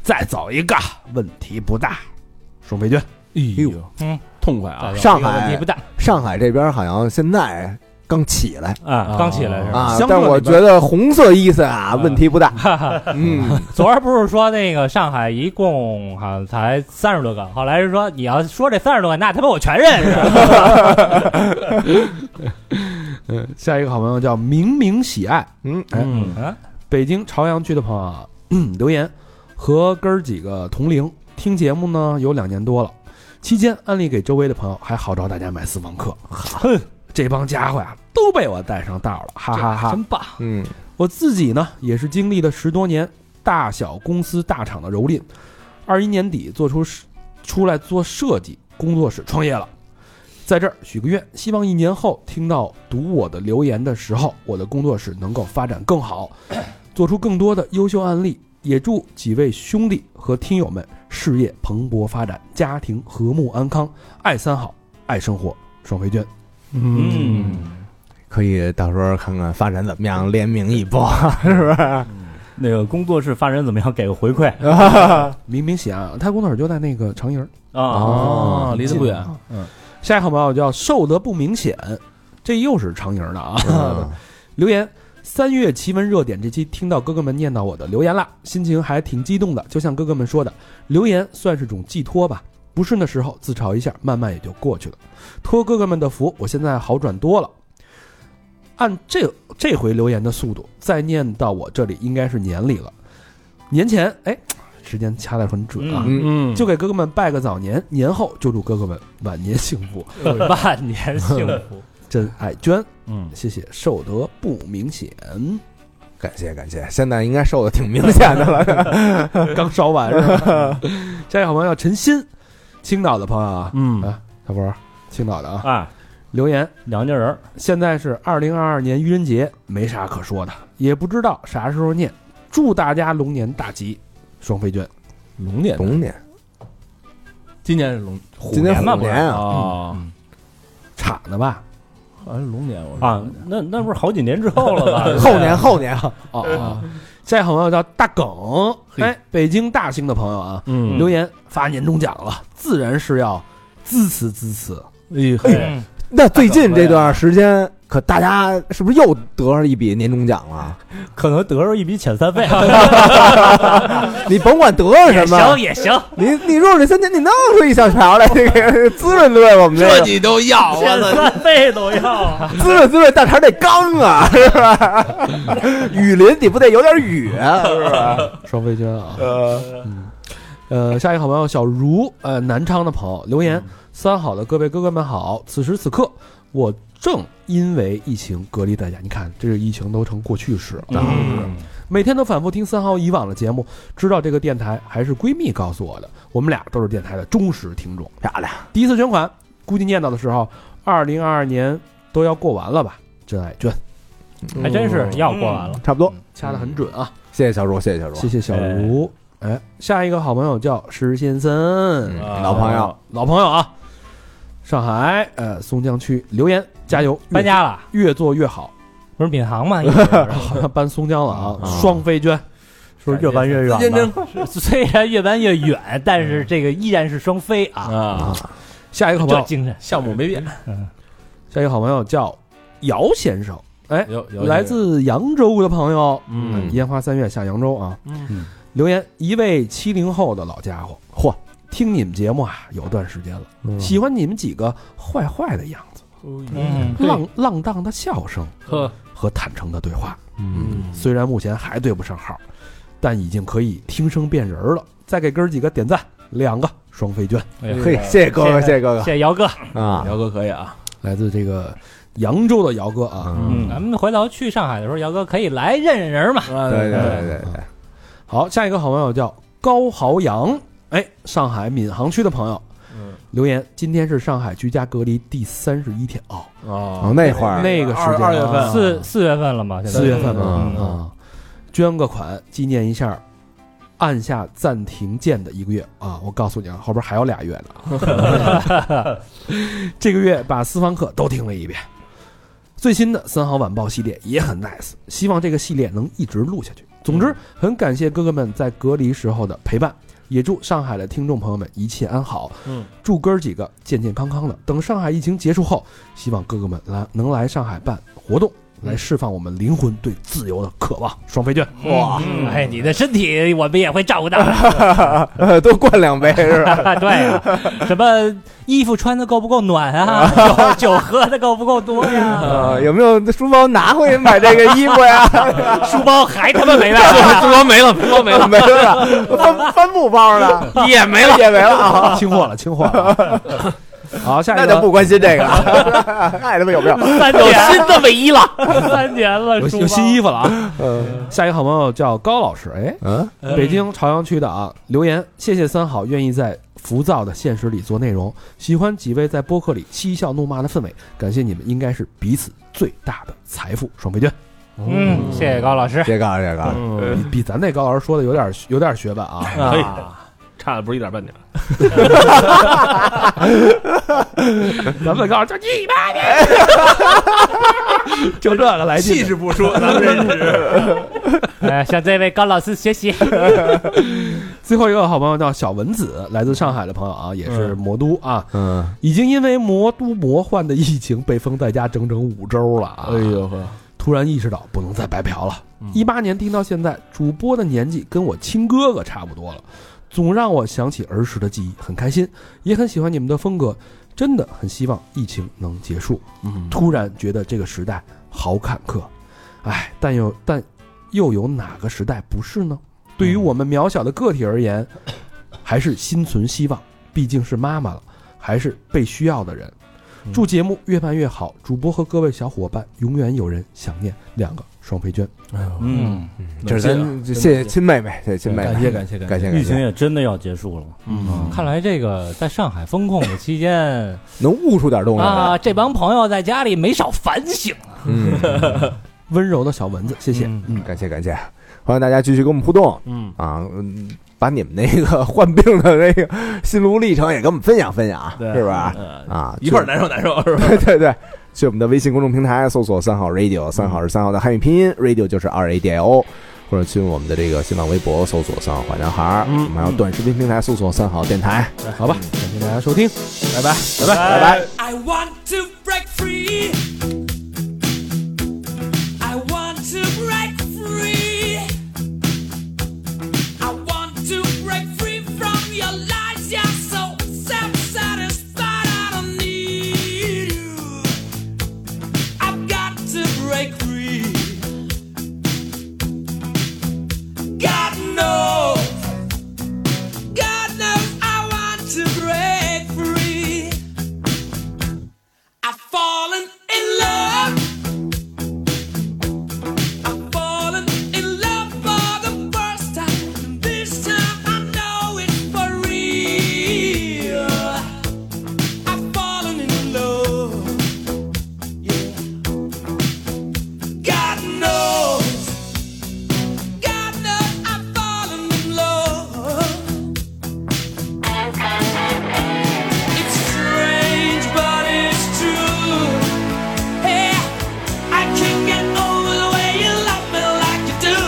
再找一个，问题不大。双飞娟，
哎呦
嗯，
痛快啊，
上
这个问题
海
不大
上海这边好像现在刚起来
啊，
刚起来是吧？
啊
香，
但
港
我
那边
觉得红色伊森啊问题 不大。嗯，
昨儿不是说那个上海一共好像才三十多个，后来是说你要说这三十多个，那他妈我全认识。
嗯， 下一个好朋友叫明明喜爱，哎
嗯啊
北京朝阳区的朋友啊 留言，和哥儿几个同龄，听节目呢有两年多了，期间安利给周围的朋友，还号召大家买私房课，哼，这帮家伙呀、都被我带上道了，哈哈哈
真棒！
嗯，
我自己呢，也是经历了十多年大小公司、大厂的蹂躏，二一年底做出是出来做设计工作室创业了。在这儿许个愿，希望一年后听到读我的留言的时候，我的工作室能够发展更 好，做出更多的优秀案例。也祝几位兄弟和听友们事业蓬勃发展，家庭和睦安康，爱三好，爱生活。双飞娟，
嗯，
可以到时候看看发展怎么样，联名一波，是不是？
嗯那个工作室发展怎么样？给个回 馈
明明显啊，他工作室就在那个长营哦儿。
啊！
啊，离得不远，
下一个好朋友叫瘦得不明显，这又是长营的啊。留言：三月奇闻热点这期听到哥哥们念叨我的留言啦，心情还挺激动的。就像哥哥们说的，留言算是种寄托吧。不顺的时候自嘲一下，慢慢也就过去了。托哥哥们的福，我现在好转多了。按这这回留言的速度，再念到我这里应该是年里了。年前，哎，时间掐得很准啊。
嗯
就给哥哥们拜个早年，年后就祝哥哥们晚年幸福。
万年幸福。
真爱娟，
嗯，
谢谢，寿德不明显，
感谢感谢，现在应该瘦的挺明显的了。
刚烧完是吧？ 下一个好朋友陈鑫，青岛的朋友啊，
嗯
啊，小博，青岛的啊，
哎，
留言，
梁家人儿，
现在是二零二二年愚人节，没啥可说的，也不知道啥时候念，祝大家龙年大吉，双飞娟，
龙年，
龙年，
今年是龙
今年
嘛
虎
不是
年啊，
哦
啊，
嗯
差呢嗯吧？
好像是龙年，我
啊
说，
那那不是好几年之后了吧？
后年后年啊，
哦哦，下一个好朋友叫大耿，哎，北京大兴的朋友啊，
嗯
留言发年终奖了，自然是要支持支持。
哎嘿，
嗯
那最近这段时间，可大家是不是又得上一笔年终奖了？
可能得着一笔遣散费，
你甭管得上什么，
也行，
你你入这三天，你弄出一小瓢来，这个滋润滋润我们这个，
你都 要
遣散费都要。
滋润滋润大肠这刚啊， 是 吧？雨林你不得有点雨啊，是吧？
双飞娟啊，嗯呃，下一个好朋友小茹，呃，南昌的朋友留言：三好的各位哥哥们好，此时此刻我正因为疫情隔离在家，你看这个疫情都成过去式了，
嗯，
每天都反复听三好以往的节目，知道这个电台还是闺蜜告诉我的，我们俩都是电台的忠实听众。
漂亮，
第一次捐款，估计念叨的时候，二零二二年都要过完了吧？真爱捐，
嗯还真是要过完了。
嗯差不多。
掐得很准啊！
谢谢小茹，谢谢小茹，
谢谢小茹。哎，下一个好朋友叫石先生，
嗯老朋友，
老朋友啊，上海呃松江区留言加油，
搬家了，
越越做越好，
不是闵 行吗？一直
好像搬松江了啊，
啊
双飞娟，
说越搬越远吧，
虽然越搬越远，但是这个依然是双飞啊，
啊，
下一个好朋
这
友，
精神。
项目没变，
嗯
下一个好朋友叫姚先生，哎，
有有
来自扬州的朋友，
嗯
烟花三月下扬州啊，
嗯，
留言一位七零后的老家伙，嚯，听你们节目啊有段时间了，喜欢你们几个坏坏的样子，
嗯，
浪浪荡 的笑声
呵，
和坦诚的对话。
嗯，
虽然目前还对不上号，但已经可以听声辨人了。再给哥儿几个点赞，两个双飞娟，
嘿，谢谢哥哥，谢谢哥
谢谢姚哥。
哥啊！
姚哥可以啊，
来自这个扬州的姚哥啊。
嗯，咱们回头去上海的时候，姚哥可以来认认人嘛。
对对对对对，
啊好，下一个好朋友叫高豪阳，哎，上海闵行区的朋友，
嗯
留言：今天是上海居家隔离第三十一天哦，
哦，那会儿
那个时间
二二月份啊
四
四四月份了嘛，现在
四月份吧
嗯
啊、捐个款纪念一下。按下暂停键的一个月啊，我告诉你啊，后边还有俩月呢。 这个月把私房课都听了一遍，最新的三好晚报系列也很 nice，希望这个系列能一直录下去。总之，很感谢哥哥们在隔离时候的陪伴，也祝上海的听众朋友们一切安好。
嗯，
祝哥儿几个健健康康的。等上海疫情结束后，希望哥哥们来能来上海办活动，来释放我们灵魂对自由的渴望。双飞卷，
哇，嗯哎，你的身体我们也会照顾到。
呃多灌两杯是吧？
对啊，什么衣服穿的够不够暖啊？酒酒喝的够不够多呀？
啊，有没有书包拿回去买这个衣服呀？
书包
哎
还他妈 没了。
猪包没了，猪包没了，
没了，帆帆布包呢？
也没了。
也没了啊。
清货了，清货了。好，下
那
一
就
个
不关心这个 了，爱他妈有没有？
三年 新的唯一了， 三年 了，
有
书
有
包
新衣服了 啊！
嗯
下一个好朋友叫高老师，哎，
嗯，
北京朝阳区的啊，留言谢谢三好愿意在浮躁的现实里做内容，喜欢几位在播客里嬉笑怒骂的氛围，感谢你们，应该是彼此最大的财富。双飞娟，
嗯，谢谢高老师。
别告这个，
比比咱那高老师说的有点有点学问啊。
嗯
可以，差的不是一点半点。
咱们高老师就你妈的，就这个来劲
气
的。
势不输，咱们认识。
呃，向这位高老师学习。
最后一个好朋友叫小蚊子，来自上海的朋友啊，也是魔都啊，
嗯，
已经因为魔都魔幻的疫情被封在家整整五周了啊。
哎呦呵，嗯
突然意识到不能再白嫖了。一八年听到现在，主播的年纪跟我亲哥哥差不多了，总让我想起儿时的记忆，很开心，也很喜欢你们的风格，真的很希望疫情能结束。
嗯，
突然觉得这个时代好坎坷，哎，但又但又有哪个时代不是呢？对
嗯
于我们渺小的个体而言，还是心存希望，毕竟是妈妈了，还是被需要的人。
嗯
祝节目越办越好，主播和各位小伙伴永远有人想念。两个双培娟，
哎
嗯，
这是咱谢谢亲妹妹，谢谢亲妹妹，
感谢感谢
感
感
谢
疫
感
情
谢，
也真的要结束了。
嗯
看来这个在上海封控的期间
能悟出点东西来。
啊，这帮朋友在家里没少反省啊。
嗯，
温柔的小蚊子，谢谢。
嗯，
感谢感谢，欢迎大家继续跟我们互动
嗯，
啊！嗯把你们那个患病的那个心路历程也跟我们分享分享啊，是吧？
呃
啊，
一块儿难受 难受是吧？
对对对，去我们的微信公众平台搜索“三好 radio”，三好是三好的汉语拼音，radio 就是 R A D I O，或者去我们的这个新浪微博搜索“三好坏男孩儿”，我们还有短视频平台搜索“三好电台”。嗯
好吧，感谢大家收听，拜拜。
拜拜。
I want to break free. I want to break free. I want to break free from your lies. You're so self-satisfied. I don't need you. I've got to break free. God knows. God knows I want to break free. I've fallen in love. I've fallen in love for the first time. And This time I know it's for real. I've fallen in love. Yeah. God knows. God knows I've fallen in love. It's strange, but it's true. Hey, I can't get over the way you love me like you do.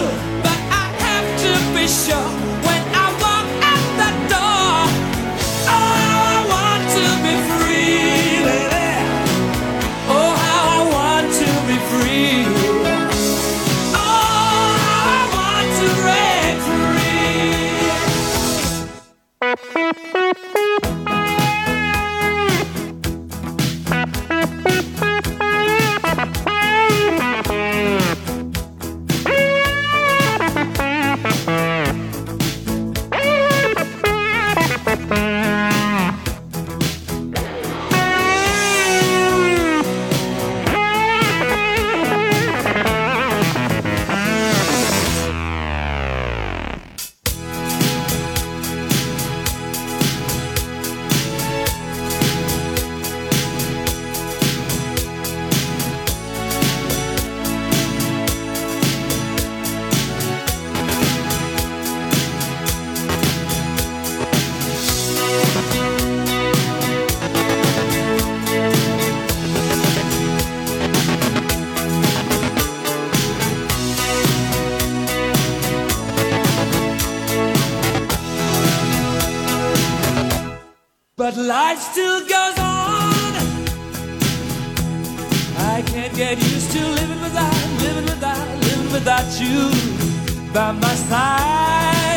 But I have to be sure when I walk out that door. Oh, how I want to be free, lady. Oh, how I want to be free. Oh, how I want to break free. But life still goes on. I can't get used to living without, living without, living without you by my side.